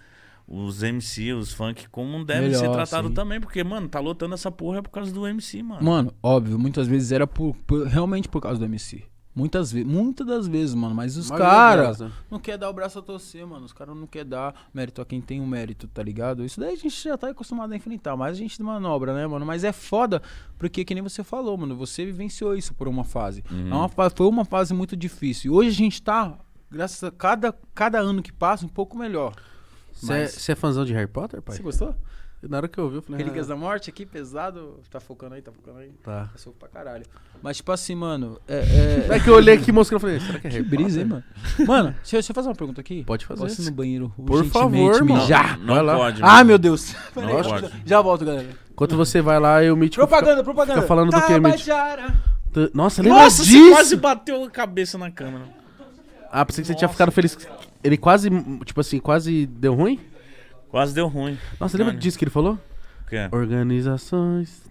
Speaker 1: os MC, os funk, como devem
Speaker 3: Melhor,
Speaker 1: ser tratados
Speaker 3: sim.
Speaker 1: também, porque, mano, tá lotando essa porra é por causa do MC, mano.
Speaker 3: Mano, óbvio, muitas vezes era por, por- realmente por causa do MC. Muitas vezes, muitas das vezes, mano, mas é os
Speaker 2: A maioria
Speaker 3: caras
Speaker 2: delas, né?
Speaker 3: não quer dar o braço a torcer, mano. Os caras não quer dar mérito a quem tem o mérito, tá ligado? Isso daí a gente já tá acostumado a enfrentar, mas a gente manobra, né, mano? Mas é foda, porque que nem você falou, mano, você vivenciou isso por uma fase. É uma fa- foi uma fase muito difícil. E hoje a gente tá, graças a cada, cada ano que passa, um pouco melhor.
Speaker 2: Você é- você é fãzão de Harry Potter, pai?
Speaker 3: Você gostou?
Speaker 2: Na hora que eu ouvi, eu falei.
Speaker 3: Relíquias
Speaker 2: ah,
Speaker 3: da Morte aqui, pesado. Tá focando aí, tá focando aí.
Speaker 2: Tá.
Speaker 3: Passou pra caralho. Mas, tipo assim, mano. É,
Speaker 2: É que eu olhei aqui moscando e falei, será que é
Speaker 3: é... que
Speaker 2: Harry Potter?
Speaker 3: brisa, hein, mano? Mano, deixa eu, deixa eu fazer uma pergunta aqui.
Speaker 2: Pode fazer.
Speaker 3: Posso ir no banheiro
Speaker 2: Por
Speaker 3: urgentemente
Speaker 2: favor, mano.
Speaker 3: mijar?
Speaker 1: Não
Speaker 2: Vai lá.
Speaker 1: pode.
Speaker 3: Ah,
Speaker 1: mano.
Speaker 3: meu Deus. Pera aí,
Speaker 1: Lógico.
Speaker 3: já- já volto, galera.
Speaker 2: Enquanto você vai lá, eu me
Speaker 3: Propaganda, propaganda.
Speaker 2: fica falando do quê, Mitch?
Speaker 3: Tabajara.
Speaker 2: T- Nossa, lembra
Speaker 1: Nossa,
Speaker 2: disso?
Speaker 1: você quase bateu a cabeça na câmera.
Speaker 2: Ah, pensei que você tinha ficado feliz. que- Ele quase, tipo assim, quase deu ruim?
Speaker 1: Quase deu ruim.
Speaker 2: Nossa, lembra
Speaker 1: Mano.
Speaker 2: disso que ele falou?
Speaker 1: O quê?
Speaker 2: Organizações.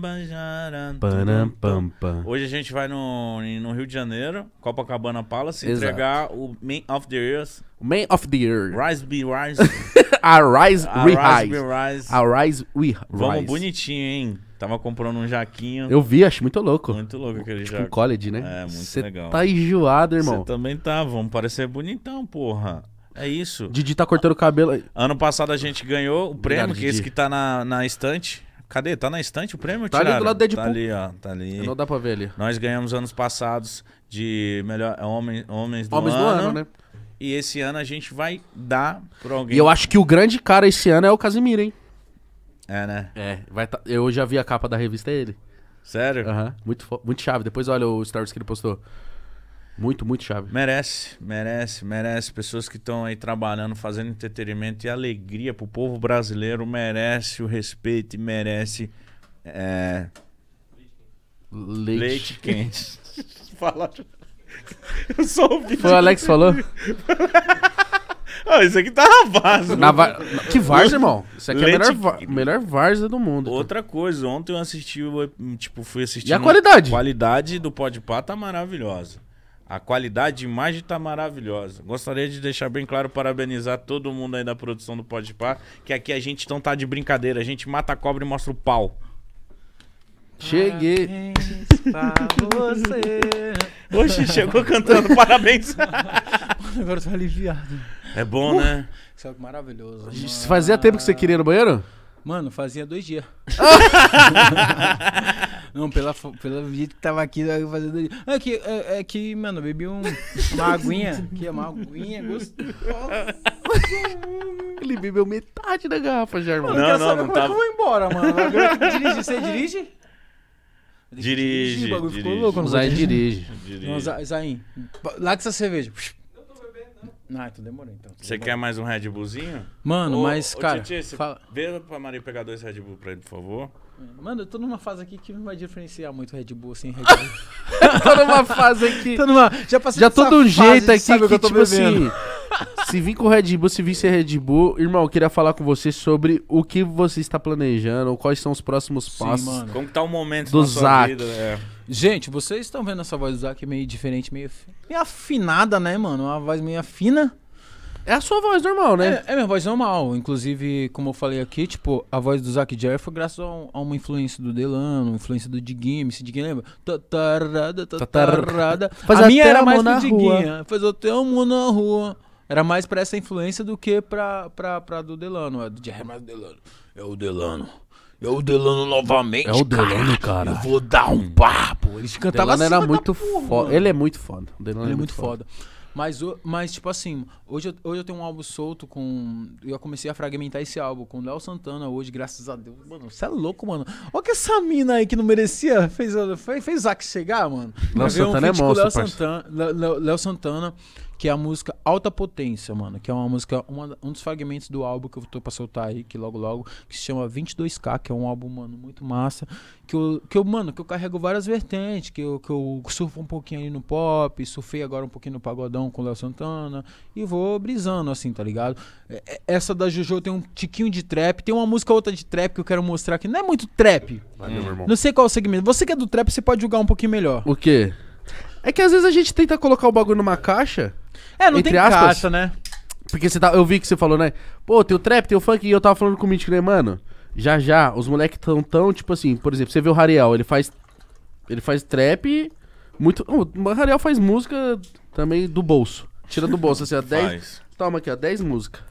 Speaker 1: Tabajara.
Speaker 2: Panam, pam, pam.
Speaker 1: Hoje a gente vai no, no Rio de Janeiro, Copacabana Palace,
Speaker 2: Exato.
Speaker 1: entregar o Man of the Earth,
Speaker 2: Man of the Earth.
Speaker 1: Rise Be Rise.
Speaker 2: Arise,
Speaker 1: a
Speaker 2: we
Speaker 1: Rise Be
Speaker 2: rise.
Speaker 1: Rise.
Speaker 2: Arise, we rise.
Speaker 1: Vamos bonitinho, hein? Tava comprando um jaquinho.
Speaker 2: Eu vi, acho muito louco.
Speaker 1: Muito louco aquele
Speaker 2: tipo, um
Speaker 1: jaco.
Speaker 2: college, né?
Speaker 1: É, muito
Speaker 2: Cê
Speaker 1: legal.
Speaker 2: tá enjoado, irmão.
Speaker 1: Você também tá, vamos parecer bonitão, porra. É isso.
Speaker 2: Didi tá cortando o cabelo. aí.
Speaker 1: Ano passado a gente ganhou o prêmio,
Speaker 2: Obrigado,
Speaker 1: que é esse
Speaker 2: Didi.
Speaker 1: que tá na, na estante. Cadê? Tá na estante o prêmio?
Speaker 2: Tá ali do
Speaker 1: tiraram?
Speaker 2: lado do Deadpool. É
Speaker 1: Tá ali, ó. Tá ali.
Speaker 2: Não dá pra ver ali.
Speaker 1: Nós ganhamos anos passados de melhor é, homem, homens, do,
Speaker 2: Homens do
Speaker 1: ano,
Speaker 2: ano, né?
Speaker 1: E esse ano a gente vai dar pra alguém.
Speaker 2: E eu acho que o grande cara esse ano é o Casimiro, hein?
Speaker 1: É, né?
Speaker 2: É, vai tá... eu já vi a capa da revista é ele.
Speaker 1: Sério?
Speaker 2: Aham. Muito, fo- muito chave. Depois olha o stories que ele postou. Muito, muito chave.
Speaker 1: Merece, merece, merece. Pessoas que estão aí trabalhando, fazendo entretenimento e alegria pro povo brasileiro merece o respeito e merece é,
Speaker 2: Leite.
Speaker 1: leite quente. Fala. Eu só ouvi.
Speaker 2: Foi o Alex que falou?
Speaker 1: Ah, isso aqui tá na base.
Speaker 2: Na va- na- Que Varza, irmão. Isso aqui é a
Speaker 1: Leite-
Speaker 2: melhor, va- melhor Varza do mundo.
Speaker 1: Outra coisa, ontem eu assisti, o- tipo, fui assistir.
Speaker 2: E a
Speaker 1: no-
Speaker 2: qualidade?
Speaker 1: A qualidade do Podpah tá maravilhosa. A qualidade de imagem tá maravilhosa. Gostaria de deixar bem claro, parabenizar todo mundo aí da produção do Podpah, que aqui a gente não tá de brincadeira, a gente mata a cobra e mostra o pau.
Speaker 3: É,
Speaker 2: Cheguei.
Speaker 3: Parabéns pra você.
Speaker 1: Oxe, chegou cantando, parabéns.
Speaker 3: Agora eu tô aliviado.
Speaker 1: É bom, né?
Speaker 3: Isso é maravilhoso.
Speaker 2: Isso
Speaker 3: mano.
Speaker 2: Fazia tempo que você queria ir no banheiro?
Speaker 3: Mano, fazia dois dias. não, pela, fo- pelo jeito que tava aqui, eu fazia dois dias. É que, é, é que mano, eu bebi um, uma aguinha. Que é uma aguinha gostosa.
Speaker 2: Ele bebeu metade da garrafa já, irmão.
Speaker 1: Não,
Speaker 3: quero
Speaker 1: não,
Speaker 3: saber
Speaker 1: não
Speaker 3: como é
Speaker 1: tava.
Speaker 3: que eu vou embora, mano. Agora eu tenho que dirigir. Você dirige?
Speaker 1: Dirige.
Speaker 3: O bagulho ficou
Speaker 1: dirige.
Speaker 3: louco,
Speaker 2: O
Speaker 3: não
Speaker 2: Zay dirige.
Speaker 1: Dirige.
Speaker 3: Não, Za- Zain, pa- larga essa cerveja. Eu tô bebendo, não. Ah, então demorou então.
Speaker 1: Você quer mais um Red Bullzinho? né?
Speaker 3: Mano,
Speaker 1: Ô,
Speaker 3: mas,
Speaker 1: ô,
Speaker 3: cara.
Speaker 1: Tietê, você
Speaker 3: fala-
Speaker 1: Vê pra Maria pegar dois Red Bull pra ele, por favor.
Speaker 3: Mano, eu tô numa fase aqui que não vai diferenciar muito Red Bull sem Red Bull.
Speaker 2: Tá numa fase aqui.
Speaker 3: Tô numa- já passei
Speaker 2: Já
Speaker 3: por
Speaker 2: tô
Speaker 3: essa
Speaker 2: de um
Speaker 3: fase
Speaker 2: jeito
Speaker 3: de
Speaker 2: aqui
Speaker 3: saber
Speaker 2: que,
Speaker 3: o eu tô
Speaker 2: tipo
Speaker 3: bebendo.
Speaker 2: assim. Se vir com Red Bull, se vir sem Red Bull, irmão, eu queria falar com você sobre o que você está planejando, quais são os próximos passos.
Speaker 3: Sim, mano.
Speaker 1: Como que tá o momento
Speaker 2: Do
Speaker 1: da sua
Speaker 2: Zac.
Speaker 1: vida? É.
Speaker 3: Gente, vocês estão vendo essa voz do Zac meio diferente, meio, fi- meio afinada, né, mano? Uma voz meio afina.
Speaker 2: É a sua voz normal, né?
Speaker 3: É, é minha voz normal. Inclusive, como eu falei aqui, tipo, a voz do Zac Jerry foi graças a, um- a uma influência do Delano, influência do Diguinho, esse Diguinho lembra? Tatarada, tatarada.
Speaker 2: Faz
Speaker 3: a minha
Speaker 2: até
Speaker 3: era
Speaker 2: amor
Speaker 3: mais
Speaker 2: na
Speaker 3: pro Diguinho. Faz até amor na rua. Era mais pra essa influência do que pra, pra, pra do Delano. É do Jerry, mas do Delano. É o Delano. É o Delano novamente.
Speaker 2: É o Delano,
Speaker 3: Eu
Speaker 2: cara.
Speaker 3: vou dar um papo. Eles
Speaker 2: O Delano
Speaker 3: cantavam
Speaker 2: era
Speaker 3: acima da
Speaker 2: né? é muito
Speaker 3: porra,
Speaker 2: foda.
Speaker 3: mano.
Speaker 2: Ele é muito foda. O Delano
Speaker 3: Ele é muito foda. Mas, o- mas tipo assim, hoje eu, hoje eu tenho um álbum solto com. Eu comecei a fragmentar esse álbum com o Léo Santana hoje, graças a Deus. Mano, você é louco, mano. Olha que essa mina aí que não merecia fez, fez, fez o Zac chegar, mano.
Speaker 2: Léo
Speaker 3: Gravei
Speaker 2: Santana é
Speaker 3: feat um com o
Speaker 2: monstro,
Speaker 3: Léo
Speaker 2: parça.
Speaker 3: Santana, Léo- Léo Léo Santana, que é a música Alta Potência, mano. Que é uma música, uma- um dos fragmentos do álbum que eu tô pra soltar aí, que logo logo, que se chama 22K, que é um álbum, mano, muito massa. Que eu, que eu mano, que eu carrego várias vertentes, que eu, que eu surfo um pouquinho ali no pop, surfei agora um pouquinho no pagodão com o Léo Santana, e vou brisando, assim, tá ligado? É- é- Essa da Jojo tem um tiquinho de trap, tem uma música outra de trap que eu quero mostrar que não é muito trap.
Speaker 2: Valeu, meu irmão.
Speaker 3: Não sei qual o segmento. Você que é do trap, você pode julgar um pouquinho melhor.
Speaker 2: O quê? É que às vezes a gente tenta colocar o bagulho numa caixa.
Speaker 3: É, não
Speaker 2: Entre
Speaker 3: tem
Speaker 2: aspas.
Speaker 3: caixa, né?
Speaker 2: Porque você tá, eu vi que você falou, né? Pô, tem o trap, tem o funk, e eu tava falando com o Mítico, né, mano? Já já, os moleques tão tão, tipo assim, por exemplo, você vê o Rariel, ele faz. Ele faz trap muito. O Rariel faz música também do bolso. Tira do bolso, assim, ó, 10.
Speaker 1: Faz.
Speaker 2: Toma aqui, ó, 10 músicas.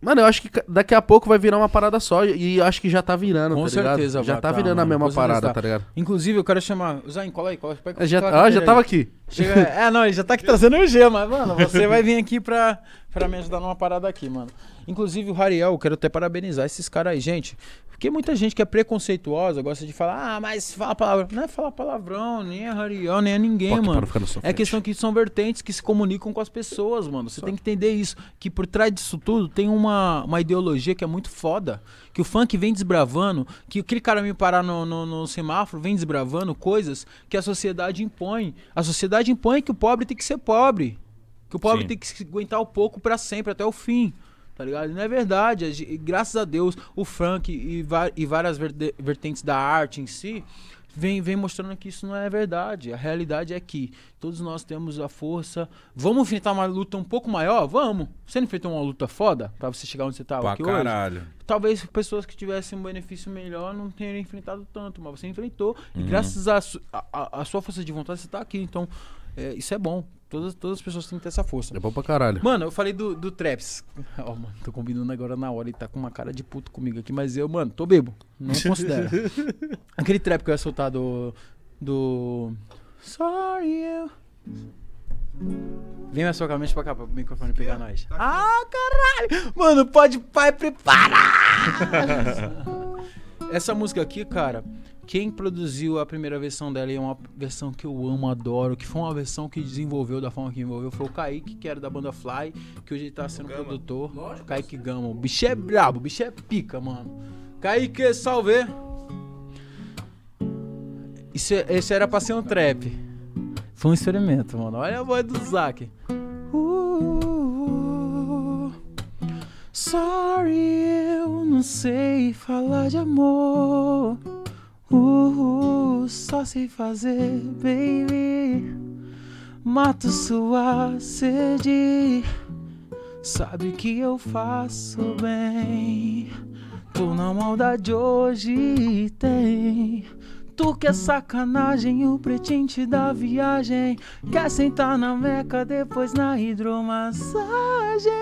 Speaker 2: Mano, eu acho que ca- daqui a pouco vai virar uma parada só, e eu acho que já tá virando,
Speaker 3: Com
Speaker 2: tá ligado?
Speaker 3: certeza,
Speaker 2: Já
Speaker 3: vai,
Speaker 2: tá
Speaker 3: tá,
Speaker 2: virando a
Speaker 3: mano,
Speaker 2: mesma
Speaker 3: com certeza
Speaker 2: parada,
Speaker 3: tá.
Speaker 2: tá ligado?
Speaker 3: Inclusive, eu quero chamar. Zain, cola aí, cola aí. Pega,
Speaker 2: É, Já,
Speaker 3: cola a
Speaker 2: ó, já
Speaker 3: cadeira
Speaker 2: tava
Speaker 3: aí.
Speaker 2: aqui.
Speaker 3: Chega, é, não, ele já tá aqui trazendo o G, mas, mano, você vai vir aqui pra, pra me ajudar numa parada aqui, mano. Inclusive, o Rariel, eu quero até parabenizar esses caras aí, gente. Porque muita gente que é preconceituosa gosta de falar, ah, mas fala palavrão. Não é falar palavrão, nem é Rariel, nem é ninguém,
Speaker 2: Toque pra
Speaker 3: mano.
Speaker 2: não ficar na sua
Speaker 3: É
Speaker 2: frente.
Speaker 3: questão que são vertentes que se comunicam com as pessoas, mano. Você tem que entender isso. Que por trás disso tudo tem uma, uma ideologia que é muito foda. Que o funk vem desbravando, que aquele cara me parar no, no- no semáforo vem desbravando coisas que a sociedade impõe. A sociedade impõe que o pobre tem que ser pobre. Que o pobre
Speaker 1: Sim.
Speaker 3: tem que se aguentar o pouco pra sempre, até o fim. Tá ligado? Não é verdade. A gen- e graças a Deus, o funk e, va- e várias verde- vertentes da arte em si vem, vem mostrando que isso não é verdade. A realidade é que todos nós temos a força. Vamos enfrentar uma luta um pouco maior? Vamos. Você não enfrentou uma luta foda pra você chegar onde você tava
Speaker 1: Pra
Speaker 3: Ah, aqui hoje?
Speaker 1: caralho.
Speaker 3: talvez pessoas que tivessem um benefício melhor não tenham enfrentado tanto, mas você enfrentou. E
Speaker 1: Uhum.
Speaker 3: graças à su- à à- à sua força de vontade, você tá aqui. Então, é, isso é bom. Todas, todas as pessoas têm que ter essa força.
Speaker 2: É bom pra caralho.
Speaker 3: Mano, eu falei do, do Traps. Ó, mano, tô combinando agora na hora e tá com uma cara de puto comigo aqui, mas eu, mano, tô bebo. Não considero. Aquele trap que eu ia soltar do. Do. Sorry you. Vem mais sua mente pra cá, pra o microfone pegar nós. Ah, caralho! Mano, pode pai preparar! Essa música aqui, cara, quem produziu a primeira versão dela e é uma versão que eu amo, adoro, que foi uma versão que desenvolveu da forma que envolveu, foi o Kaique, que era da banda Fly, que hoje ele tá sendo produtor. Kaique Gama. O bicho é brabo, o bicho é pica, mano. Kaique, salve! Isso, esse era pra ser um trap. Foi um experimento, mano. Olha a voz do Zack. Uh, sorry, eu não sei falar de amor. Uh, só sei fazer, baby. Mato sua sede. Sabe que eu faço bem. Tu na maldade hoje tem. Tu que é sacanagem, o pretente da viagem. Quer sentar na meca, depois na hidromassagem.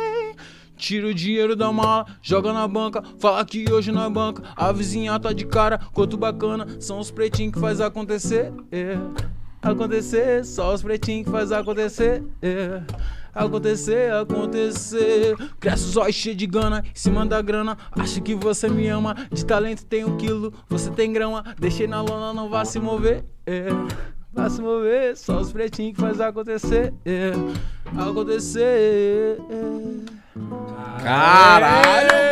Speaker 3: Tira o dinheiro da mala, joga na banca, fala que hoje não é banca. A vizinha tá de cara, quanto bacana, são os pretinhos que faz acontecer. é. Acontecer, só os pretinhos que faz acontecer. é. Acontecer, acontecer. Cresce os olhos cheio de gana, em cima da grana. Acho que você me ama. De talento tem um quilo, você tem grama. Deixei na lona, não vá se mover. é. Vá se mover, só os pretinhos que faz acontecer. é. Acontecer. é.
Speaker 1: Caralho, mano.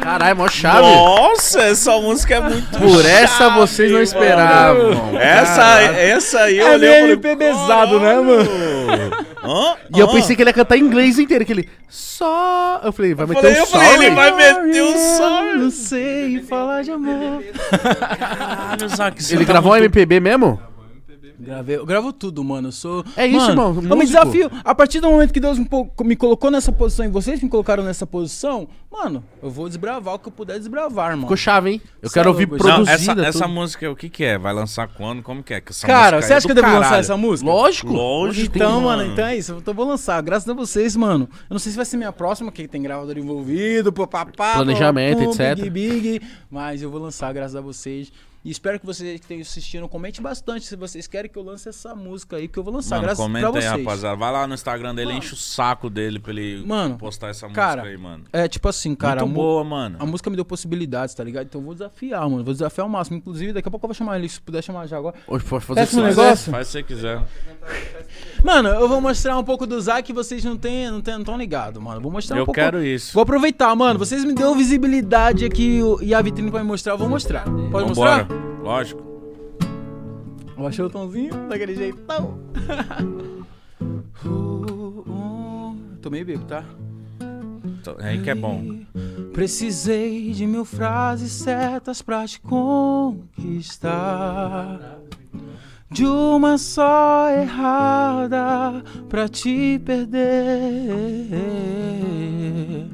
Speaker 2: Caralho, mó chave.
Speaker 1: Nossa, essa música é muito
Speaker 2: Por essa
Speaker 1: chave,
Speaker 2: vocês não
Speaker 1: mano.
Speaker 2: esperavam.
Speaker 1: Essa, essa aí eu
Speaker 3: É
Speaker 1: olhei
Speaker 3: meio
Speaker 1: e falei,
Speaker 3: MPBzado, né,
Speaker 1: mano?
Speaker 2: E eu pensei que ele ia cantar em inglês inteiro, que ele só. Eu falei, vai
Speaker 1: Eu
Speaker 2: meter
Speaker 1: falei,
Speaker 2: um
Speaker 1: eu falei,
Speaker 2: solo.
Speaker 1: ele vai meter um
Speaker 3: Eu Não
Speaker 1: solo.
Speaker 3: sei falar de amor.
Speaker 1: Caralho, Zac, você
Speaker 2: Ele
Speaker 1: tá
Speaker 2: gravou um
Speaker 1: muito-
Speaker 2: MPB mesmo?
Speaker 3: Gravei, eu gravo tudo, mano. Eu sou.
Speaker 2: É isso, irmão,
Speaker 3: Eu
Speaker 2: músico.
Speaker 3: me desafio. A partir do momento que Deus me, po- me colocou nessa posição e vocês me colocaram nessa posição, mano, eu vou desbravar o que eu puder desbravar, mano.
Speaker 2: Ficou chave, hein? Eu
Speaker 3: Cê
Speaker 2: quero
Speaker 3: é
Speaker 2: ouvir
Speaker 3: louco,
Speaker 1: Não,
Speaker 2: produzida.
Speaker 1: essa,
Speaker 2: tudo.
Speaker 1: essa música, o que que é? Vai lançar quando? Como que é? Que essa
Speaker 3: Cara,
Speaker 1: música
Speaker 3: você
Speaker 1: é
Speaker 3: acha que
Speaker 1: do
Speaker 3: eu devo lançar
Speaker 1: caralho.
Speaker 3: essa música?
Speaker 2: Lógico.
Speaker 1: Lógico,
Speaker 2: tem-
Speaker 3: Então, mano,
Speaker 1: mano.
Speaker 3: então é isso. Eu tô- vou lançar, graças a vocês, mano. Eu não sei se vai ser minha próxima, que tem gravador envolvido, papapá.
Speaker 2: Planejamento,
Speaker 3: papapum,
Speaker 2: etc.
Speaker 3: Big, big. Mas eu vou lançar, graças a vocês. E espero que vocês que estejam assistindo comentem bastante se vocês querem que eu lance essa música aí, que eu vou lançar,
Speaker 1: Mano,
Speaker 3: graças pra
Speaker 1: comenta aí,
Speaker 3: vocês.
Speaker 1: rapaziada. Vai lá no Instagram dele,
Speaker 3: Mano.
Speaker 1: enche o saco dele pra ele
Speaker 3: Mano,
Speaker 1: postar essa
Speaker 3: cara,
Speaker 1: música aí, mano.
Speaker 3: É, tipo assim, cara, a
Speaker 1: Muito
Speaker 3: mu-
Speaker 1: boa, mano.
Speaker 3: A música me deu possibilidades, tá ligado? Então eu vou desafiar, mano. Vou desafiar o máximo. Inclusive, daqui a pouco eu vou chamar ele, se puder chamar já agora.
Speaker 2: Hoje pode fazer
Speaker 3: Péssimo
Speaker 2: isso.
Speaker 1: Faz-
Speaker 3: é um negócio?
Speaker 1: Faz se você quiser.
Speaker 3: Mano, eu vou mostrar um pouco do Zac que vocês não têm, não têm, não tão ligado, mano. Vou mostrar um
Speaker 1: Eu
Speaker 3: pouco.
Speaker 1: quero isso.
Speaker 3: Vou aproveitar, mano. Vocês me deu visibilidade aqui o- e a vitrine vai mostrar, eu vou mostrar. Pode
Speaker 1: Vambora.
Speaker 3: mostrar?
Speaker 1: Lógico.
Speaker 3: Baixou o tomzinho daquele jeitão. Uh, uh, Tô meio bebo, tá?
Speaker 1: Então, É aí que é bom.
Speaker 3: Precisei de mil frases certas pra te conquistar. De uma só errada pra te perder.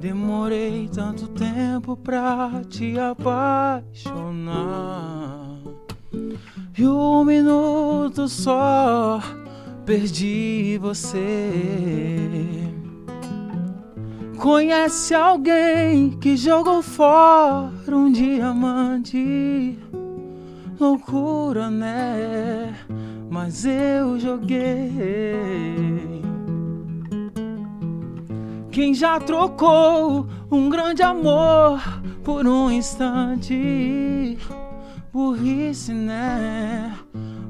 Speaker 3: Demorei tanto tempo pra te apaixonar. E um minuto só perdi você. Conhece alguém que jogou fora um diamante? Loucura, né? Mas eu joguei. Quem já trocou um grande amor por um instante? Burrice, né?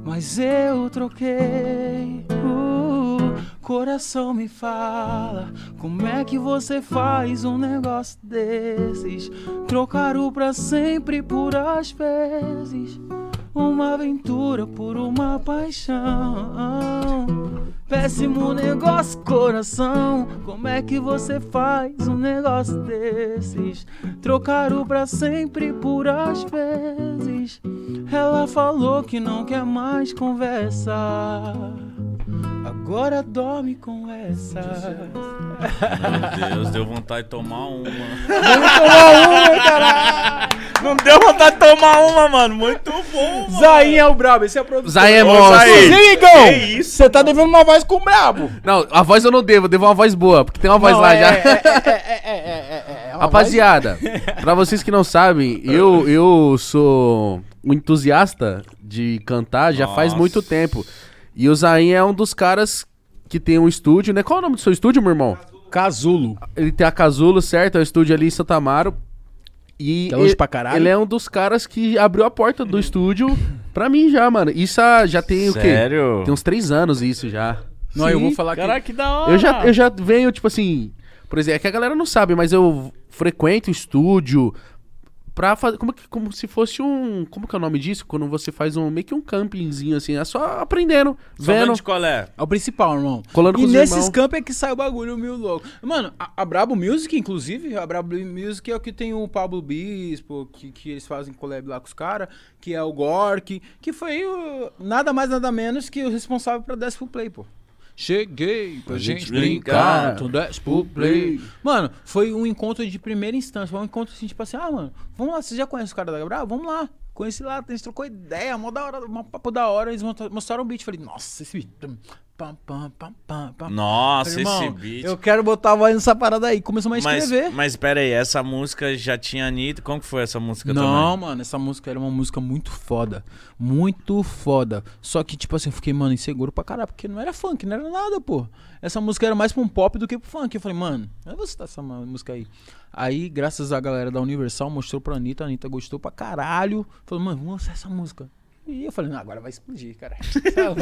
Speaker 3: Mas eu troquei. Uh, coração me fala, como é que você faz um negócio desses? Trocar o pra sempre por às vezes. Uma aventura por uma paixão. Péssimo negócio, coração. Como é que você faz um negócio desses? Trocar o pra sempre por às vezes. Ela falou que não quer mais conversar. Agora dorme com essa.
Speaker 1: Meu Deus, deu vontade de tomar uma.
Speaker 3: Não deu vontade de tomar um.
Speaker 1: Uma, mano, muito bom.
Speaker 3: Zain é o brabo, esse é o produtor.
Speaker 2: Zay é
Speaker 1: Ô,
Speaker 2: monstro.
Speaker 1: Zay.
Speaker 5: Ih,
Speaker 1: Que
Speaker 5: Igão,
Speaker 1: isso?
Speaker 5: você tá devendo uma voz com o brabo.
Speaker 2: Não, a voz eu não devo, eu devo uma voz boa, porque tem uma voz
Speaker 5: Não,
Speaker 2: lá
Speaker 5: é-
Speaker 2: já.
Speaker 5: é- é- é- é- é- é- é uma
Speaker 2: Rapaziada, pra vocês que não sabem, eu, eu sou um entusiasta de cantar já faz
Speaker 1: Nossa.
Speaker 2: muito tempo. E o Zain é um dos caras que tem um estúdio, né? Qual é o nome do seu estúdio, meu irmão?
Speaker 5: voz- Casulo.
Speaker 2: Ele tem a Casulo, certo? É o estúdio ali em Santa Amaro. E
Speaker 5: Que é longe
Speaker 2: ele-
Speaker 5: pra caralho.
Speaker 2: Ele é um dos caras que abriu a porta do estúdio pra mim já, mano. Isso ah, já tem o quê?
Speaker 1: Sério?
Speaker 2: Tem um uns três anos isso já.
Speaker 3: Não, eu vou
Speaker 2: Sim.
Speaker 3: falar que.
Speaker 5: Caraca, que da hora.
Speaker 2: Eu já, eu já venho, tipo assim. Por exemplo, é que a galera não sabe, mas eu frequento estúdio pra fazer. Como, que- como se fosse um. Como que é o nome disso? Quando você faz um meio que um campingzinho, assim, é só aprendendo,
Speaker 1: Só
Speaker 2: vendo.
Speaker 1: vendo qual é.
Speaker 3: É o principal, irmão.
Speaker 2: Colando
Speaker 3: e
Speaker 2: com os
Speaker 3: nesses
Speaker 2: irmão.
Speaker 3: campos é que sai o bagulho meio louco. Mano, a, a Brabo Music, inclusive, a Brabo Music é o que tem o Pablo Bispo, que, que eles fazem collab lá com os caras, que é o Gork, que foi o- nada mais nada menos que o responsável pra 10 pro Play, pô. Cheguei pra
Speaker 1: gente
Speaker 3: gente
Speaker 1: brincar.
Speaker 3: brincar, tu 10 pro Play. Mano, foi um encontro de primeira instância, foi um encontro assim, tipo assim, ah, mano, vamos lá, você já conhece o cara da Brabo? Vamos lá. Conheci lá, a gente trocou ideia, mó da hora, mó papo da hora, eles monta- mostraram o beat, falei, nossa, esse beat... Pam, pam, pam, pam, pam.
Speaker 1: Nossa,
Speaker 3: Falei, irmão,
Speaker 1: esse beat.
Speaker 3: Eu quero botar a voz nessa parada aí. Começou a
Speaker 1: Mas,
Speaker 3: escrever.
Speaker 1: mas pera aí, essa música já tinha Anitta. Como que foi essa música
Speaker 3: Não,
Speaker 1: também?
Speaker 3: mano, essa música era uma música muito foda. Muito foda. Só que, tipo assim, eu fiquei, mano, inseguro pra caralho, porque não era funk, não era nada, pô. Essa música era mais pra um pop do que pro funk. Eu falei, mano, eu vou citar essa ma- música aí. Aí, graças à galera da Universal, mostrou pra Anitta, a Anitta gostou pra caralho. Falou, mano, vamos lançar essa música. E eu falei, não, agora vai explodir, cara. Você é louco,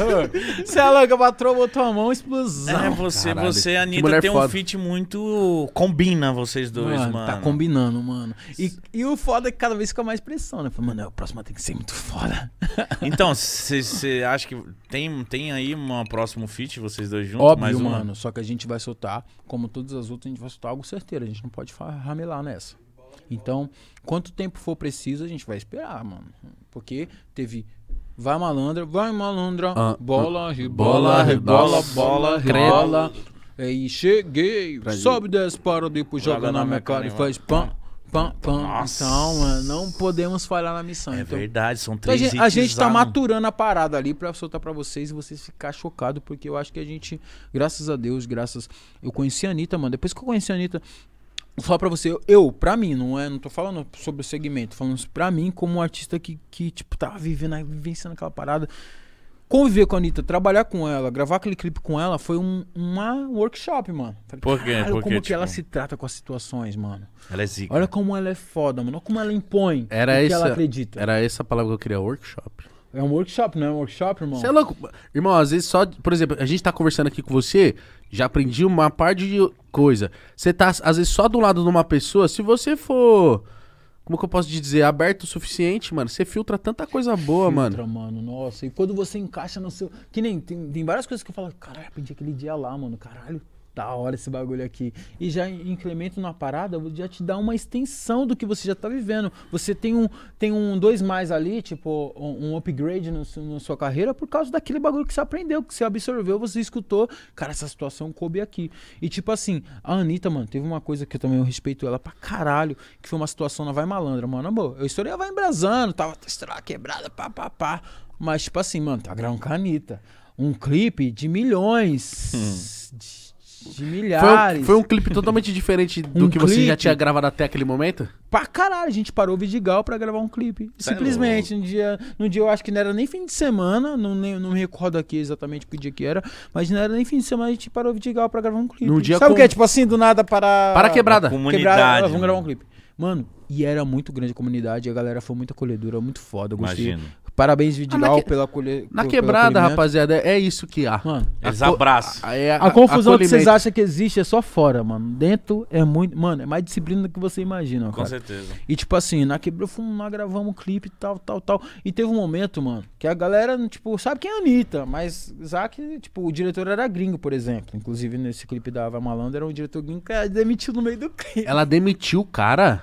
Speaker 3: você é louco, a patroa botou a mão, explosão.
Speaker 1: É, você,
Speaker 2: caralho,
Speaker 1: você e
Speaker 2: que
Speaker 1: a Anitta
Speaker 2: mulher
Speaker 1: tem um
Speaker 2: foda.
Speaker 1: feat muito. Combina vocês dois, mano.
Speaker 3: Tá combinando, mano. E, e o foda é que cada vez fica mais pressão, né? Falei, mano, a próxima tem que ser muito foda.
Speaker 1: Então, você acha que tem, tem aí um próximo feat, vocês dois juntos? mais
Speaker 3: Óbvio,
Speaker 1: uma?
Speaker 3: mano. Só que a gente vai soltar, como todas as outras, a gente vai soltar algo certeiro. A gente não pode fa- ramelar nessa. Então, quanto tempo for preciso, a gente vai esperar, mano. Porque teve. Vai malandra, vai malandra,
Speaker 2: Ah,
Speaker 3: bola, rebola,
Speaker 2: bola,
Speaker 3: rebola,
Speaker 2: nossa.
Speaker 3: bola,
Speaker 2: Credo.
Speaker 3: rebola. E cheguei, sobe, desce, para, depois joga na minha cara e
Speaker 1: mano.
Speaker 3: faz pam, pam, pam.
Speaker 1: Nossa.
Speaker 3: Então, mano, não podemos falhar na missão.
Speaker 1: É
Speaker 3: então,
Speaker 1: verdade, são
Speaker 3: então a
Speaker 1: três
Speaker 3: gente, a gente
Speaker 1: hits um.
Speaker 3: tá
Speaker 1: lá, mano.
Speaker 3: maturando a parada ali pra soltar pra vocês e vocês ficar chocado porque eu acho que a gente, graças a Deus, graças. Eu conheci a Anitta, mano. Depois que eu conheci a Anitta, Vou falar pra você, eu- eu, pra mim, não é, não tô falando sobre o segmento, tô falando pra mim como um artista que, que tipo, tava vivendo, aí, vivenciando aquela parada. Conviver com a Anitta, trabalhar com ela, gravar aquele clipe com ela, foi um uma workshop, mano. Falei,
Speaker 1: Por quê?
Speaker 3: "Caralho,
Speaker 1: Por quê,
Speaker 3: como que
Speaker 1: tipo?
Speaker 3: ela se trata com as situações, mano.
Speaker 1: Ela é zica.
Speaker 3: Olha como ela é foda, mano. Olha como ela impõe
Speaker 2: Era
Speaker 3: o que
Speaker 2: essa-
Speaker 3: ela acredita.
Speaker 2: Era essa a palavra que eu queria, workshop.
Speaker 3: É um workshop, não é um workshop, irmão?
Speaker 2: Você é louco? Irmão, às vezes só. Por exemplo, a gente tá conversando aqui com você, já aprendi uma parte de coisa. Você tá, às vezes, só do lado de uma pessoa, se você for. Como que eu posso te dizer? Aberto o suficiente, mano. Você filtra tanta coisa boa, mano.
Speaker 3: Filtra, mano. Nossa, e quando você encaixa no seu. Que nem tem, tem várias coisas que eu falo, caralho, aprendi aquele dia lá, mano. Caralho, da hora esse bagulho aqui. E já incremento na parada, já te dá uma extensão do que você já tá vivendo. Você tem um, tem um dois mais ali, tipo, um, um upgrade no seu- na sua carreira por causa daquele bagulho que você aprendeu, que você absorveu, você escutou. Cara, essa situação coube aqui. E tipo assim, a Anitta, mano, teve uma coisa que eu também eu respeito ela pra caralho, que foi uma situação na Vai Malandra, mano. Na boa, eu estourei a Vai Embrasando, tava estourada, quebrada, pá, pá, pá. Mas tipo assim, mano, tá gravando com a Anitta. Um clipe de milhões, de, de
Speaker 2: Foi
Speaker 3: milhares.
Speaker 2: um, Hum. foi um clipe totalmente diferente do
Speaker 3: Um
Speaker 2: que você já
Speaker 3: clipe.
Speaker 2: tinha gravado até aquele momento?
Speaker 3: pra caralho. A gente parou o Vidigal pra gravar um clipe.
Speaker 1: Cê é
Speaker 3: Simplesmente. Um dia, num dia eu acho que não era nem fim de semana, não, nem- não me recordo aqui exatamente que dia que era, mas não era nem fim de semana, a gente parou o Vidigal pra gravar um clipe.
Speaker 2: Num dia
Speaker 3: Sabe o
Speaker 2: com-
Speaker 3: que é? Tipo assim, do nada para.
Speaker 2: Para a quebrada.
Speaker 1: Comunidade. né?
Speaker 3: Quebrar, vamos gravar um
Speaker 1: mano.
Speaker 3: clipe. Mano, e era muito grande a comunidade, a galera foi muito acolhedora, muito foda, eu gostei.
Speaker 1: Imagino.
Speaker 3: Parabéns,
Speaker 2: Ah,
Speaker 3: Vidigal,
Speaker 2: na que-
Speaker 3: pela acolhe...
Speaker 2: Na
Speaker 3: pelo
Speaker 2: quebrada,
Speaker 3: acolhimento.
Speaker 2: rapaziada, é isso que há.
Speaker 3: Mano,
Speaker 1: Eles
Speaker 2: Aco-
Speaker 1: abraçam.
Speaker 2: a- é
Speaker 3: a confusão que vocês
Speaker 2: acolhimento.
Speaker 3: acham que existe é só fora, mano. Dentro é muito. Mano, é mais disciplina do que você imagina,
Speaker 1: Com
Speaker 3: cara.
Speaker 1: certeza.
Speaker 3: E tipo assim, na quebrou, fomos lá, gravamos um clipe, tal, tal, tal. E teve um momento, mano, que a galera, tipo, sabe quem é a Anitta, mas Zack, tipo, o diretor era gringo, por exemplo. Inclusive, nesse clipe da Ava Malandra, era um diretor gringo que era demitido no meio do clipe.
Speaker 2: Ela demitiu o cara?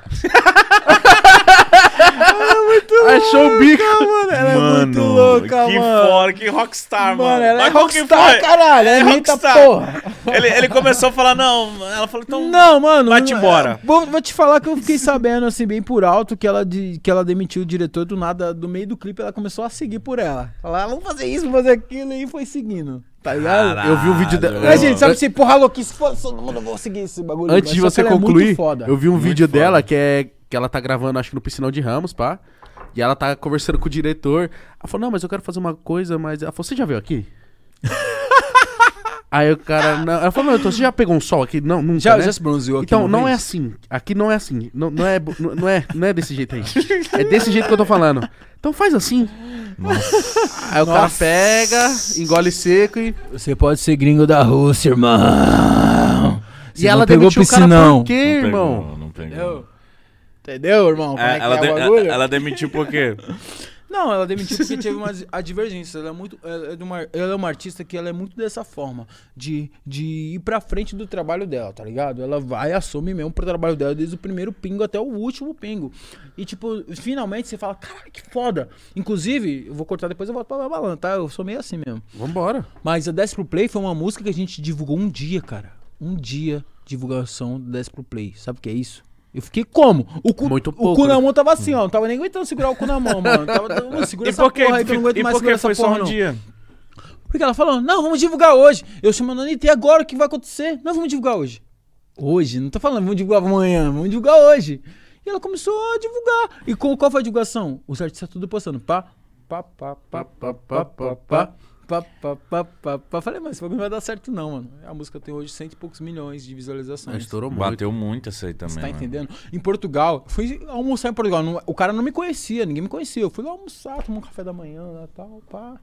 Speaker 3: Ah,
Speaker 2: Achou o bico.
Speaker 3: Mano, ela
Speaker 1: mano,
Speaker 3: é muito louca,
Speaker 1: que
Speaker 3: mano.
Speaker 1: foda, que rockstar, mano.
Speaker 3: Mano, ela é
Speaker 1: Mas qual que
Speaker 3: rockstar,
Speaker 1: foi?
Speaker 3: caralho. Ela é
Speaker 1: Ela é
Speaker 3: Anitta,
Speaker 1: rockstar.
Speaker 3: porra.
Speaker 1: Ele, ele começou a falar, não. Ela falou, então.
Speaker 3: Não, mano.
Speaker 1: vai-te
Speaker 3: eu-
Speaker 1: embora.
Speaker 3: Vou, vou te falar que eu fiquei sabendo, assim, bem por alto, que ela, de- que ela demitiu o diretor do nada, do meio do clipe, ela começou a seguir por ela. Falar, vamos fazer isso, vamos fazer aquilo, e foi seguindo. Tá ligado?
Speaker 2: Eu vi um vídeo dela-
Speaker 1: Caralho.
Speaker 2: Mas,
Speaker 5: Mas, gente, sabe se porra louquice, foda-se todo mundo, eu vou seguir esse bagulho.
Speaker 2: Antes
Speaker 3: Mas
Speaker 2: de
Speaker 3: só
Speaker 2: você
Speaker 3: que ela é muito
Speaker 2: concluir,
Speaker 3: foda.
Speaker 2: eu vi um
Speaker 1: Muito
Speaker 2: vídeo
Speaker 1: foda.
Speaker 2: dela que é que ela tá gravando, acho que no Piscinão de Ramos, pá. E ela tá conversando com o diretor. Ela falou, não, mas eu quero fazer uma coisa, mas... Ela falou, você já veio aqui? Aí o cara... Não. Ela falou, não, então, você já pegou um sol aqui? Não, nunca,
Speaker 3: Já,
Speaker 2: né?
Speaker 3: já se bronzeou aqui
Speaker 2: Então,
Speaker 3: uma
Speaker 2: não
Speaker 3: vez?
Speaker 2: é assim. Aqui não é assim. Não, não, é, bo- não, não é, não é desse jeito aí. É desse jeito que eu tô falando. Então faz assim. Aí o cara pega, engole seco e...
Speaker 3: Você pode ser gringo da Rússia, irmão. Você
Speaker 2: e ela
Speaker 3: não pegou
Speaker 2: demitiu o cara
Speaker 3: piscinão.
Speaker 2: por quê,
Speaker 1: Não pegou,
Speaker 2: irmão?
Speaker 1: Não pegou.
Speaker 5: Entendeu, irmão? Como
Speaker 1: É,
Speaker 5: é, que
Speaker 1: ela,
Speaker 5: é
Speaker 1: de-
Speaker 5: o bagulho?
Speaker 1: ela demitiu por quê?
Speaker 3: Não, ela demitiu porque teve uma a divergência. Ela é muito, ela é, de uma, ela é uma artista que ela é muito dessa forma de, de ir pra frente do trabalho dela, tá ligado? Ela vai e assume mesmo pro trabalho dela desde o primeiro pingo até o último pingo. E tipo, finalmente você fala, caralho, que foda. Inclusive, eu vou cortar depois eu volto pra balão, tá? Eu sou meio assim mesmo.
Speaker 2: Vambora.
Speaker 3: Mas a 10 Pro Play foi uma música que a gente divulgou um dia, cara. Um dia de divulgação do 10 Pro Play. Sabe o que é isso? Eu fiquei como? O cu,
Speaker 2: Muito
Speaker 3: o
Speaker 2: pouco,
Speaker 3: cu na
Speaker 2: né?
Speaker 3: mão tava assim, ó. Não tava nem aguentando segurar o cu na mão, mano. Tava, tava segura
Speaker 1: E
Speaker 3: essa
Speaker 1: por que,
Speaker 3: porra aí que eu não aguento
Speaker 1: e
Speaker 3: mais
Speaker 1: por
Speaker 3: segurar
Speaker 1: que foi
Speaker 3: essa porra,
Speaker 1: só um
Speaker 3: não.
Speaker 1: dia?
Speaker 3: Porque ela falou, não, vamos divulgar hoje. Eu chamando a Anitta, e agora o que vai acontecer? Não, vamos divulgar hoje. Hoje, não tô falando, vamos divulgar amanhã, vamos divulgar hoje. E ela começou a divulgar. E com, qual foi a divulgação? Os artistas tá tudo postando, pá, pá, pá, pá, pá, pá, pá, pá. Pá, pá, pá, pá, pá. Falei, mas esse bagulho não vai dar certo, não, mano. A música tem hoje cento e poucos milhões de
Speaker 2: Ela
Speaker 3: visualizações.
Speaker 2: estourou muito.
Speaker 1: Bateu muito essa aí também. né?
Speaker 3: Você tá
Speaker 1: mano.
Speaker 3: entendendo? Em Portugal, fui almoçar em Portugal. não- o cara não me conhecia, ninguém me conhecia. Eu fui lá almoçar, tomar um café da manhã lá tal, pá.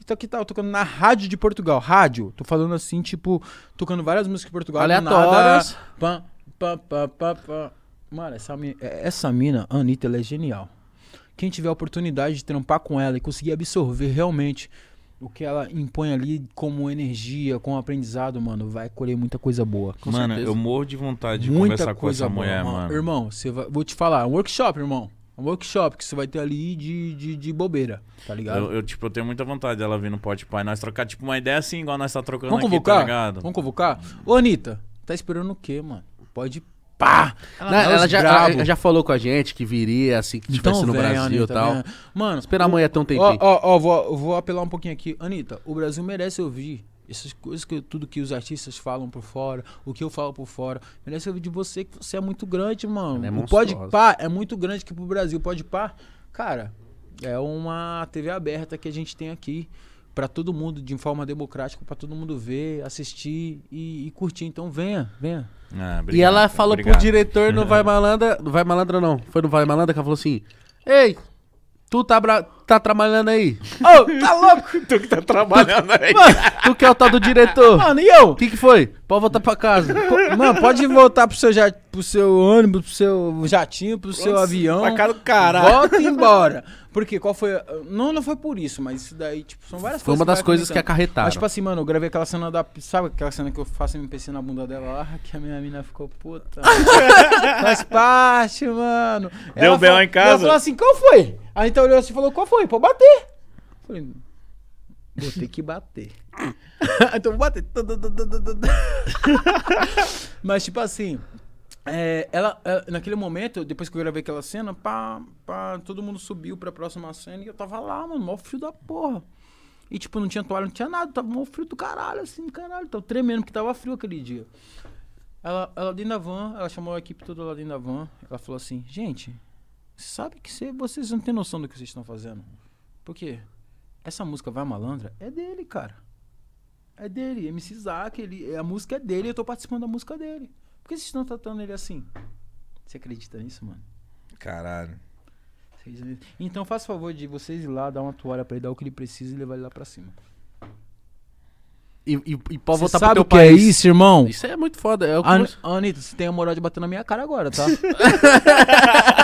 Speaker 3: E tô aqui, tá, eu tocando na rádio de Portugal. Rádio, tô falando assim, tipo, tocando várias músicas de Portugal. do
Speaker 2: Aleatórias.
Speaker 3: nada, Pá, pá, pá, pá, pá. Mano, essa, mi- é- essa mina, a Anitta, ela é genial. Quem tiver a oportunidade de trampar com ela e conseguir absorver realmente o que ela impõe ali como energia, como aprendizado, mano, vai colher muita coisa boa.
Speaker 1: Mano,
Speaker 2: certeza.
Speaker 1: eu morro de vontade de
Speaker 3: Muita
Speaker 1: conversar com
Speaker 3: coisa
Speaker 1: essa
Speaker 3: boa,
Speaker 1: mulher,
Speaker 3: irmão.
Speaker 1: mano.
Speaker 3: Irmão, você vai, vou te falar, é um workshop, irmão. É um workshop que você vai ter ali de, de, de bobeira, tá ligado?
Speaker 1: Eu, eu, tipo, eu tenho muita vontade dela vir no Pode Pai. Nós trocar, tipo, uma ideia assim, igual nós tá trocando
Speaker 3: Vamos
Speaker 1: aqui, tá
Speaker 3: convocar?
Speaker 1: ligado?
Speaker 3: Vamos convocar? Ô, Anitta, tá esperando o quê, mano? Pode pá! é
Speaker 2: Não, Né, ela, é
Speaker 3: os
Speaker 2: já,
Speaker 3: brabo.
Speaker 2: ela já falou com a gente que viria assim que
Speaker 1: Tipo,
Speaker 2: estivesse no
Speaker 3: Então vem,
Speaker 2: Brasil e
Speaker 3: Anitta,
Speaker 2: tal.
Speaker 3: vem. Mano,
Speaker 2: Esperar amanhã ter um
Speaker 3: Ó,
Speaker 2: tempinho.
Speaker 3: ó, ó, vou, vou apelar um pouquinho aqui. Anitta, o Brasil merece ouvir Essas coisas que eu- tudo que os artistas falam por fora, o que eu falo por fora. Merece ouvir de você que você é muito grande, mano.
Speaker 2: Ela é
Speaker 3: o
Speaker 2: monstruosa.
Speaker 3: Pode Par é muito grande aqui pro Brasil. O Pode Par, cara, é uma TV aberta que a gente tem aqui pra todo mundo, de forma democrática, pra todo mundo ver, assistir e, e curtir. Então venha, venha.
Speaker 1: Ah, obrigado,
Speaker 2: e ela
Speaker 1: cara,
Speaker 2: falou
Speaker 1: obrigado.
Speaker 2: pro diretor no Vai Malandra. No Vai Malandra não. Foi no Vai Malandra que ela falou assim: Ei, tu tá, bra- tá trabalhando aí?
Speaker 3: Ô, tá louco?
Speaker 1: Tu que tá trabalhando aí.
Speaker 2: Mano, tu que é o tal do diretor?
Speaker 3: Mano, e eu?
Speaker 2: O que, que foi? Pode voltar pra casa.
Speaker 3: Pô, Mano, pode voltar pro seu, ja- pro seu ônibus, pro seu jatinho, pro seu avião.
Speaker 5: Pra cara tá do caralho.
Speaker 3: Volta e embora. Porque qual foi. a- Não, não foi por isso, mas isso daí, tipo, são várias
Speaker 2: Foi
Speaker 3: coisas.
Speaker 2: uma das
Speaker 3: vai
Speaker 2: coisas que
Speaker 3: acontecendo.
Speaker 2: acarretaram.
Speaker 3: Mas, tipo assim, mano, eu gravei aquela cena da. Sabe aquela cena que eu faço MPC na bunda dela lá? Que a minha mina ficou puta. Faz parte, mano.
Speaker 1: Deu
Speaker 3: Ela
Speaker 1: B.O.
Speaker 3: falou-
Speaker 1: em casa?
Speaker 3: Ela falou assim: qual foi? A gente olhou assim e falou: qual foi? Pô, bater. Eu Falei. Vou ter que bater. então vou bater. Mas, tipo assim. é, ela, ela- naquele momento, depois que eu gravei aquela cena, pá, pá, todo mundo subiu pra próxima cena e eu tava lá, mano, mó frio da porra. E, tipo, não tinha toalha, não tinha nada, tava mó frio do caralho, assim, caralho, tava tremendo, porque tava frio aquele dia. Ela, ela dentro da van, ela chamou a equipe toda lá dentro da van, ela falou assim, gente, sabe que cê- vocês não têm noção do que vocês estão fazendo. Por quê? Essa música Vai Malandra é dele, cara. É dele, MC Zack, ele, a música é dele, eu tô participando da música dele. Por que vocês estão tratando ele assim? Você acredita nisso, mano?
Speaker 1: Caralho.
Speaker 3: Vocês- Então faça o favor de vocês ir lá, dar uma toalha pra ele, dar o que ele precisa e levar ele lá pra cima.
Speaker 2: E, e, e pode
Speaker 3: Você
Speaker 2: voltar
Speaker 3: sabe
Speaker 2: pro teu
Speaker 3: o que é
Speaker 2: país.
Speaker 3: isso, irmão?
Speaker 2: Isso é muito foda. É o que
Speaker 3: An
Speaker 2: você-
Speaker 3: Anitta, você tem a moral de bater na minha cara agora, tá?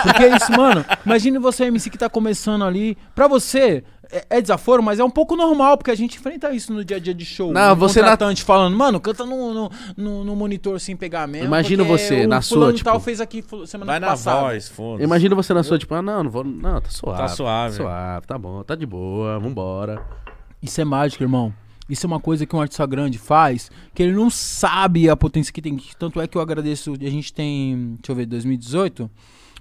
Speaker 3: Porque é isso, mano. Imagine você, MC, que tá começando ali. Pra você, é, é desaforo, mas é um pouco normal, porque a gente enfrenta isso no dia a dia de show.
Speaker 2: Não,
Speaker 3: Um
Speaker 2: você na-
Speaker 3: contratante falando, mano, canta no, no, no- no monitor sem pegar mesmo.
Speaker 2: Imagino
Speaker 3: porque
Speaker 2: você,
Speaker 3: o
Speaker 2: na sua,
Speaker 3: fulano
Speaker 2: tipo,
Speaker 3: tal fez aqui fu- semana
Speaker 1: Vai na
Speaker 3: passada.
Speaker 1: voz, foda-se.
Speaker 2: Imagina você na sua, tipo, ah, não, não vou. Não, tá suave.
Speaker 1: Tá suave.
Speaker 2: Suave, tá bom, tá de boa, vambora.
Speaker 3: Isso é mágica, irmão. Isso é uma coisa que um artista grande faz, que ele não sabe a potência que tem. Tanto é que eu agradeço. A gente tem. Deixa eu ver, 2018.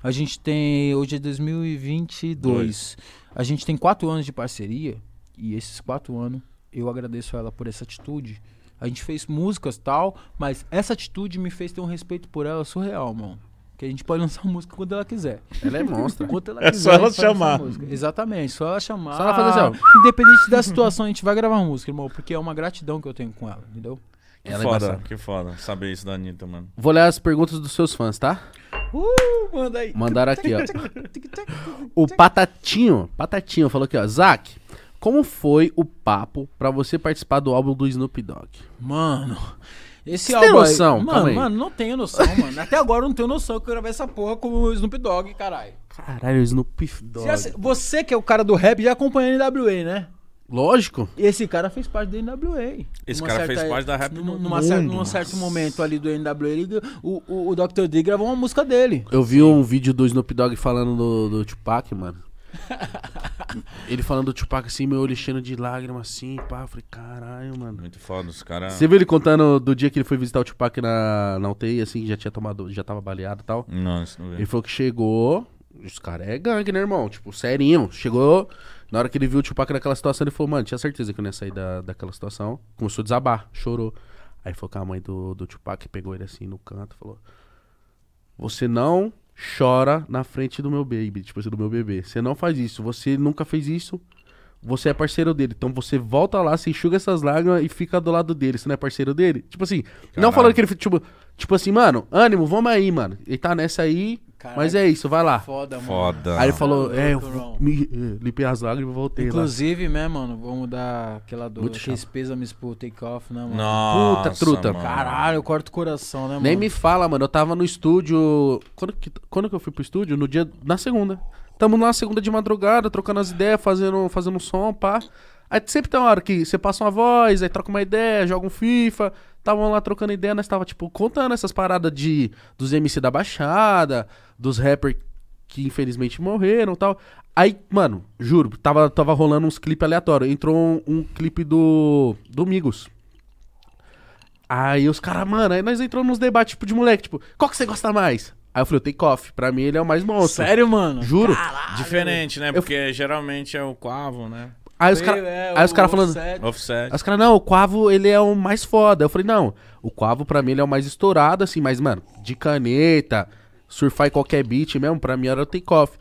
Speaker 3: A gente tem. Hoje é 2022. A gente tem quatro anos de parceria. E esses quatro anos, eu agradeço a ela por essa atitude. A gente fez músicas tal, mas essa atitude me fez ter um respeito por ela surreal, mano. Que a gente pode lançar música quando ela quiser.
Speaker 2: Ela é monstra.
Speaker 3: Enquanto ela
Speaker 1: É
Speaker 3: quiser,
Speaker 1: só ela
Speaker 3: a gente faz assim.
Speaker 1: chamar.
Speaker 3: essa música. Exatamente, só ela chamar.
Speaker 2: Só ela fazer assim,
Speaker 3: Independente da situação, a gente vai gravar uma música, irmão, porque é uma gratidão que eu tenho com ela, entendeu?
Speaker 1: Que
Speaker 2: Ela é
Speaker 1: foda,
Speaker 2: embaçada.
Speaker 1: que foda saber isso da Anitta, mano.
Speaker 2: Vou ler as perguntas dos seus fãs, tá?
Speaker 3: Uh, manda aí.
Speaker 2: Mandaram aqui, ó. O Patatinho, Patatinho falou aqui, ó. Zac, como foi o papo pra você participar do álbum do Snoop Dogg?
Speaker 3: Mano. Esse
Speaker 2: Você tem
Speaker 3: álbum aí-
Speaker 2: noção? Calma
Speaker 3: Mano,
Speaker 2: aí.
Speaker 3: mano, não tenho noção, mano. Até agora eu não tenho noção que eu gravei essa porra com o Snoop Dogg, caralho.
Speaker 2: Caralho, Snoop Dogg.
Speaker 3: Já se- Você que é o cara do rap já acompanha a NWA, né?
Speaker 2: Lógico.
Speaker 3: Esse cara fez parte do NWA.
Speaker 1: Esse
Speaker 3: Numa
Speaker 1: cara
Speaker 3: certa-
Speaker 1: fez parte da rap
Speaker 3: num-
Speaker 1: do
Speaker 3: numa
Speaker 1: mundo.
Speaker 3: cer- Num certo momento ali do NWA, ele- o, o, o Dr. Dre gravou uma música dele.
Speaker 2: Eu vi um vídeo do Snoop Dogg falando do, do Tupac, mano. Ele falando do Tupac assim, meu olho enchendo de lágrimas assim, pá. Eu falei, caralho, mano.
Speaker 1: Muito foda, os caras.
Speaker 2: Você viu ele contando do dia que ele foi visitar o Tupac na, na UTI, assim, que já tinha tomado, já tava baleado e tal?
Speaker 1: Não, isso não
Speaker 2: Ele
Speaker 1: veio.
Speaker 2: falou que chegou. Os caras é gangue, né, irmão? Tipo, serinho. Chegou. Na hora que ele viu o Tupac naquela situação, ele falou, mano, tinha certeza que eu não ia sair da, daquela situação. Começou a desabar, chorou. Aí falou que a mãe do, do Tupac pegou ele assim no canto e falou: Você não chora na frente do meu baby, tipo assim, do meu bebê. Você não faz isso. Você nunca fez isso. Você é parceiro dele. Então você volta lá, se enxuga essas lágrimas e fica do lado dele. Você não é parceiro dele? Tipo assim, não
Speaker 1: Caralho.
Speaker 2: falando que ele. fi- Tipo, tipo assim, mano, ânimo, vamos aí, mano. Ele tá nessa aí,
Speaker 3: Caralho.
Speaker 2: mas é isso, vai lá.
Speaker 3: Foda, mano.
Speaker 1: Foda.
Speaker 2: Aí ele falou,
Speaker 3: Tá
Speaker 2: é, eu
Speaker 3: louco,
Speaker 2: vou-
Speaker 3: irmão.
Speaker 2: me, eh, limpei as lágrimas e voltei lá.
Speaker 3: Inclusive, né, mano, vamos dar aquela dor,
Speaker 2: Muito
Speaker 3: aqueles
Speaker 2: chato.
Speaker 3: pêsames pro take-off, né, mano?
Speaker 1: Nossa,
Speaker 2: Puta, truta.
Speaker 1: mano.
Speaker 3: Caralho, eu corto o coração, né, mano?
Speaker 2: Nem me fala, mano. Eu tava no estúdio. Quando que, quando que eu fui pro estúdio? No dia. Na segunda. Tamo lá na segunda de madrugada, trocando as ideias, fazendo, fazendo um som, pá. Aí sempre tem uma hora que você passa uma voz, aí troca uma ideia, joga um FIFA. Tavam lá trocando ideia, nós tava, tipo, contando essas paradas de, dos MC da Baixada, dos rappers que infelizmente morreram e tal. Aí, mano, juro, tava, tava rolando uns clipes aleatórios. Entrou um, um clipe do. do Migos. Aí os caras, mano, aí nós entramos nos debates, tipo, de moleque, tipo, qual que você gosta mais? Aí eu falei, o Take Off, pra mim ele é o mais monstro.
Speaker 3: Sério, mano?
Speaker 2: Juro.
Speaker 1: Diferente, né? Porque geralmente é o Quavo, né?
Speaker 2: Aí os caras aí os cara falando.
Speaker 3: É
Speaker 2: Aí
Speaker 1: Offset.
Speaker 2: os caras, não, o Quavo ele é o mais foda. Eu falei, não, o Quavo pra mim ele é o mais estourado, assim, mas, mano, de caneta, surfar em qualquer beat mesmo, pra mim era o take-off.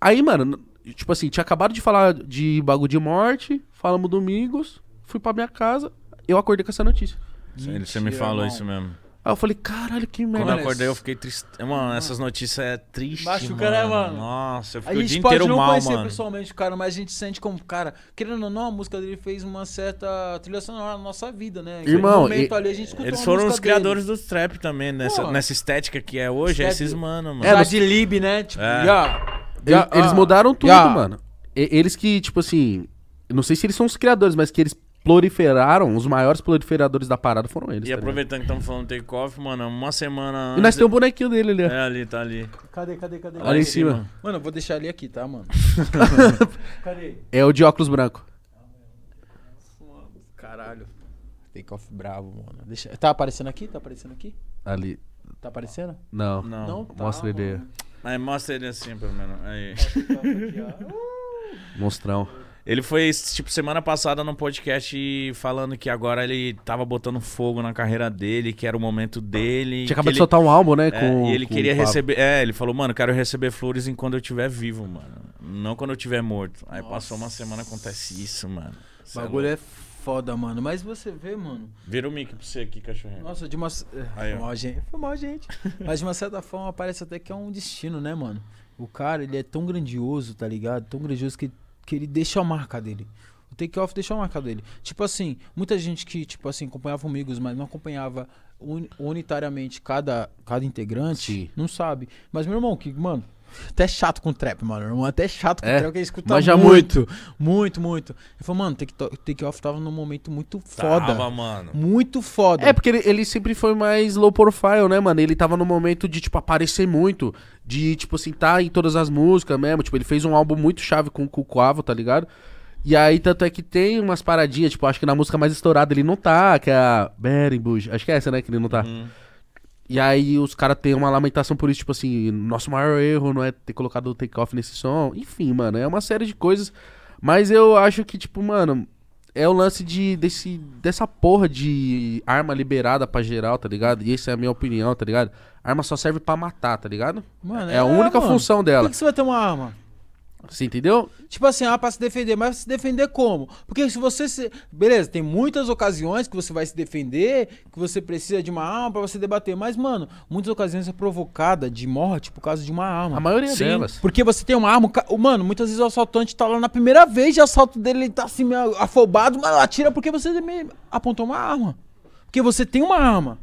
Speaker 2: Aí, mano, n- tipo assim, tinha acabado de falar de bagulho de morte, falamos domingos, fui pra minha casa, eu acordei com essa notícia.
Speaker 1: Ele, você me
Speaker 3: Mentira,
Speaker 1: falou
Speaker 3: irmão.
Speaker 1: isso mesmo.
Speaker 2: Aí eu falei, caralho, que
Speaker 1: Quando
Speaker 2: merda.
Speaker 1: eu acordei, eu fiquei triste. Mano, essas notícias é triste.
Speaker 3: Machuca, né, mano?
Speaker 1: Nossa, eu
Speaker 3: A
Speaker 1: fiquei o dia
Speaker 3: gente pode
Speaker 1: inteiro
Speaker 3: não
Speaker 1: mal,
Speaker 3: conhecer
Speaker 1: mano.
Speaker 3: pessoalmente o cara, mas a gente sente como, cara, querendo ou não, a música dele fez uma certa trilha sonora na nossa vida, né? Em
Speaker 2: Irmão,
Speaker 3: algum momento
Speaker 2: e-
Speaker 3: ali a gente escutou
Speaker 1: Eles
Speaker 3: uma
Speaker 1: foram
Speaker 3: música
Speaker 1: os criadores
Speaker 3: dele.
Speaker 1: do trap também, nessa,
Speaker 3: Pô.
Speaker 1: nessa estética que é hoje, é
Speaker 3: Estética.
Speaker 1: esses mano, mano.
Speaker 2: É,
Speaker 3: Lá
Speaker 2: dos-
Speaker 3: de Lib, né? Tipo,
Speaker 1: É.
Speaker 3: yeah,
Speaker 2: Eles,
Speaker 3: yeah,
Speaker 2: eles
Speaker 3: ah,
Speaker 2: mudaram tudo,
Speaker 3: yeah.
Speaker 2: mano. E- eles que, tipo assim, eu não sei se eles são os criadores, mas que eles proliferaram, os maiores proliferadores da parada foram eles.
Speaker 1: e é
Speaker 2: tá
Speaker 1: aproveitando que estamos falando do take-off, mano, uma semana
Speaker 2: ligado?
Speaker 1: antes.
Speaker 2: E nós temos o bonequinho dele ali, ó.
Speaker 1: É, ali, tá ali.
Speaker 3: Cadê, cadê, cadê?
Speaker 2: ali em cima.
Speaker 3: Mano, eu vou deixar ele aqui, tá, mano? cadê?
Speaker 2: É o de óculos branco.
Speaker 3: Caralho. Take off bravo, mano. Deixa... Tá aparecendo aqui? Tá aparecendo aqui?
Speaker 2: Ali.
Speaker 3: Tá aparecendo?
Speaker 2: Não.
Speaker 1: Não.
Speaker 3: Não tá,
Speaker 2: Mostra ele aí.
Speaker 3: mano.
Speaker 1: Aí mostra ele assim, pelo menos. Aí.
Speaker 2: Monstrão.
Speaker 1: Ele foi, tipo, semana passada num podcast e falando que agora ele tava botando fogo na carreira dele, que era o momento dele.
Speaker 2: Tinha
Speaker 1: que
Speaker 2: acabado
Speaker 1: ele-
Speaker 2: de soltar um álbum, né?
Speaker 1: É,
Speaker 2: com,
Speaker 1: e ele
Speaker 2: com
Speaker 1: queria
Speaker 2: o Pablo.
Speaker 1: receber. É, ele falou, mano, quero receber flores em quando eu estiver vivo, mano. Não quando eu estiver morto. Aí passou uma semana, acontece isso, mano.
Speaker 3: O bagulho é foda, mano. Mas você vê, mano.
Speaker 1: Vira o mic pra você aqui,
Speaker 2: É.
Speaker 1: cachorrinho.
Speaker 3: Nossa, de uma. é,
Speaker 1: Aí, ó.
Speaker 3: foi mal, gente. Foi mal, gente. Mas de uma certa forma parece até que é um destino, né, mano? O cara, ele é tão grandioso, tá ligado? Tão grandioso que, que ele deixa a marca dele. O Take Off deixou a marca dele. Tipo assim, muita gente que, tipo assim, acompanhava o Migos, mas não acompanhava uni- unitariamente cada, cada integrante,
Speaker 2: Sim.
Speaker 3: não sabe. Mas, meu irmão, que, mano. Até chato com trap, mano. Meu irmão, Até chato com
Speaker 2: É,
Speaker 3: trap, que escuta
Speaker 2: manja
Speaker 3: muito, muito, muito. Ele falou, mano, Take, To- Take Off tava num momento muito foda.
Speaker 1: Tava, mano.
Speaker 3: Muito foda.
Speaker 2: É, porque ele, ele sempre foi mais low profile, né, mano? Ele tava no momento de, tipo, aparecer muito. De, tipo assim, tá em todas as músicas mesmo. Tipo, ele fez um álbum muito chave com com o Cuavo, tá ligado? E aí, tanto é que tem umas paradinhas, tipo, acho que na música mais estourada ele não tá, que é a Berenbush. Acho que é essa, né, que ele não tá. E aí os caras têm uma lamentação por isso, tipo assim, nosso maior erro não é ter colocado o take-off nesse som. Enfim, mano, é uma série de coisas. Mas eu acho que, tipo, mano, é o lance de, desse, dessa porra de arma liberada pra geral, tá ligado? E essa é a minha opinião, tá ligado? Arma só serve pra matar, tá ligado?
Speaker 3: Mano,
Speaker 2: é a única
Speaker 3: mano.
Speaker 2: função
Speaker 3: Por que,
Speaker 2: dela.
Speaker 3: que você vai ter uma arma?
Speaker 2: Você entendeu?
Speaker 3: Tipo assim, ah, pra se defender, mas se defender como? Porque se você se. Beleza, tem muitas ocasiões que você vai se defender, que você precisa de uma arma pra você debater. Mas, mano, muitas ocasiões é provocada de morte por causa de uma arma.
Speaker 2: A maioria
Speaker 1: Sim.
Speaker 2: delas.
Speaker 3: Porque você tem uma arma, o ca- o- mano, muitas vezes o assaltante tá lá na primeira vez de assalto dele, ele tá assim, meio afobado, mas atira porque você também apontou uma arma. Porque você tem uma arma.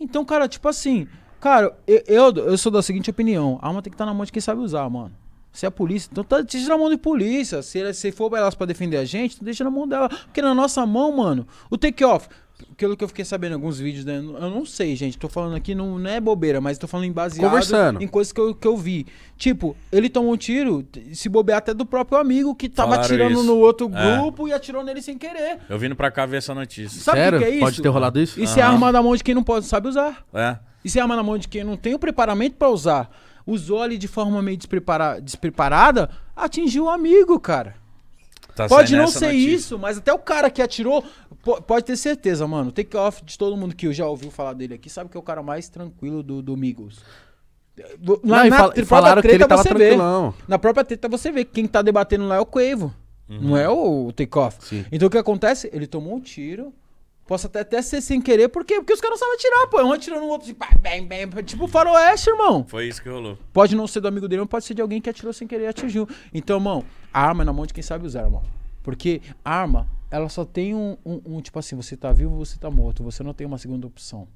Speaker 3: Então, cara, tipo assim, cara, eu, eu, eu sou da seguinte opinião: a arma tem que estar na mão de quem sabe usar, mano. Se é a polícia, então tá, deixa na mão de polícia. Se, ela- se for elas pra defender a gente, então deixa na mão dela. Porque na nossa mão, mano, o take-off. Pelo que eu fiquei sabendo em alguns vídeos, né? Eu não sei, gente. Tô falando aqui, não, não é bobeira, mas tô falando em baseado
Speaker 2: Conversando.
Speaker 3: em coisas que eu, que eu vi. Tipo, ele tomou um tiro, t- se bobear até do próprio amigo que tava
Speaker 1: Falaram
Speaker 3: atirando
Speaker 1: isso.
Speaker 3: no outro
Speaker 1: É.
Speaker 3: grupo e atirou nele sem querer.
Speaker 1: Eu vindo pra cá ver essa notícia.
Speaker 3: Sabe o
Speaker 2: Sério?
Speaker 3: que, que é isso?
Speaker 2: Pode ter rolado isso?
Speaker 3: Isso é
Speaker 1: Aham.
Speaker 3: arma na mão de quem não pode, sabe usar.
Speaker 1: É.
Speaker 3: Isso é arma na mão de quem não tem o preparamento pra usar. Usou ali de forma meio desprepara- despreparada, atingiu o amigo, cara.
Speaker 1: Tá
Speaker 3: pode
Speaker 1: saindo
Speaker 3: não
Speaker 1: essa
Speaker 3: ser
Speaker 1: notícia.
Speaker 3: isso, mas até o cara que atirou, po- pode ter certeza, mano. O take-off de todo mundo que já ouviu falar dele aqui sabe que é o cara mais tranquilo do, do Migos. Na,
Speaker 2: Não, e
Speaker 3: na
Speaker 2: fal- e
Speaker 3: própria
Speaker 2: falaram que ele
Speaker 3: treta
Speaker 2: tava
Speaker 3: você vê.
Speaker 2: tranquilão.
Speaker 3: Na própria treta você vê que quem tá debatendo lá é o Coevo.
Speaker 1: Uhum.
Speaker 3: Não é o
Speaker 2: Sim.
Speaker 3: Takeoff. Então o que acontece? Ele tomou um tiro. Posso até, até ser sem querer, por quê? Porque os caras não sabem atirar, pô. Um atirando no outro, assim, pá, bem, bem, pá, tipo faroeste, irmão.
Speaker 1: Foi isso que rolou.
Speaker 3: Pode não ser do amigo dele, mas pode ser de alguém que atirou sem querer e atingiu. Então, irmão, a arma é na mão de quem sabe usar, irmão. Porque a arma, ela só tem um, um- um, tipo assim, você tá vivo ou você tá morto. Você não tem uma segunda opção.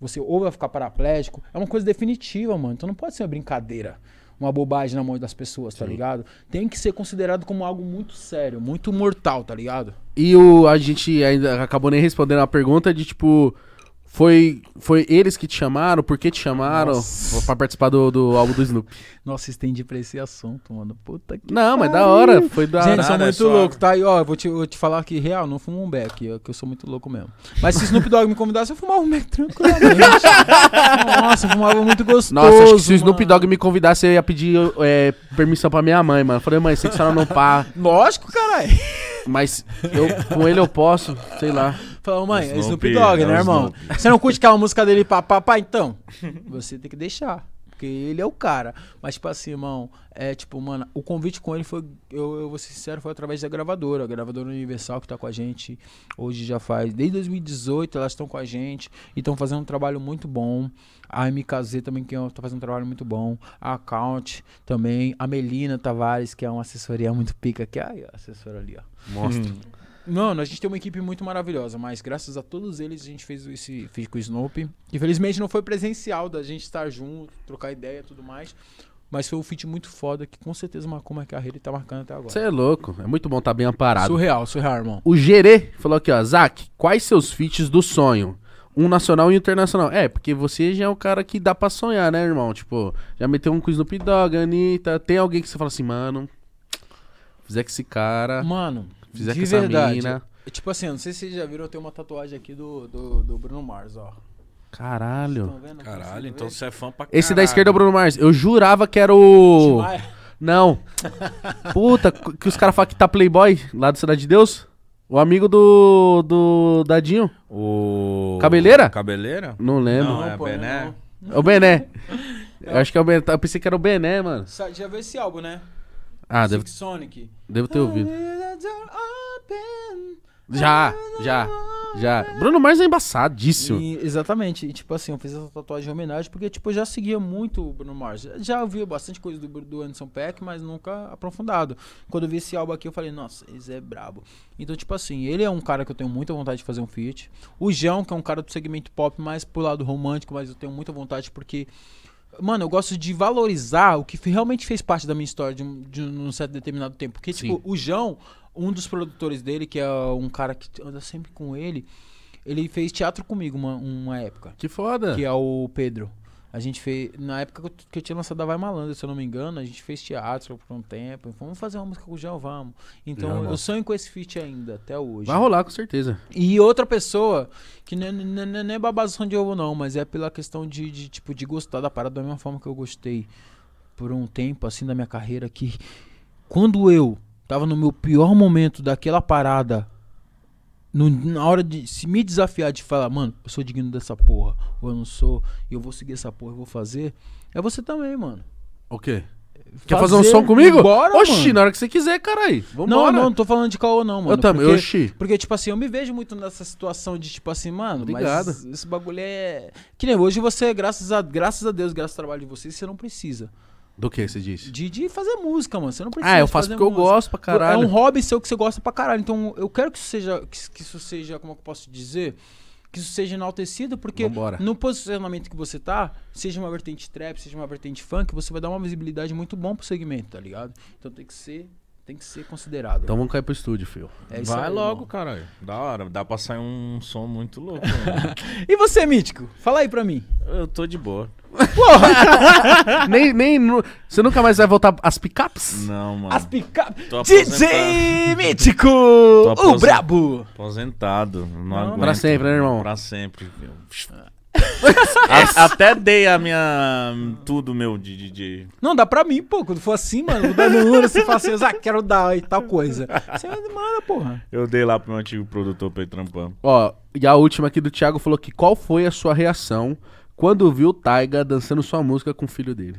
Speaker 3: Você ou vai ficar paraplégico, é uma coisa definitiva, mano. Então não pode ser uma brincadeira, uma bobagem na mão das pessoas, tá ligado? Tem que ser considerado como algo muito sério, muito mortal, tá ligado?
Speaker 2: E o, a gente ainda acabou nem respondendo a pergunta de tipo. Foi, foi eles que te chamaram? Por que te chamaram
Speaker 3: Nossa.
Speaker 2: pra participar do, do álbum do Snoop?
Speaker 3: Nossa, estendi pra esse assunto, mano. Puta que.
Speaker 2: Não, mas da hora. Foi da
Speaker 3: Gente,
Speaker 2: hora.
Speaker 3: eu sou
Speaker 1: Nada, é
Speaker 3: muito
Speaker 1: só-
Speaker 3: louco, tá? E ó, eu vou te, vou te falar que, real, não fumo um beck, ó, que eu sou muito louco mesmo. Mas se Snoop Dogg me convidasse, eu fumava um beck tranquilamente. Nossa, eu fumava muito gostoso.
Speaker 2: Nossa, acho que se o Snoop
Speaker 3: mano.
Speaker 2: Dogg me convidasse, eu ia pedir é, permissão pra minha mãe, mano. Eu Falei, mãe, sei que a senhora não pá,
Speaker 3: Lógico, caralho.
Speaker 2: mas eu, com ele eu posso, sei lá.
Speaker 3: Falou, mãe, é
Speaker 1: Snoop,
Speaker 3: Snoop Dogg,
Speaker 1: é o
Speaker 3: né, irmão? Você não curte aquela música dele, papapá, então? Você tem que deixar. Porque ele é o cara. Mas, tipo assim, irmão, é tipo, mano, o convite com ele foi, eu, eu vou ser sincero, foi através da gravadora. A gravadora Universal que tá com a gente hoje já faz. Desde 2018 elas estão com a gente e estão fazendo um trabalho muito bom. A MKZ também, que tá fazendo um trabalho muito bom. A Account também. A Melina Tavares, que é uma assessoria muito pica. Que, ai, a assessora ali, ó. Hum.
Speaker 2: Mostra.
Speaker 3: Mano, a gente tem uma equipe muito maravilhosa, mas graças a todos eles a gente fez esse fez com o Snoop. Infelizmente não foi presencial da gente estar junto, trocar ideia e tudo mais. Mas foi um feat muito foda que com certeza marcou minha carreira e tá marcando até agora.
Speaker 2: Você é louco. É muito bom tá bem amparado.
Speaker 3: Surreal, surreal, irmão.
Speaker 2: O Gerê falou aqui, ó. Zac, quais seus feats do sonho? Um nacional e um internacional. É, porque você já é o cara que dá pra sonhar, né, irmão? Tipo, já meteu um com o Snoop Dogg, Anitta. Tem alguém que você fala assim, mano, fizer com esse cara,
Speaker 3: Mano,
Speaker 2: fizer
Speaker 3: de
Speaker 2: com essa
Speaker 3: verdade.
Speaker 2: mina.
Speaker 3: Tipo assim, não sei se vocês já viram, eu tenho uma tatuagem aqui do, do, do Bruno Mars, ó.
Speaker 2: Caralho.
Speaker 3: vendo?
Speaker 1: Caralho, então você é fã pra caralho.
Speaker 2: Esse da esquerda é o Bruno Mars. Eu jurava que era o...
Speaker 3: Maia.
Speaker 2: Não. Puta, cu- que os caras falam que tá Playboy lá do Cidade de Deus. O amigo do... do Dadinho.
Speaker 1: O...
Speaker 2: Cabeleira?
Speaker 1: Cabeleira?
Speaker 2: Não lembro.
Speaker 1: Não, é
Speaker 3: pô,
Speaker 1: Bené.
Speaker 3: não.
Speaker 2: É o Bené. Eu acho que é o Bené. Eu pensei que era o Bené, mano.
Speaker 3: Sa- Já viu esse álbum, né?
Speaker 2: Ah,
Speaker 3: Six
Speaker 2: devo,
Speaker 3: Sonic.
Speaker 2: devo ter ouvido.
Speaker 3: Open.
Speaker 2: Já, já, já. Bruno Mars é embaçadíssimo.
Speaker 3: E- exatamente. E, tipo assim, eu fiz essa tatuagem em homenagem porque, tipo, eu já seguia muito o Bruno Mars. Já- Já ouvia bastante coisa do, Bru- do Anderson Peck, mas nunca aprofundado. Quando eu vi esse álbum aqui, eu falei, nossa, esse é brabo. Então, tipo assim, ele é um cara que eu tenho muita vontade de fazer um feat. O Jão, que é um cara do segmento pop, mais pro lado romântico, mas eu tenho muita vontade porque... Mano, eu gosto de valorizar o que fe- realmente fez parte da minha história de um, de um certo determinado tempo. Porque, tipo,
Speaker 2: Sim.
Speaker 3: o Jão, um dos produtores dele, que é um cara que anda sempre com ele, ele fez teatro comigo uma, uma época,
Speaker 2: Que foda.
Speaker 3: que é o Pedro. A gente fez. Na época que eu, que eu tinha lançado a Vai Malandro, se eu não me engano, a gente fez teatro por um tempo. Vamos fazer uma música com o Jão, vamos. Então eu sonho com esse feat ainda, até hoje.
Speaker 2: Vai rolar, com certeza.
Speaker 3: E outra pessoa, que não é, não é- não é- não é babação de ovo, não, mas é pela questão de, de, tipo, de gostar da parada da mesma forma que eu gostei por um tempo, assim, da minha carreira, que quando eu tava no meu pior momento daquela parada, no- na hora de se me desafiar de falar, mano, eu sou digno dessa porra, ou eu não sou, e eu vou seguir essa porra, eu vou fazer, é você também, mano.
Speaker 2: O quê? Quer fazer um som comigo?
Speaker 3: Bora,
Speaker 2: Oxi,
Speaker 3: mano.
Speaker 2: na hora que você quiser, caralho.
Speaker 3: Não,
Speaker 2: Vambora.
Speaker 3: não, não tô falando de caô, não, mano.
Speaker 2: Eu também,
Speaker 3: porque-
Speaker 2: oxi.
Speaker 3: Porque, tipo assim, eu me vejo muito nessa situação de, tipo assim, mano,
Speaker 2: Obrigado.
Speaker 3: mas esse bagulho é. Que nem hoje você, graças a, graças a Deus, graças ao trabalho de vocês, você não precisa.
Speaker 2: Do que você disse?
Speaker 3: De, de fazer música, mano. Você não precisa.
Speaker 2: Ah, eu
Speaker 3: de
Speaker 2: faço
Speaker 3: fazer
Speaker 2: porque eu
Speaker 3: música.
Speaker 2: gosto pra caralho.
Speaker 3: É um hobby seu que você gosta pra caralho. Então, eu quero que isso seja. Que, que isso seja, como eu posso dizer? Que isso seja enaltecido, porque
Speaker 2: Vambora.
Speaker 3: no posicionamento que você tá, seja uma vertente trap, seja uma vertente funk, você vai dar uma visibilidade muito bom pro segmento, tá ligado? Então tem que ser. Tem que ser considerado.
Speaker 2: Então vamos cair pro estúdio, filho.
Speaker 3: É isso
Speaker 1: Vai
Speaker 3: aí,
Speaker 1: logo,
Speaker 3: irmão.
Speaker 1: caralho. Da hora, dá pra sair um som muito louco. né? mano.
Speaker 3: E você, Mítico? Fala aí pra mim.
Speaker 1: Eu tô de boa.
Speaker 3: É.
Speaker 2: nem, nem... nu- Você nunca mais vai voltar às picapes?
Speaker 1: Não, mano.
Speaker 3: As picapes.
Speaker 1: Tô
Speaker 3: DJ Mítico! O
Speaker 1: aposentado.
Speaker 3: brabo!
Speaker 1: Aposentado. Não, aguento.
Speaker 2: pra sempre, né, irmão?
Speaker 1: Pra sempre. meu. A- Até dei a minha. Tudo meu de DJ.
Speaker 3: Não, dá pra mim, pô. Quando for assim, mano, dando número, você fala assim, ah, quero dar e tal coisa. Você manda, porra.
Speaker 1: Eu dei lá pro meu antigo produtor pra ele trampar.
Speaker 2: Ó, e a última aqui do Thiago falou que qual foi a sua reação quando viu o Taiga dançando sua música com o filho dele?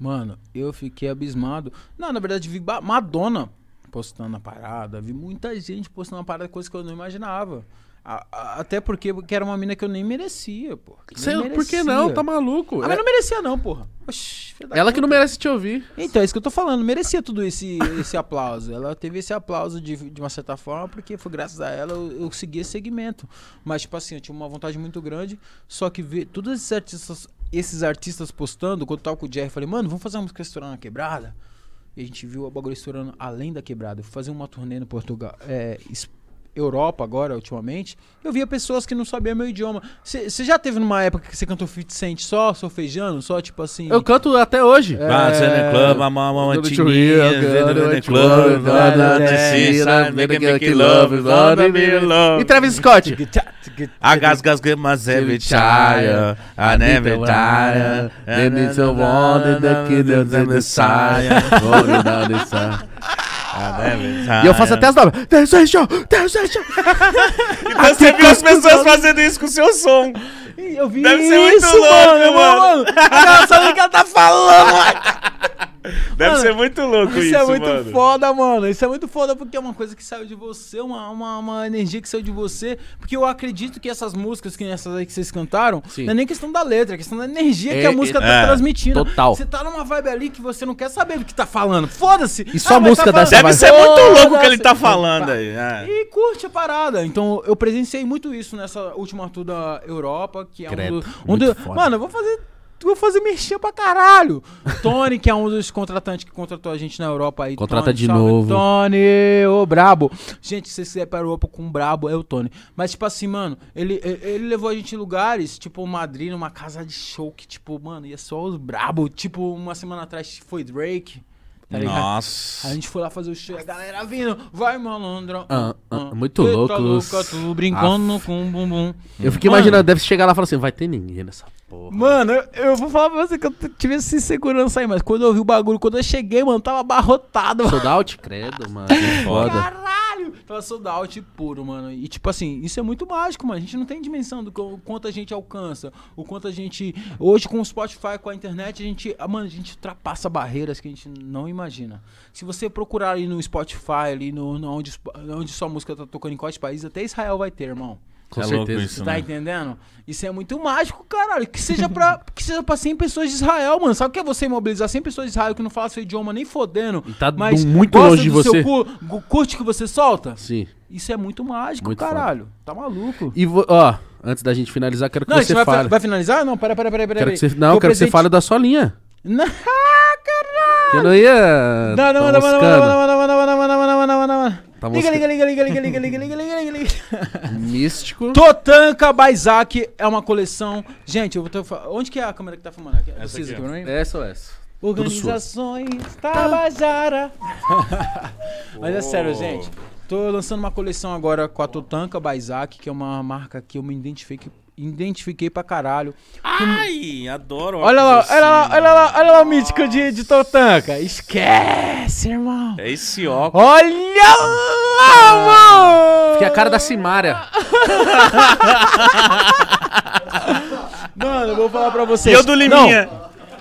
Speaker 3: Mano, eu fiquei abismado. Não, na verdade, vi ba- Madonna postando a parada. Vi muita gente postando a parada, coisa que eu não imaginava. A- a- até porque que era uma mina que eu nem merecia, pô. Nem
Speaker 2: Sei, por que
Speaker 3: merecia.
Speaker 2: não? Tá maluco?
Speaker 3: Ah, mas não merecia não, porra. Oxi, filha da
Speaker 2: Ela que não merece te ouvir.
Speaker 3: Então, é isso que eu tô falando. Merecia tudo esse, esse aplauso. Ela teve esse aplauso de, de uma certa forma, porque foi graças a ela eu, eu segui esse segmento. Mas, tipo assim, eu tinha uma vontade muito grande. Só que ver todos esses artistas, esses artistas postando, quando eu tava com o Jerry, eu falei, mano, vamos fazer uma música estourando na quebrada? E a gente viu o bagulho estourando além da quebrada. Eu fui fazer uma turnê no Portugal. É, es- Europa agora, ultimamente, eu via pessoas que não sabiam meu idioma. Você já teve numa época que você cantou 50 Cent só, solfejando, só tipo assim...
Speaker 2: Eu canto até hoje.
Speaker 1: Bounce in the é club, I'm a mama
Speaker 2: Don't you
Speaker 1: chininha,
Speaker 2: hear,
Speaker 1: do
Speaker 2: girl,
Speaker 1: it in the
Speaker 2: don't you
Speaker 1: é club,
Speaker 2: worry about
Speaker 1: da, da,
Speaker 2: it.
Speaker 1: da, si, sa, make it, make it love, love, make it love.
Speaker 2: E Travis Scott?
Speaker 1: I gas gas é get myself every tire, I never tire.
Speaker 2: Then it's a wonder the kingdoms and the sire. Rolling down the side. E eu faço até as dobras. There's a show, there's a show.
Speaker 1: Então você viu as pessoas fazendo isso com o seu som.
Speaker 3: Eu vi
Speaker 1: Deve ser muito
Speaker 3: isso,
Speaker 1: louco, mano.
Speaker 3: Cara, sabe o que ela tá falando, mano?
Speaker 1: Deve
Speaker 3: Mano,
Speaker 1: ser muito louco isso,
Speaker 3: Isso, é muito
Speaker 1: mano.
Speaker 3: foda, mano. Isso é muito foda porque é uma coisa que saiu de você, uma, uma, uma energia que saiu de você. Porque eu acredito que essas músicas, que essas aí que vocês cantaram,
Speaker 2: Sim.
Speaker 3: não é nem questão da letra, é questão da energia que
Speaker 2: É,
Speaker 3: a música tá
Speaker 1: é,
Speaker 3: transmitindo.
Speaker 2: total.
Speaker 3: Você tá numa vibe ali que você não quer saber do que tá falando. Foda-se. Ah,
Speaker 2: E só a
Speaker 3: mas tá
Speaker 2: música
Speaker 3: falando-
Speaker 2: dessa
Speaker 1: Deve
Speaker 2: Vai.
Speaker 1: ser muito louco o que ele
Speaker 3: Foda-se.
Speaker 1: tá falando aí. é.
Speaker 3: E curte a parada. Então, eu presenciei muito isso nessa última tour da Europa, que é
Speaker 2: Credo,
Speaker 3: um dos. Um
Speaker 2: muito
Speaker 3: do-
Speaker 2: foda.
Speaker 3: Mano, eu vou fazer. Vou fazer merchan pra caralho. Tony, que é um dos contratantes que contratou a gente na Europa aí.
Speaker 2: Contrata
Speaker 3: Tony,
Speaker 2: de
Speaker 3: salve,
Speaker 2: novo.
Speaker 3: Tony, ô brabo. Gente, se vocês quiserem ir pra Europa com um brabo, é o Tony. Mas, tipo assim, mano, ele, ele- ele levou a gente em lugares, tipo Madrid, numa casa de show que, tipo, mano, ia só os brabo. Tipo, uma semana atrás foi Drake. Tá ligado? A
Speaker 1: Nossa.
Speaker 3: gente foi lá fazer o show, a galera vindo, vai malandro.
Speaker 2: Ah, ah, muito
Speaker 3: Eita
Speaker 2: loucos.
Speaker 3: louca, tu brincando com bum bum.
Speaker 2: Eu fiquei
Speaker 3: Mano.
Speaker 2: imaginando, deve chegar lá e falar assim, vai ter ninguém nessa porra.
Speaker 3: Mano, eu, eu vou falar pra você que eu t- tive essa insegurança aí, mas quando eu vi o bagulho, quando eu cheguei, mano, tava abarrotado. mano.
Speaker 2: Sold out, credo, mano. que Foda.
Speaker 3: Caralho! Então, Tava sold out puro, mano. E tipo assim, isso é muito mágico, mano. A gente não tem dimensão do que- o quanto a gente alcança, o quanto a gente. Hoje com o Spotify, com a internet, a gente. ah, Mano, a gente ultrapassa barreiras que a gente não imagina. Se você procurar ali no Spotify, ali no, no onde, onde sua música tá tocando em quais países, até Israel vai ter, irmão.
Speaker 2: Com
Speaker 1: É louco
Speaker 2: certeza.
Speaker 1: isso.
Speaker 3: Você tá
Speaker 1: né?
Speaker 3: entendendo? Isso é muito mágico, caralho. Que seja, pra, que seja pra 100 pessoas de Israel, mano. Sabe o que é você mobilizar 100 pessoas de Israel que não falam seu idioma nem fodendo?
Speaker 2: E tá
Speaker 3: mas
Speaker 2: muito
Speaker 3: gosta
Speaker 2: longe de
Speaker 3: do
Speaker 2: você.
Speaker 3: Seu cu, gu- curte que você solta?
Speaker 2: Sim.
Speaker 3: Isso é muito mágico,
Speaker 2: Muito
Speaker 3: caralho. Tá maluco.
Speaker 2: E, vo- ó, antes da gente finalizar, quero que
Speaker 3: Não, a gente
Speaker 2: você
Speaker 3: vai,
Speaker 2: fale.
Speaker 3: vai finalizar? Não, pera, pera, pera. pera
Speaker 2: Quero que
Speaker 3: aí.
Speaker 2: você, não,
Speaker 3: Vou
Speaker 2: quero que você
Speaker 3: presente-
Speaker 2: fale da sua linha.
Speaker 3: Não, caralho!
Speaker 2: Que eu não ia...
Speaker 3: Não, não,
Speaker 2: tá
Speaker 3: não, não, não,
Speaker 2: moscando.
Speaker 3: não, não, não, não, não, não, não, não, não, não, não.
Speaker 2: Tá mosca-
Speaker 3: Liga, liga, liga, liga, liga, liga, liga, liga, liga, liga, liga.
Speaker 2: Místico.
Speaker 3: Totanka Baizak é uma coleção. Gente, eu vou ter... fa- onde que é a câmera que tá filmando? Aqui-
Speaker 1: Essa
Speaker 3: Vocês
Speaker 1: aqui,
Speaker 3: aqui
Speaker 1: ó.
Speaker 3: pra mim?
Speaker 2: Essa É ou essa?
Speaker 3: Organizações Tabajara. Mas é sério, gente. Tô lançando uma coleção agora com a Totanka Baizak, que é uma marca que eu me identifiquei, identifiquei pra caralho.
Speaker 1: Ai, adoro.
Speaker 3: Olha lá,
Speaker 1: óculos
Speaker 3: olha lá,
Speaker 1: assim.
Speaker 3: olha lá, olha lá o mítico de, de Totanka. Esquece, irmão.
Speaker 1: É esse óculos.
Speaker 3: Olha lá, mano!
Speaker 2: Que é a cara da Simária.
Speaker 3: Mano, eu vou falar pra
Speaker 1: E
Speaker 3: vocês.
Speaker 1: eu do Liminha.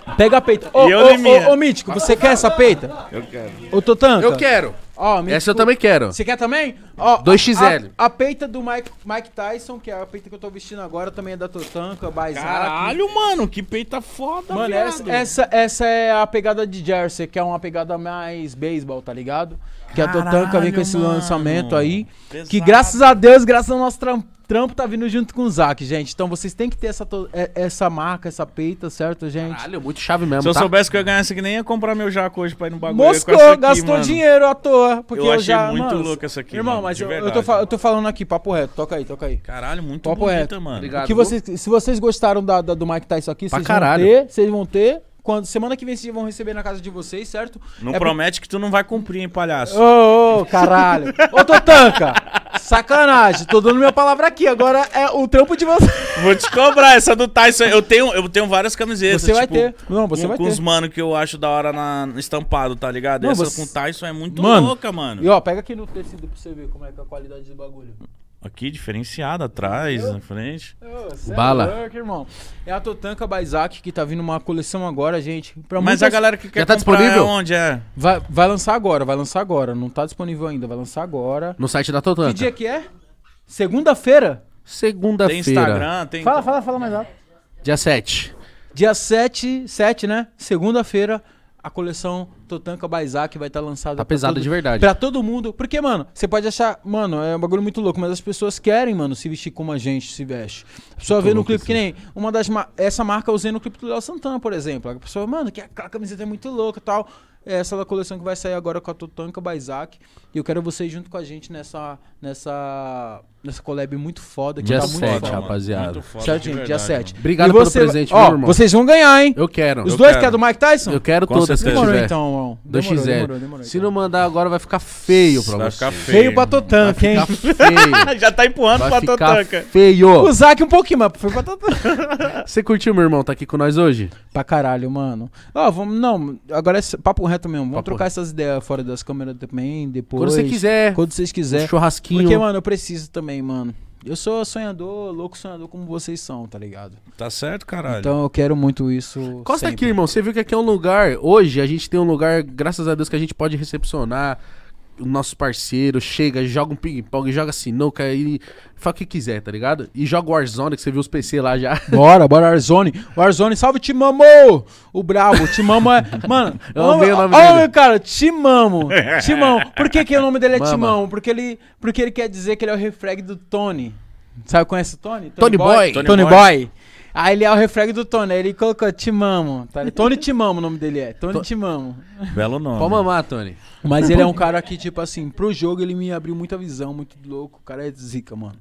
Speaker 3: Não, pega a peita. Ô,
Speaker 1: eu,
Speaker 3: ô,
Speaker 1: Liminha.
Speaker 3: ô, ô, mítico, você quer essa peita?
Speaker 1: Eu quero.
Speaker 3: Ô, Totanka.
Speaker 2: Eu quero.
Speaker 3: Ó, mítico.
Speaker 2: Essa eu também quero.
Speaker 3: Você quer também? Ó,
Speaker 2: 2XL.
Speaker 3: A, a peita do Mike, Mike Tyson, que é a peita que eu tô vestindo agora, também é da Totanka, Baizak.
Speaker 1: Caralho, tá mano, que peita foda,
Speaker 3: Mano, é essa, essa, essa é a pegada de Jersey, que é uma pegada mais beisebol, tá ligado? Que a Totanka vem com esse
Speaker 1: Caralho,
Speaker 3: lançamento
Speaker 1: mano.
Speaker 3: aí. Que
Speaker 1: Pesado.
Speaker 3: graças a Deus, graças ao nosso tram- trampo, tá vindo junto com o Zac, gente. Então vocês têm que ter essa, to- é- essa marca, essa peita, certo, gente?
Speaker 2: Caralho, muito chave mesmo,
Speaker 1: Se eu
Speaker 2: tá?
Speaker 1: soubesse que eu ia ganhar isso aqui, nem ia comprar meu jaco hoje pra ir no bagulho. Eu ia com
Speaker 3: Moscou,
Speaker 1: essa aqui,
Speaker 3: gastou
Speaker 1: mano.
Speaker 3: dinheiro à toa. Porque
Speaker 1: Eu
Speaker 3: eu,
Speaker 1: achei
Speaker 3: já,
Speaker 1: muito
Speaker 3: mano,
Speaker 1: louco essa aqui,
Speaker 3: Irmão,
Speaker 1: mano,
Speaker 3: mas
Speaker 1: de
Speaker 3: eu, eu tô,
Speaker 1: verdade.
Speaker 3: fa- eu tô falando aqui, papo reto. Toca aí, toca aí.
Speaker 1: Caralho, muito
Speaker 3: Papo
Speaker 1: bonita,
Speaker 3: reto.
Speaker 1: mano.
Speaker 2: Obrigado.
Speaker 3: que vocês, se vocês gostaram da, da- do Mike Tyson aqui,
Speaker 2: Pra
Speaker 3: vocês vão
Speaker 2: caralho.
Speaker 3: ter, vocês vão ter. Quando, semana que vem vocês vão receber na casa de vocês, certo?
Speaker 1: Não
Speaker 3: É por-
Speaker 1: promete que tu não vai cumprir, hein, palhaço.
Speaker 3: Ô, ô, caralho. Ô, Totanka, sacanagem. Tô dando minha palavra aqui. Agora é o trampo de vocês.
Speaker 1: Vou te cobrar essa do Tyson. Eu tenho, eu tenho várias camisetas.
Speaker 3: Você vai
Speaker 1: tipo,
Speaker 3: ter. Não, você
Speaker 1: com,
Speaker 3: vai
Speaker 1: com
Speaker 3: ter.
Speaker 1: os mano que eu acho da hora na, no estampado, tá ligado?
Speaker 3: Não,
Speaker 1: essa
Speaker 3: você-
Speaker 1: com o Tyson é muito
Speaker 3: Mano.
Speaker 1: louca, mano.
Speaker 3: E ó, pega aqui no tecido pra você ver como é que é a qualidade do bagulho.
Speaker 1: Aqui, diferenciada, atrás, na frente.
Speaker 3: Ô, cê é
Speaker 2: Bala.
Speaker 3: louco, irmão. É a Totanka Baizak que tá vindo uma coleção agora, gente. Pra
Speaker 1: Mas
Speaker 3: muitas-
Speaker 1: a galera que quer
Speaker 2: tá
Speaker 1: comprar
Speaker 2: disponível?
Speaker 1: é onde é?
Speaker 3: Vai, vai lançar agora, vai lançar agora. Não tá disponível ainda, vai lançar agora.
Speaker 2: No site da
Speaker 3: Que
Speaker 2: Totanka.
Speaker 3: dia que é? Segunda-feira?
Speaker 1: Tem
Speaker 2: Segunda-feira.
Speaker 1: Instagram, tem.
Speaker 3: Fala, fala, fala mais alto.
Speaker 2: Dia 7.
Speaker 3: Dia 7, 7, né? Segunda-feira, a coleção Totanka Baizak vai estar lançada.
Speaker 2: Tá
Speaker 3: pra
Speaker 2: pesado
Speaker 3: todo-
Speaker 2: de verdade.
Speaker 3: Pra todo mundo. Porque, mano, você pode achar. Mano, é um bagulho muito louco, mas as pessoas querem, mano, se vestir como a gente se veste. A pessoa vê no
Speaker 2: louco
Speaker 3: clipe que nem. Uma das. ma- Essa marca eu usei no clipe do Léo Santana, por exemplo. A pessoa, mano, que aquela camiseta é muito louca e tal. é essa da coleção que vai sair agora com a Totão e com a Baizak. E eu quero vocês junto com a gente nessa, nessa, nessa collab muito foda. Que
Speaker 2: Dia
Speaker 3: tá
Speaker 2: sete,
Speaker 3: muito foda.
Speaker 1: mano.
Speaker 2: rapaziada.
Speaker 1: Muito foda,
Speaker 3: Certo,
Speaker 1: de
Speaker 3: gente? Dia
Speaker 1: verdade,
Speaker 3: 7.
Speaker 1: mano.
Speaker 2: Obrigado pelo presente,
Speaker 3: ó,
Speaker 2: meu irmão.
Speaker 3: Vocês vão ganhar, hein?
Speaker 2: Eu quero.
Speaker 3: Os
Speaker 1: Eu
Speaker 3: dois
Speaker 1: quero.
Speaker 3: quer do Mike Tyson?
Speaker 2: Eu quero
Speaker 1: Com
Speaker 2: todas.
Speaker 1: certeza.
Speaker 2: se
Speaker 3: Demorou
Speaker 2: tiver.
Speaker 3: então, irmão. Demorou,
Speaker 2: 2x0.
Speaker 3: demorou, demorou,
Speaker 2: Se
Speaker 3: então.
Speaker 2: não mandar agora, vai ficar feio pra
Speaker 1: Vai
Speaker 2: você.
Speaker 1: ficar
Speaker 3: Feio
Speaker 1: feio.
Speaker 3: pra Totanca, hein?
Speaker 2: Vai ficar feio.
Speaker 1: Já tá empurrando
Speaker 2: Vai
Speaker 1: pra
Speaker 2: ficar
Speaker 1: Totanca.
Speaker 2: feio.
Speaker 3: O Zac um pouquinho, mas foi pra Totanca.
Speaker 2: Você curtiu, meu irmão? Tá aqui com nós hoje?
Speaker 3: Pra caralho, mano. Ó, vamos. Não, agora é s- papo reto mesmo. Vamos
Speaker 2: Papo
Speaker 3: trocar
Speaker 2: reto.
Speaker 3: essas ideias fora das câmeras também, depois.
Speaker 2: Quando você quiser.
Speaker 3: Quando vocês
Speaker 2: Um
Speaker 3: quiserem.
Speaker 2: churrasquinho.
Speaker 3: Porque, mano, eu preciso também, mano. Eu sou sonhador, louco sonhador como vocês são, tá ligado?
Speaker 1: Tá certo, caralho.
Speaker 3: Então eu quero muito isso.
Speaker 2: Costa
Speaker 3: sempre.
Speaker 2: aqui, irmão. Você viu que aqui é um lugar. Hoje a gente tem um lugar, graças a Deus, que a gente pode recepcionar o nosso parceiro. Chega, joga um ping-pong, joga sinuca e faz o que quiser, tá ligado? E joga o Warzone, que você viu os PC lá já.
Speaker 3: Bora, bora, Warzone. Warzone, salve, te mamo! O brabo, te mamo é. Mano,
Speaker 2: Eu amei o nome
Speaker 3: olha,
Speaker 2: dele.
Speaker 3: cara, te mamo. Timão. Por que, que o nome dele é
Speaker 2: Mama.
Speaker 3: Timão? Porque ele, porque ele quer dizer que ele é o refrag do Tony. Sabe, conhece o Tony?
Speaker 2: Tony Boy.
Speaker 3: Tony,
Speaker 1: Tony
Speaker 3: Boy.
Speaker 1: Boy.
Speaker 3: Aí ele é o refrag do Tony. Aí ele colocou Timamo. Tá? Tony Timamo o nome dele é. Tony
Speaker 2: To-
Speaker 3: Timamo.
Speaker 1: Belo nome.
Speaker 2: Pode mamar, Tony.
Speaker 3: Mas ele é um cara que, tipo assim, pro jogo ele me abriu muita visão, muito louco. O cara é zica, mano.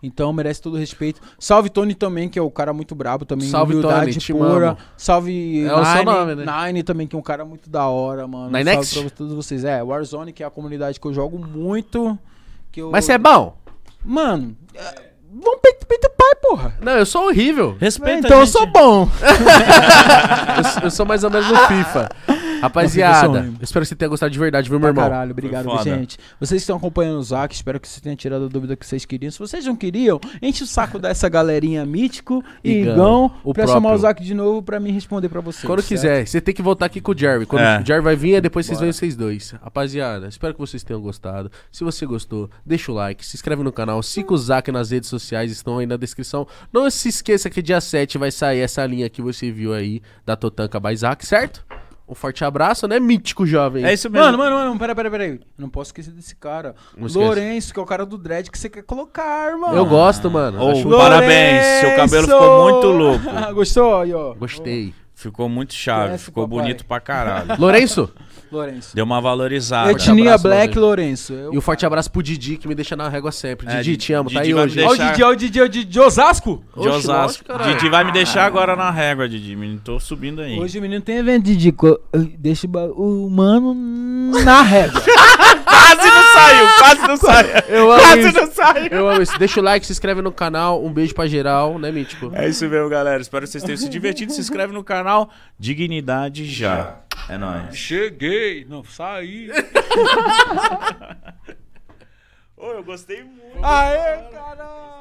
Speaker 3: Então merece todo o respeito. Salve Tony também, que é o cara muito brabo também.
Speaker 2: Salve,
Speaker 3: humildade
Speaker 2: Tony, te
Speaker 3: pura.
Speaker 2: amo.
Speaker 3: Salve
Speaker 2: É o seu
Speaker 3: Nine,
Speaker 2: nome, né?
Speaker 3: Nine também, que é um cara muito da hora, mano.
Speaker 2: Nine
Speaker 3: Salve
Speaker 2: X?
Speaker 3: pra todos vocês. É, Warzone, que é a comunidade que eu jogo muito. Que eu...
Speaker 2: Mas você é bom?
Speaker 3: Mano, é... vamos peito, peito pai, porra.
Speaker 2: Não, eu sou horrível.
Speaker 1: Respeita
Speaker 3: então
Speaker 1: a
Speaker 3: eu
Speaker 1: gente.
Speaker 3: sou bom.
Speaker 2: Eu, sou- eu sou mais ou menos no FIFA.
Speaker 3: Não, fica
Speaker 2: Rapaziada,
Speaker 3: só,
Speaker 2: eu espero que você tenha gostado de verdade, viu, meu
Speaker 3: Pra
Speaker 2: irmão?
Speaker 3: Caralho, obrigado,
Speaker 1: Foi foda.
Speaker 3: gente. Vocês que estão acompanhando o Zac, espero que vocês tenham tirado a dúvida que vocês queriam. Se vocês não queriam, enche o saco dessa galerinha mítico e
Speaker 2: Igão,
Speaker 3: Igão
Speaker 2: o
Speaker 3: pra
Speaker 2: próprio.
Speaker 3: chamar o Zac de novo pra me responder pra vocês.
Speaker 2: Quando
Speaker 3: certo?
Speaker 2: quiser, você tem que voltar aqui com o Jerry. Quando
Speaker 1: É.
Speaker 2: o Jerry vai vir, aí depois vocês vêm vocês dois. Rapaziada, espero que vocês tenham gostado. Se você gostou, deixa o like, se inscreve no canal, siga o Zac nas redes sociais, estão aí na descrição. Não se esqueça que dia 7 vai sair essa linha que você viu aí da Totanka by Zac, certo? Um forte abraço, né, mítico jovem?
Speaker 1: É isso mesmo.
Speaker 3: Mano, mano, mano, pera, pera, pera aí. Eu Não posso esquecer desse cara.
Speaker 2: Não esquece.
Speaker 3: Lourenço, que é o cara do dread que você quer colocar, mano.
Speaker 2: Eu gosto, mano.
Speaker 1: Ou
Speaker 2: Acho-
Speaker 1: um parabéns, seu cabelo ficou muito louco.
Speaker 3: Gostou? Aí, ó.
Speaker 2: Gostei.
Speaker 1: Ficou muito chave,
Speaker 2: É,
Speaker 3: Conhece o
Speaker 1: ficou
Speaker 3: papai.
Speaker 1: bonito pra caralho.
Speaker 2: Lourenço,
Speaker 3: Lourenço.
Speaker 1: Deu uma valorizada.
Speaker 2: É
Speaker 3: Etnia
Speaker 2: abraço,
Speaker 3: Black Lourenço. Eu-
Speaker 2: e um forte abraço pro Didi, que me deixa na régua sempre.
Speaker 1: É,
Speaker 2: Didi,
Speaker 1: Didi-
Speaker 2: te amo, tá
Speaker 1: Didi
Speaker 2: aí
Speaker 1: vai me
Speaker 2: hoje.
Speaker 1: deixar-
Speaker 3: Ó, o Didi, ó, o Didi, ó, o Didi de Osasco.
Speaker 1: De
Speaker 2: Oxe,
Speaker 1: Osasco.
Speaker 2: lógico, caralho.
Speaker 1: Didi vai me deixar agora na régua, Didi. Menino, tô subindo aí.
Speaker 3: Hoje o menino tem evento de dico. Deixa o ba- o mano na régua.
Speaker 1: Quase não saiu, quase não saiu.
Speaker 2: Ah! Eu amo
Speaker 1: Quase
Speaker 2: isso.
Speaker 1: não saiu.
Speaker 2: Eu amo isso. Deixa o like, se inscreve no canal. Um beijo pra geral, né, Mítico?
Speaker 1: É isso mesmo, galera. Espero que vocês tenham se divertido. Se inscreve no canal. Dignidade já. É nóis.
Speaker 4: Cheguei, não saí.
Speaker 1: Ô, eu gostei muito.
Speaker 3: Aê, caralho!